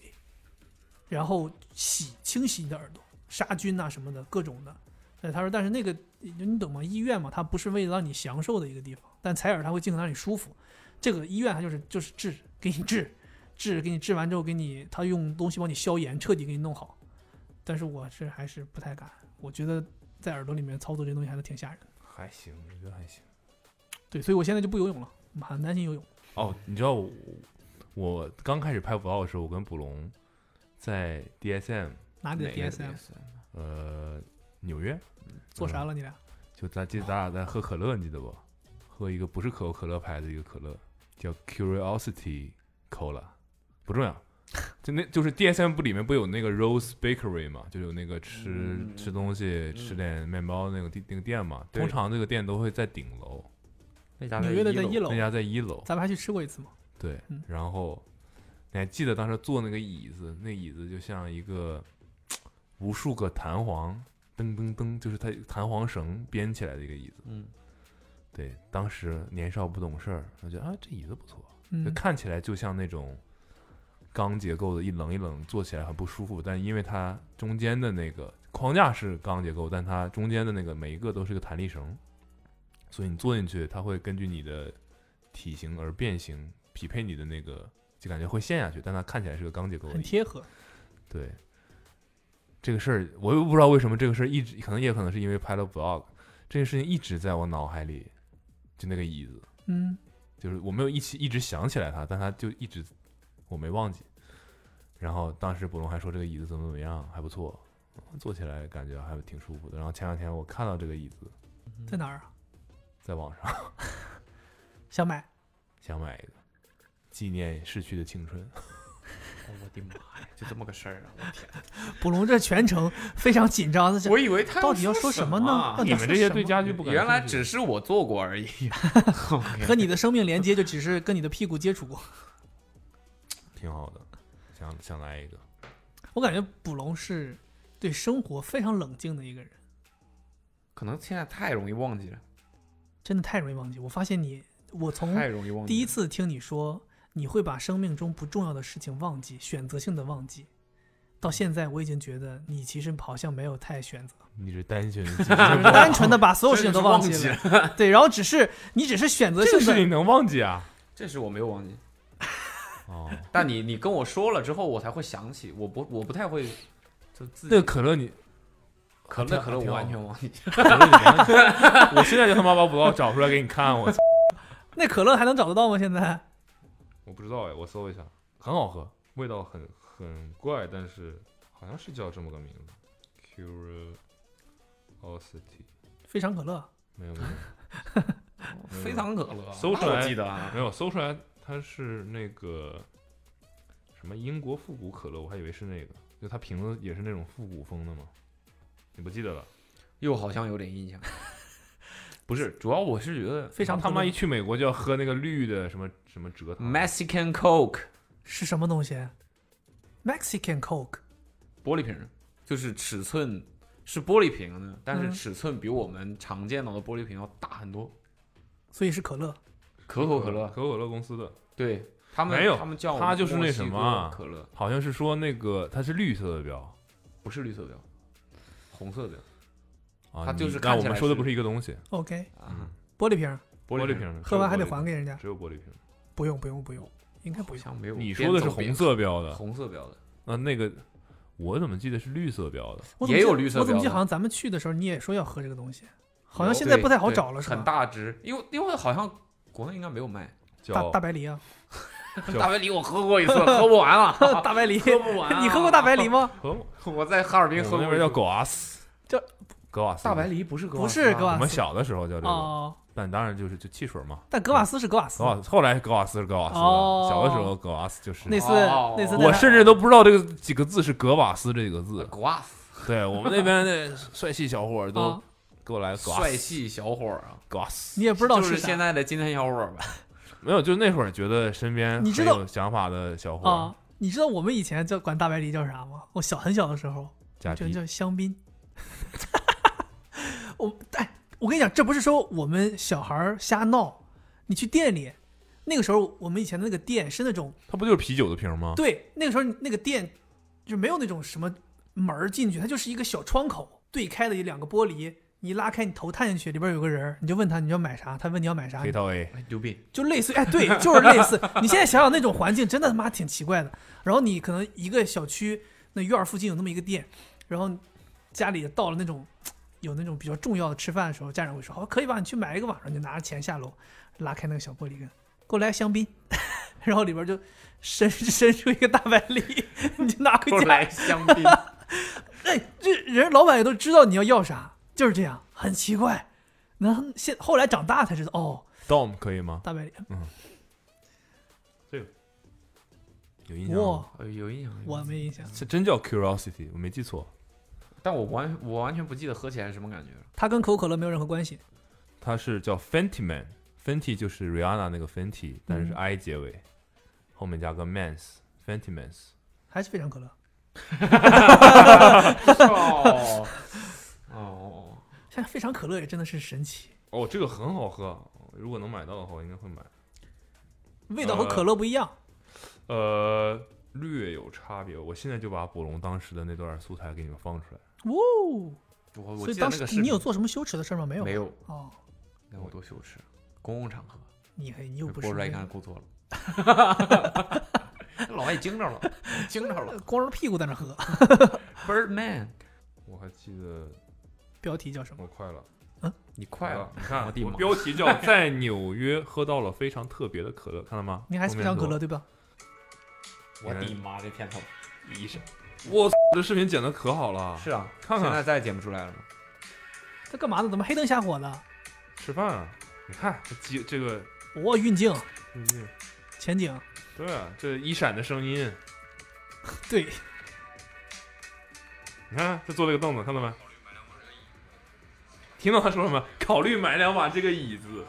然后洗清洗你的耳朵，杀菌啊呐、什么的各种的。呃，他说，但是那个你懂吗？医院嘛，它不是为了让你享受的一个地方，但采耳它会尽可能让你舒服。这个医院它就是就是治，给你治，治给你治完之后，给你他用东西帮你消炎，彻底给你弄好。但是我是还是不太敢，我觉得在耳朵里面操作这东西还是挺吓人的。
还行，我觉得还行。
对，所以我现在就不游泳了，很担心游泳。
哦，你知道我我刚开始拍不到的时候，我跟卜龙在 DSM
拿你的
哪个嗯
DSM
呃纽约
做啥了？你俩
就咱记得咱俩在喝可乐，你记得不？喝一个不是可口可乐牌的一个可乐，叫 Curiosity Cola，不重要。就那就是 DSM 部里面不有那个 Rose Bakery 嘛，就有那个吃、
嗯
吃东西、吃点面包那个地那个店嘛。
对
通常这个店都会在顶楼，
那家
纽约的在
一
一
楼，
楼
那，家在一楼。
咱们还去吃过一次嘛。
对
嗯，
然后你还记得当时坐那个椅子，那椅子就像一个无数个弹簧，噔噔噔，就是它弹簧绳编起来的一个椅子。
嗯，
对，当时年少不懂事儿，我觉得啊这椅子不错，就
嗯，
看起来就像那种钢结构的，一棱一棱，坐起来很不舒服。但因为它中间的那个框架是钢结构，但它中间的那个每一个都是个弹力绳，所以你坐进去，它会根据你的体型而变形，匹配你的那个，就感觉会陷下去。但它看起来是个钢结构的
很，贴合。嗯
对。这个事儿，我又不知道为什么这个事儿一直，可能也可能是因为拍了 vlog，这件事情一直在我脑海里，就那个椅子，
嗯，
就是我没有一起一直想起来它，但它就一直我没忘记。然后当时卜龙还说这个椅子怎么怎么样，还不错，坐起来感觉还挺舒服的。然后前两天我看到这个椅子
在哪儿啊？
在网上，
想买？
想买一个，纪念逝去的青春。
哦我的妈
<laughs>
呀，就这么个事儿啊！我天，
卜龙这全程非常紧张，在想
我以为他
到底要说
什啊
什么呢？到底
你
要
们
说
这些
什
对
么
家具不 <laughs> 感兴趣，
原来只是我做过
<laughs>
而已，
和你的生命连接，就只是跟你的屁股接触过。 <laughs>
挺好的，想想来一个。
我感觉卜龙是对生活非常冷静的一个人，
可能现在太容易忘记了，
真的太容易忘记。我发现你，我从
太容易忘记了。
第一次听你说你会把生命中不重要的事情忘记，选择性的忘记，到现在我已经觉得你其实好像没有太选择，
你是单 <laughs> 纯
就是单纯的把所有事情都忘
啊真
记
的
了，对，然后只是你只是选择
这个
性
事
的
情能忘记啊？
这是我没有忘记，
哦，
但你你跟我说了之后，我才会想起，我不我不太会就自己
那个可乐你
可乐可乐
挺
我
好
完全忘记，
可乐你能，我现在就他妈把补刀找出来给你看，我操！
那可乐还能找得到吗？现在
我不知道哎，我搜一下，很好喝，味道很很怪，但是好像是叫这么个名字，Curiosity，
非常可乐，
没有没有没有
非常可乐，
搜出来
那我记得啊
没，有搜出来，它是那个什么英国复古可乐，我还以为是那个，就它瓶子也是那种复古风的嘛，你不记得了？
又好像有
<laughs>
点印象。不是，主要我是觉得
非常
他
可
妈
乐
一去美国就要喝那个绿的什么什么蔗糖
Mexican Coke
是什么东西？Mexican Coke
玻璃瓶，就是尺寸是玻璃瓶的，但是
嗯
尺寸比我们常见到的玻璃瓶要大很多。
所以是可乐，
可口可乐
可口可乐公司的，
对他们
没有
他们叫
它就是那什么啊
墨西哥可乐，
好像是说那个它是绿色的标。
不是绿色标，红色标
啊
它
你
就是
那
看
我
起
们
来
说的
是
不是一个东西，
OK，
嗯
啊，
玻璃瓶儿，
玻璃
璃
瓶的，
喝完还
只
得
有玻
还
璃瓶
给人家。
只有玻璃瓶。
不用不用不用，应该不
好
用。
像没有。
你说的是红，色标的，
红色标的，
那那个我怎么记得是绿色标的？
我怎么
也
记
有
得
绿色
我怎么记得
标的
好像咱们去的时候你也说要喝这个东西，好像
有
现在
对
不太好
对
找了，是吧？
很大只，因为因为好像国内应该没有卖。
叫
大大白梨啊，
叫
大白梨我喝过一次，喝不完
啊
了，
<laughs> 大白梨，
喝不完
<laughs>
啊。
你喝过大白梨吗？
和我
<laughs> 我在哈尔滨
们
喝
那
过，
边叫格瓦斯，
叫
格瓦斯。
大白，梨不是格瓦斯
不
啊吧
是格瓦
我
斯
们小的时候叫这个，
哦，
但当然就是就汽水嘛。
但格瓦斯是格瓦斯
格，瓦后来格瓦斯是格瓦斯
哦
的，小的时候格瓦斯就是。
嗯那次
哦
那次带
我
他
甚至都不知道这个几个字是格瓦斯这
<laughs>
个字。
格瓦斯，
对我们那边的帅气小伙儿都
哦
给我来格瓦
帅
斯，
气小伙儿啊，
格瓦斯。
你也不知道
就是
啥
现在的金山小伙儿吧？
没有，就那会儿觉得身边
你知
很
道
有想法的小伙儿
啊。你知道我们以前叫管大白梨叫啥吗？我小很小的时候，
假
就
逼
叫香槟。 <laughs> 我哎，我跟你讲，这不是说我们小孩儿瞎闹，你去店里，那个时候我们以前的那个店是那种
它不就是啤酒的瓶吗？
对，那个时候那个店就没有那种什么门儿进去，它就是一个小窗口对开的两个玻璃，你一拉开，你头探进去，里边有个人儿，你就问他你要买啥，他问你要买啥
黑，桃 A，
<laughs> 哎牛逼！
就类似于哎，对，就是类似。你现在想想那种环境，真的他妈挺奇怪的。然后你可能一个小区那院儿附近有那么一个店，然后家里到了那种有那种比较重要的吃饭的时候，家长会说好可以吧，你去买一个吧，然后你就拿着钱下楼，拉开那个小玻璃跟。给我来香槟， <laughs> 然后里边就伸 <laughs> 伸出一个大白梨， <laughs> 你就拿回
后
家。
<laughs> 来香槟，
哎，这人老板也都知道你要要啥，就是这样，很奇怪。然后现后来长大才知道，哦，
Dom 可以吗？
大白脸，
嗯，这个有印象吗？
哇，
呃，有印象，
我没印象。
这真叫 Curiosity，我没记错。
但我完我完全不记得喝起来是什么 <laughs> 感觉了。
它跟可口可乐没有任何关系。
它是叫 Fenty Man。Fenty 就是 Rihanna 那个 Fenty，但是是
嗯
I 结尾，后面加个 Mans。Fenty Mans。
还是非常可乐。
哦哦
现在非常可乐也真的是神奇，
哦，这个很好喝，如果能买到的话，我应该会买。
味道和可乐不一样。
呃，略有差别。我现在就把捕龙当时的那段素材给你们放出来。
哦，
我我
所
记
以
得
当
那
时
个是
你有做什么羞耻的事儿吗？没有，
没
有。
有？
哦，
那我多羞耻，公共场合
你还你又不
播
是
出来一
那
看
个
够
<laughs>
做了。老外惊着了，惊着了
光着屁股在那儿喝。
，Birdman，
我还记得
标题叫什么？
我快了，
你快了
了，，
我
你看
的
我
妈！
标题叫“在纽约喝到了非常特别的可乐”，看到吗？
你还是非常可乐对吧？
我的妈！这片头，一是
后面有。我操这视频剪的可好了，
是啊，
看看
现在再也剪不出来了嘛。
这干嘛呢？怎么黑灯瞎火的？
吃饭啊！你看这机这个，
哇，运镜、
嗯
前景，
对啊，这一闪的声音，
对，
你看他坐了个凳子，看到没？听到他说什么？考虑买两把这个椅子，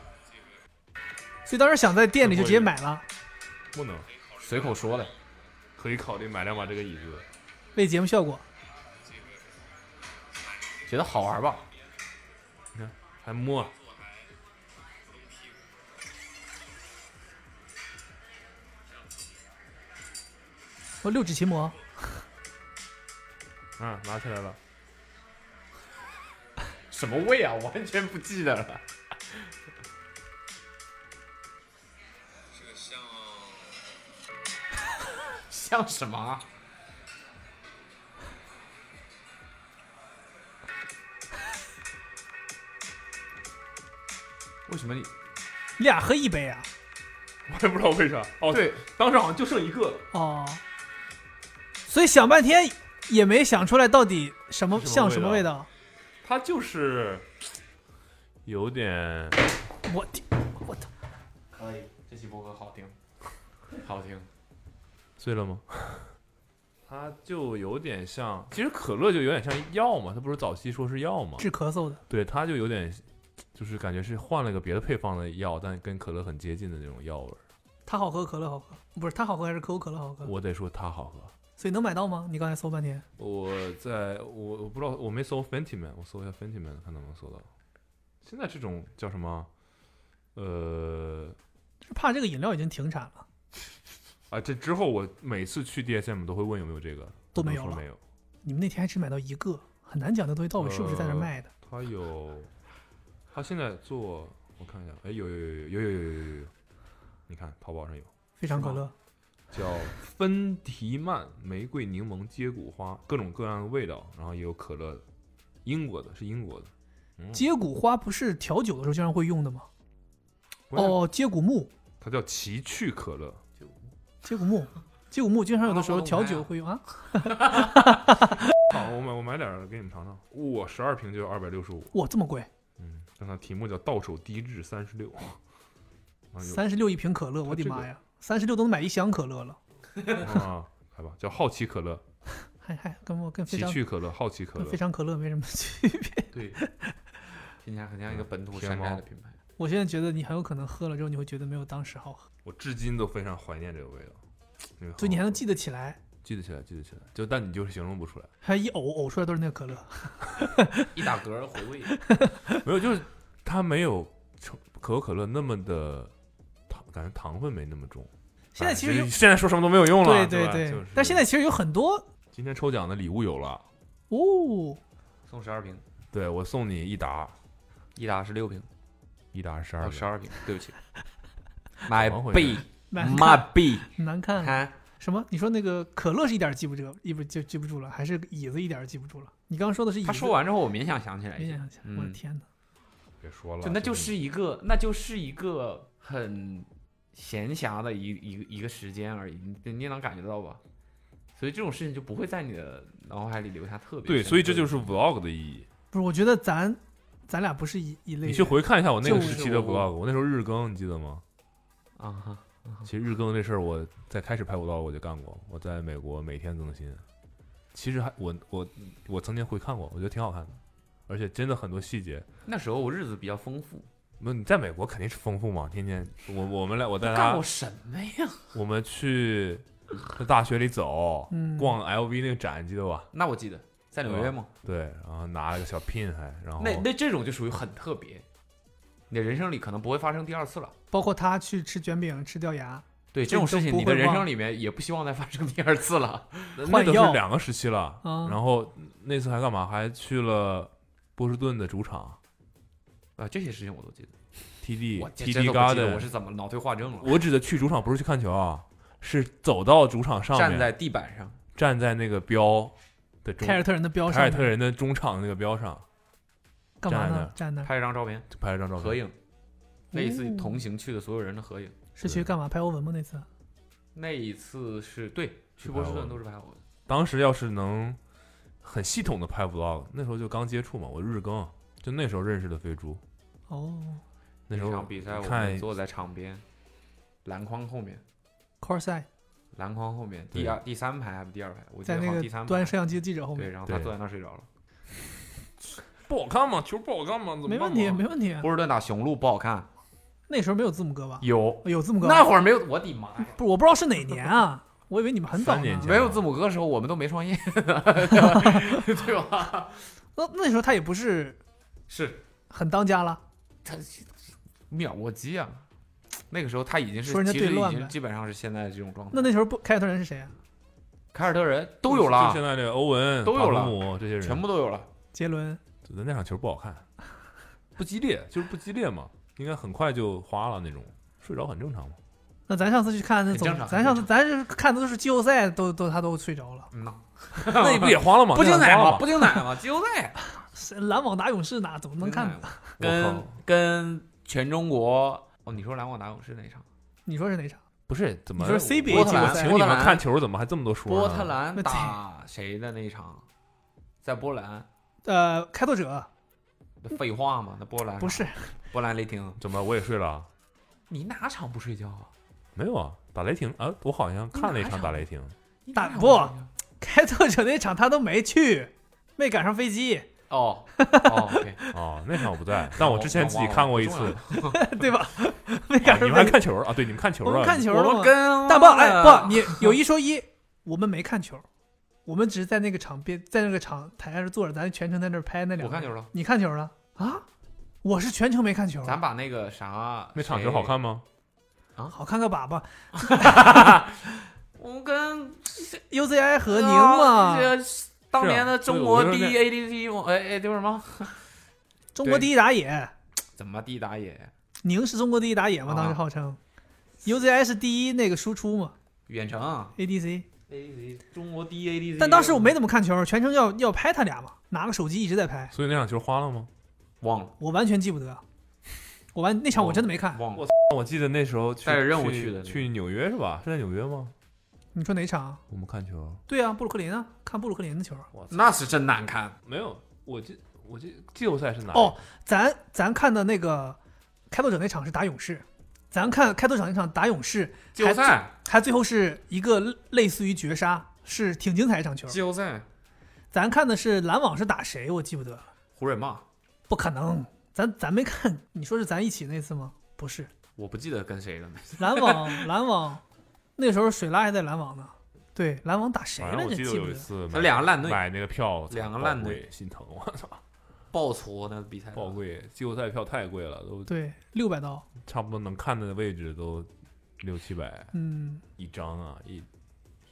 所以当时想在店里就直接买了，
不能，
随口说的，
可以考虑买两把这个椅子。
为节目效果。
觉得好玩吧？
还摸，
我六指琴魔，
啊，拿起来了。 <laughs>
什么味啊？我完全不记得了。这个像像什么啊？为什么你
你俩喝一杯啊？
我也不知道为啥。哦，
对，
当时好像就剩一个了。
哦，所以想半天也没想出来到底什么
是什么
像什么味
味
道。
它就是有点，
我的我的，
可以？这期播客好听，好听。
醉了吗？ <laughs> 它就有点像，其实可乐就有点像药嘛，它不是早期说是药嘛？
治咳嗽的。
对，它就有点，就是感觉是换了个别的配方的药，但跟可乐很接近的那种药味儿。
它好喝，可乐好喝，不是它好喝还是可口可乐好喝？
我得说它好喝。
所以能买到吗？你刚才搜半天，
我在我我不知道我没搜 Fenty Man，我搜一下 Fenty Man 看能不能搜到。现在这种叫什么？呃，
是怕这个饮料已经停产了，
啊，这之后我每次去 DSM 都会问有没有这个，
都
他
没有
说
了
没有。
你们那天还只买到一个，很难讲那东西到底是不是
呃
在那儿卖的。
他有，他现在做，我看一下，哎，有有有有有有有有有有，你看淘宝上有，
非常
是
可
吗
乐，
叫芬提曼玫瑰柠檬接骨花，各种各样的味道，然后也有可乐，英国的是英国的，嗯
接骨花不是调酒的时候经常会用的吗？
不是，
哦，接骨木，
它叫奇趣可乐，
接骨木，接骨木，经常有的时候
啊我
调
懂了
酒会用啊。
啊好，我买我买点儿给你们尝尝，哇，十二瓶就二百六十五，
哇，这么贵，
嗯，但它题目叫到手低至三十六， <laughs> 啊有
三十六一瓶可乐，我的
这个
妈呀，三十六都能买一箱可乐了，
啊，来吧，叫好奇可乐，
还还跟我跟非
奇
常
趣可乐，好奇可
跟
乐
非，常可乐没什么区别。 <laughs>
对，听起来很像一个本土山
天
寨
猫
的品牌。
我现在觉得你很有可能喝了之后，你会觉得没有当时好喝，
我至今都非常怀念这个味道。那个很
所以你
好
还能
喝
记得起来，
记得起来，记得起来，就但你就是形容不出来， <laughs>
还一呕呕出来都是那个可乐。
一打嗝儿回味。
没有，就是它没有成可口可乐那么的糖，感觉糖分没那么重。
现在其实
哎
有
就是现在说什么都没有用
对
了，
对
吧
对，
就是
但现在其实有很多
今天抽奖的礼物有了，
哦，
送十二瓶，
对我送你一打，
一打是六瓶，
一打十二
到
个，
十二瓶，对不
<laughs>
起。买
么回事
币，
难
<laughs> 买币，
难看了。
看
什么？你说那个可乐是一点儿记不住，一不就记不住了，还是椅子一点儿记不住了？你刚刚说的是椅子，
他说完之后，我勉强想起来一
没
些，
想起来，我的
嗯
天哪！
别说了，
就那就是一个，那就是一个很闲暇的一一个一个时间而已，你你也能感觉到吧？所以这种事情就不会在你的脑海里留下特别
对，
深刻
所以这
的
就是 vlog 的意义。
不是，我觉得咱咱俩不是一一类人。
你去回看一下我那个
就是
时期的
我
vlog，我那时候日更，你记得吗？
啊哈，
其实日更这事儿，我在开始拍武道我就干过，我在美国每天更新。其实还我我我曾经回看过，我觉得挺好看的，而且真的很多细节。
那时候我日子比较丰富，
那你在美国肯定是丰富嘛，天天我我们俩我带
干
他
过，什么呀？
我们去在大学里走，
嗯
逛 LV 那个展，记得吧？
那我记得在纽约嘛，
对，哦然后拿了个小 pin 还，然后
那那这种就属于很特别，你的人生里可能不会发生第二次了。
包括他去吃卷饼、吃掉牙，
对
这
这种
都
事情，
不
你的
会
人
忘
生里面也不希望再发生第二次了。
那
换
那都
药
是两个时期了。
啊
嗯
然后那次还干嘛？还去了波士顿的主场
啊，这些事情我都记得。
TD
我这真
TD
的不记得
Garden，
我是怎么脑退化症了。
我指的去主场不是去看球啊，是走到主场上面，
站在地板上，
站在那个标的中
凯尔特人的标
凯
上
尔特人的中场那个标上
干嘛呢？
站
站那儿
拍一张照片，
就拍了张照片
合，影，类似于
哦
同行去的所有人的合影。
是去干嘛？拍欧文吗？那次
那一次是对去波士顿都是拍我的，
当时要是能很系统的拍 vlog，那时候就刚接触嘛，我日更，啊就那时候认识的飞猪，
哦
那时候
场比赛我
看
们坐在场边，篮筐后面，
，Corsai
篮筐后面
对
第二第三排还是第二排，我记
在
得
那
好像
个
第三排
端。摄像机的记者后
对，
面，
然后他
对
坐在那儿睡着了。
不好看嘛，球不好看嘛，怎么
没问
办
题，
嘛
没问题。
波士顿打雄鹿不好看，
那时候没有字母哥吧？哦
有
有字母哥吧，
那会儿没有，我的妈呀！
不是我不知道是哪年
<laughs>
啊，我以为你们很早
三年
呢。
前
没有字母哥的时候，我们都没创 <laughs> 业，对吧？
那那时候他也不是
是
很当家了，
他秒过鸡啊！那个时候他已经是
说人家
其实
对
已
乱
经
呗
基本上是现在这种状态。
那那时候不凯尔特人是谁啊？
凯尔特人都有
就
了
现，在这个欧文、
都有了
塔图姆这些人，
全部都有了。
杰伦
觉得那场球不好看，不激烈，就是不激烈嘛，应该很快就花了那种，睡着很正常嘛。
<laughs>
那咱上次去看那
很
总
正，常
咱上次咱是看的都是季后赛，都都他都睡着了。
嗯呐，
那你不也花了吗？
不精彩
那场花
吗？
了
不精彩 <laughs> 吗？季后赛
是篮网打勇士哪怎么能看？
呢？
我
跟
靠
跟全中国哦，你说篮网打勇士那场，
你说是哪场？
不是怎么？
你说 CBA
我请
季后赛
请你们看球怎么还这么多说呢？
波特兰
那
打谁的那场？在波兰？
呃，开拓
哎
者
那废话嘛，那波兰
不是 <laughs>
波兰雷霆？
怎么我也睡了啊？
你哪场不睡觉啊？
没有啊，打雷霆啊，我好像看了
你
一
哪
场
场
打雷霆，
你哪
打
场
不
睡觉
开拓者那场他都没去，没赶上飞机， <laughs>
哦哦，OK，
哦，那场我不在，但我之前自己看过一次。
哦我忘
<laughs>
啊
了
对吧？没赶
你
上
们还
飞机。
看球啊？对，你们看球
我们
了。
看球
我
了
们
吗？
跟
大棒，哎，
哦
不，你有一说一，我们没看球，我们只是在那个场边，在那个场台上坐着，咱全程在那儿拍那两。
我看球，了。
你看球了啊？我是全程没看球，
咱把那个啥，
<laughs> 那场
谁
球好。看吗？
好看个粑粑。
我们跟呃
UCI
哦
和宁嘛，
这
啊
当年的中国第一 ADT 嘛，哎哎，叫什么？
中国第一打野，
怎么地打野？
宁是中国第一打野嘛，
啊
当时号称。UCI 是第一那个输出嘛
远程
，ADC，
ADT，中国第一 ADT。
但当时我没怎么看球，全程要要拍他俩嘛，拿个手机一直在拍，
所以那场球花了吗？
忘了，
我完全记不得，我完那场我真的没看，
忘了。
我记得那时候去
带着任务
去
去的
去纽约是吧？是在纽约吗？
你说哪场啊？
我们看球，
对啊，布鲁克林啊，看布鲁克林的球。
那是真难看，
没有，我记我记季后赛是哪？
哦，咱咱看的那个开拓者那场是打勇士，咱看开拓者那场打勇士，
季后赛，
还最后是一个类类似于绝杀，是挺精彩一场球。
季后赛，
咱看的是篮网是打谁，我记不得了，
湖人嘛，
不可能，咱咱没看。你说是咱一起那次吗？不是，
我不记得跟谁了呢。
篮
<laughs>
网篮网，那时候水拉还在篮网呢。对，篮网打谁
反
来
正我
着？
记得
记
有
不
一
得。
次
他
买
两个烂队，
买那个票，
两个烂队
宝贵，心疼我操，
爆搓那比赛，
爆贵！季后赛票太贵了，都
对，六百刀。
差不多能看的位置都六七百
嗯，
一张啊，一一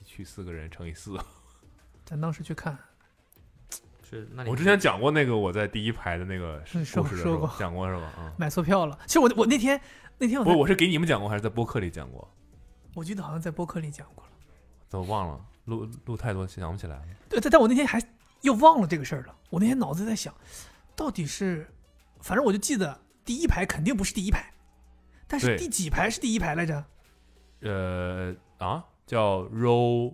去四个人乘以
啊
四。
咱当时去看，
是那你
我之前讲过那个我在第一排的那个故
嗯
事
说
的时
说
候
过
讲过是吧？啊、
买错票了。其实我我那天那天我
不是，
在
我是给你们讲过还是在播客里讲过？
我记得好像在播客里讲过了。
都忘了，录录太多想不起来了。
对，但但我那天还又忘了这个事儿了。我那天脑子在想，到底是，反正我就记得第一排肯定不是第一排，但是
对
第几排是第一排来着？
呃啊，叫 row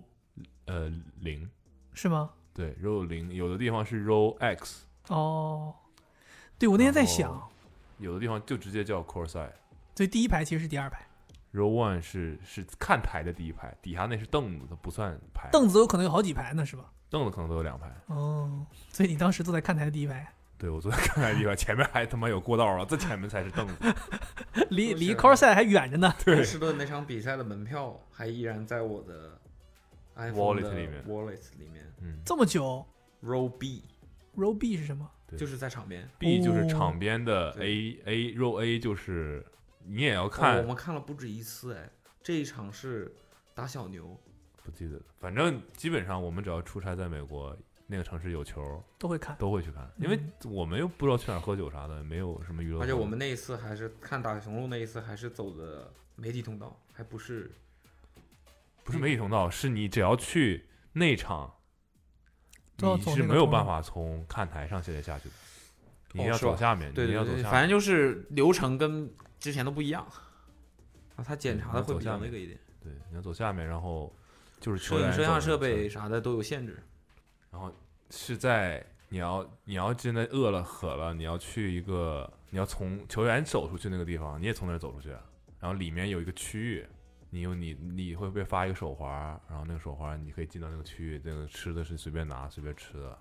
呃零，
是吗？
对 row 零，有的地方是 row x，
哦，对，我那天在
然
想，
有的地方就直接叫 core side。
所以第一排其实是第二排。
row one 是是看台的第一排，底下那是凳子，它不算排，
凳子有可能有好几排呢，是吧？
凳子可能都有两排。
哦，所以你当时坐在看台的第一排，
对我坐在看台的地方， <laughs> 前面还他妈有过道啊，这前面才是凳子。
离
不
离
是
call 赛还远着呢。
对
波士顿那场比赛的门票还依然在我的 iPhone
Wallet
的
里面
wallet 里面
嗯
这么久
row B
，row B 是什么？
对
就是在场边。
，B 就是场边的
哦
A A row A 就是你也要
哦
看
我，们看了不止一次哎，这一场是打小牛，
不记得了，反正基本上我们只要出差在美国，那个城市有球
都会看。
都会去看，因为
嗯
我们又不知道去哪儿喝酒啥的，没有什么娱乐活动。
而且我们那一次还是看打雄鹿那一次还是走的媒体通道，还不是
不是媒体通道，是你只要去内场，
都要
你
走
是
那个
没有
通
办
道
法从看台上现在下去的，你
哦
要
是
走
吧
下面，
对
你
对
要走
对，
下
反
面。
正就是流程跟之前的不一样。啊，他检查的会比
嗯走下
较
面
那个一点，
对，你要走下面，然后就是球
摄影
员
摄
走
像
的
设
那个
备啥的都有限制。
然后是在你要你要真的饿了渴了，你要去一个你要从球员走出去那个地方，你也从那儿走出去，然后里面有一个区域，你有你你会被发一个手环儿，然后那个手环儿你可以进到那个区域，那个吃的是随便拿随便吃的，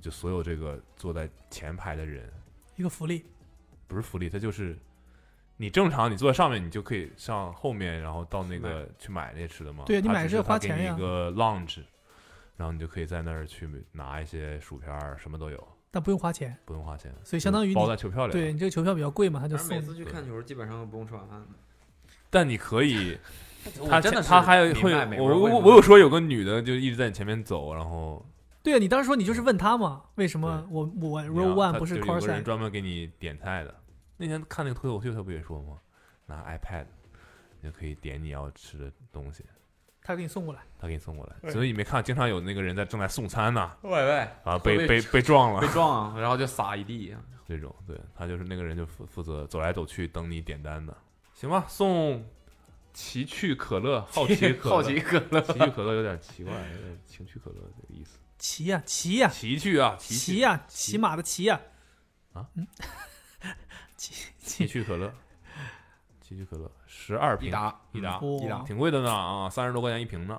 就所有这个坐在前排的人
一个福利，
不是福利，它就是。你正常，你坐在上面，你就可以上后面，然后到那个去买那些吃的嘛。
对你
它
买
只
这
是
花
它给
钱
你
呀
一个 lounge，然后你就可以在那儿去拿一些薯片儿，什么都有，
但不用花钱，
不用花钱。
所以相当于
就是包
你
在球票里。
对，你这个球票比较贵嘛，他就
反正
送
每
你。
次去看球基本上不用吃晚饭的。
但你可以，他
我真的是
他还有
明
会
白美，国
我
人为什
我
么
我有说有个女的就一直在你前面走，然后
对啊，你当时说你就是问他嘛，为什么我我
你要
row one
他
不是
就
call
有个
赛
人？专门给你点菜的。那天看那个脱口秀，他不也说吗？拿 iPad，你就可以点你要吃的东西，
他给你送过来，
他给你送过来。所以你没看，经常有那个人在正在送餐
<laughs>
呢，
喂喂，
啊，
会
被
被
被被撞了
<laughs> 被，撞啊，然后就撒一地。
这种，对他就是那个人就负负责走来走去等你点单的，行吧？送奇趣可乐，好奇可
<laughs>
乐，
好奇可乐，
奇趣可乐有点奇怪，有点情趣可乐这个意思。
骑呀骑呀
奇趣啊，奇
骑
趣，
呀
奇
骑马的骑呀
啊，
嗯， <laughs> 骑
奇
骑
趣可乐，奇趣可乐十二瓶
一打
<laughs> 一打，
一打
哇，
挺贵的呢啊，三十多块钱一瓶呢，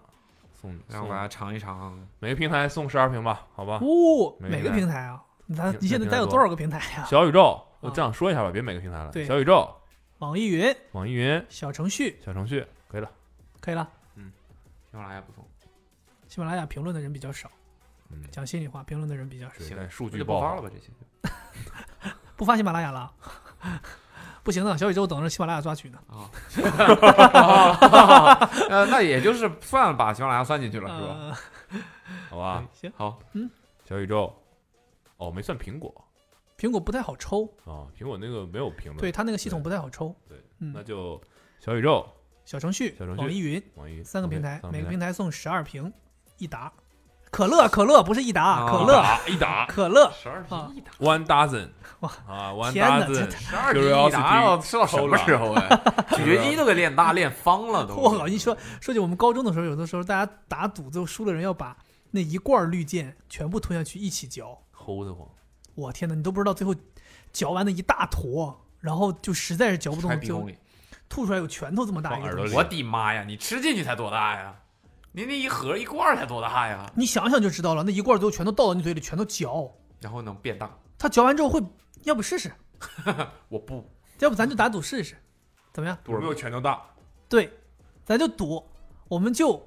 送
让我
送
大家尝一尝。
每个平台送十二瓶吧，好吧？
哦，
每
每
个
个
平台
平台啊，那
平
你现在
平
咱
台
有
多
多少个平台呀？
小宇宙，我
啊
这样说一下吧，别每个平台了。
对
小宇宙、
网易云
网易云、
小程序
小程序，可以了。
可以了。
喜马拉雅不错，
喜马拉雅评论的人比较少，
嗯，
讲心里话，评论的人比较少，
对
行
但数
我
据
就
爆
不发
好
了吧这些。
不发喜马拉雅了。 <laughs> 不行的，小宇宙等着喜马拉雅抓取呢。
啊，呃，那也就是算把喜马拉雅算进去了，是吧？
呃，
好吧？
行，
好，
小宇宙，哦，没算苹果
苹果不太好抽，
啊，苹果那个没有评论。
对，它那个系统不太好抽。
嗯对，那
嗯，
就小宇宙、
小程序、
小程序
网易云
网易
三个平台，每个平
台
台送十二瓶一打，可乐可乐不是一打，
啊
可乐 <laughs>
打一打
可乐
十二
啊
瓶一打，
one dozen
<laughs> 哇
啊，one
天哪这
dozen
十二瓶一打，我吃到什么时候哎？咀嚼肌都给练大，练方了
<laughs>
都。
我靠！一说说起我们高中的时候，有的时候大家打赌，最后输的人要把那一罐绿箭全部吞下去一起嚼。
齁得慌，
我天哪，你都不知道最后嚼完那一大坨，然后就实在是嚼不
揣
动，
鼻孔
就
里，
吐出来有拳头这么大
放
一个
耳
东
朵
西。
里。
我的妈呀！你吃进去才多大呀？你那一盒一罐儿才多大呀？
你想想就知道了，那一罐最后全都倒到你嘴里，全都嚼。
然后能变大？
它嚼完之后会，要不试试，
我不，
要不咱就打赌试试，怎么样？
有没有拳头大？
对，咱就赌，我们就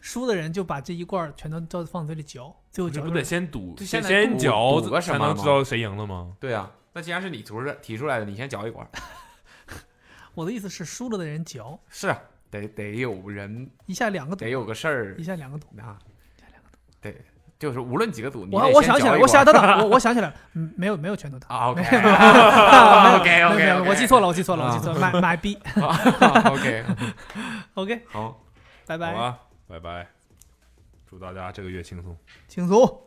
输的人就把这一罐儿全都都放嘴里嚼，最后
这
嚼
不
出
得
来。
先赌，
对
先
现在
先
赌
嚼
赌个什
才
么
能
吗
知道谁赢了吗？
对啊，那既然是你提出来提出来的，你先嚼一管儿。
我的意思是，输了的人嚼
是啊，得得有人，
一下两个赌
得，有个事儿
一下两个赌。
啊，得就是无论几个组，你
我
得
我
先
想起
嚼
来，
一
我
管
想
儿
等等，
<laughs>
我我想起来了，嗯，没有没有拳头打。
啊
<laughs>
，OK
没
OK
有 <laughs> 没
OK，
有我记错了，我记错了，我
啊
记错了，买买币
，OK
，OK，
好。啊
拜
好
拜，
吧，拜拜，祝大家这个月轻松。
轻松。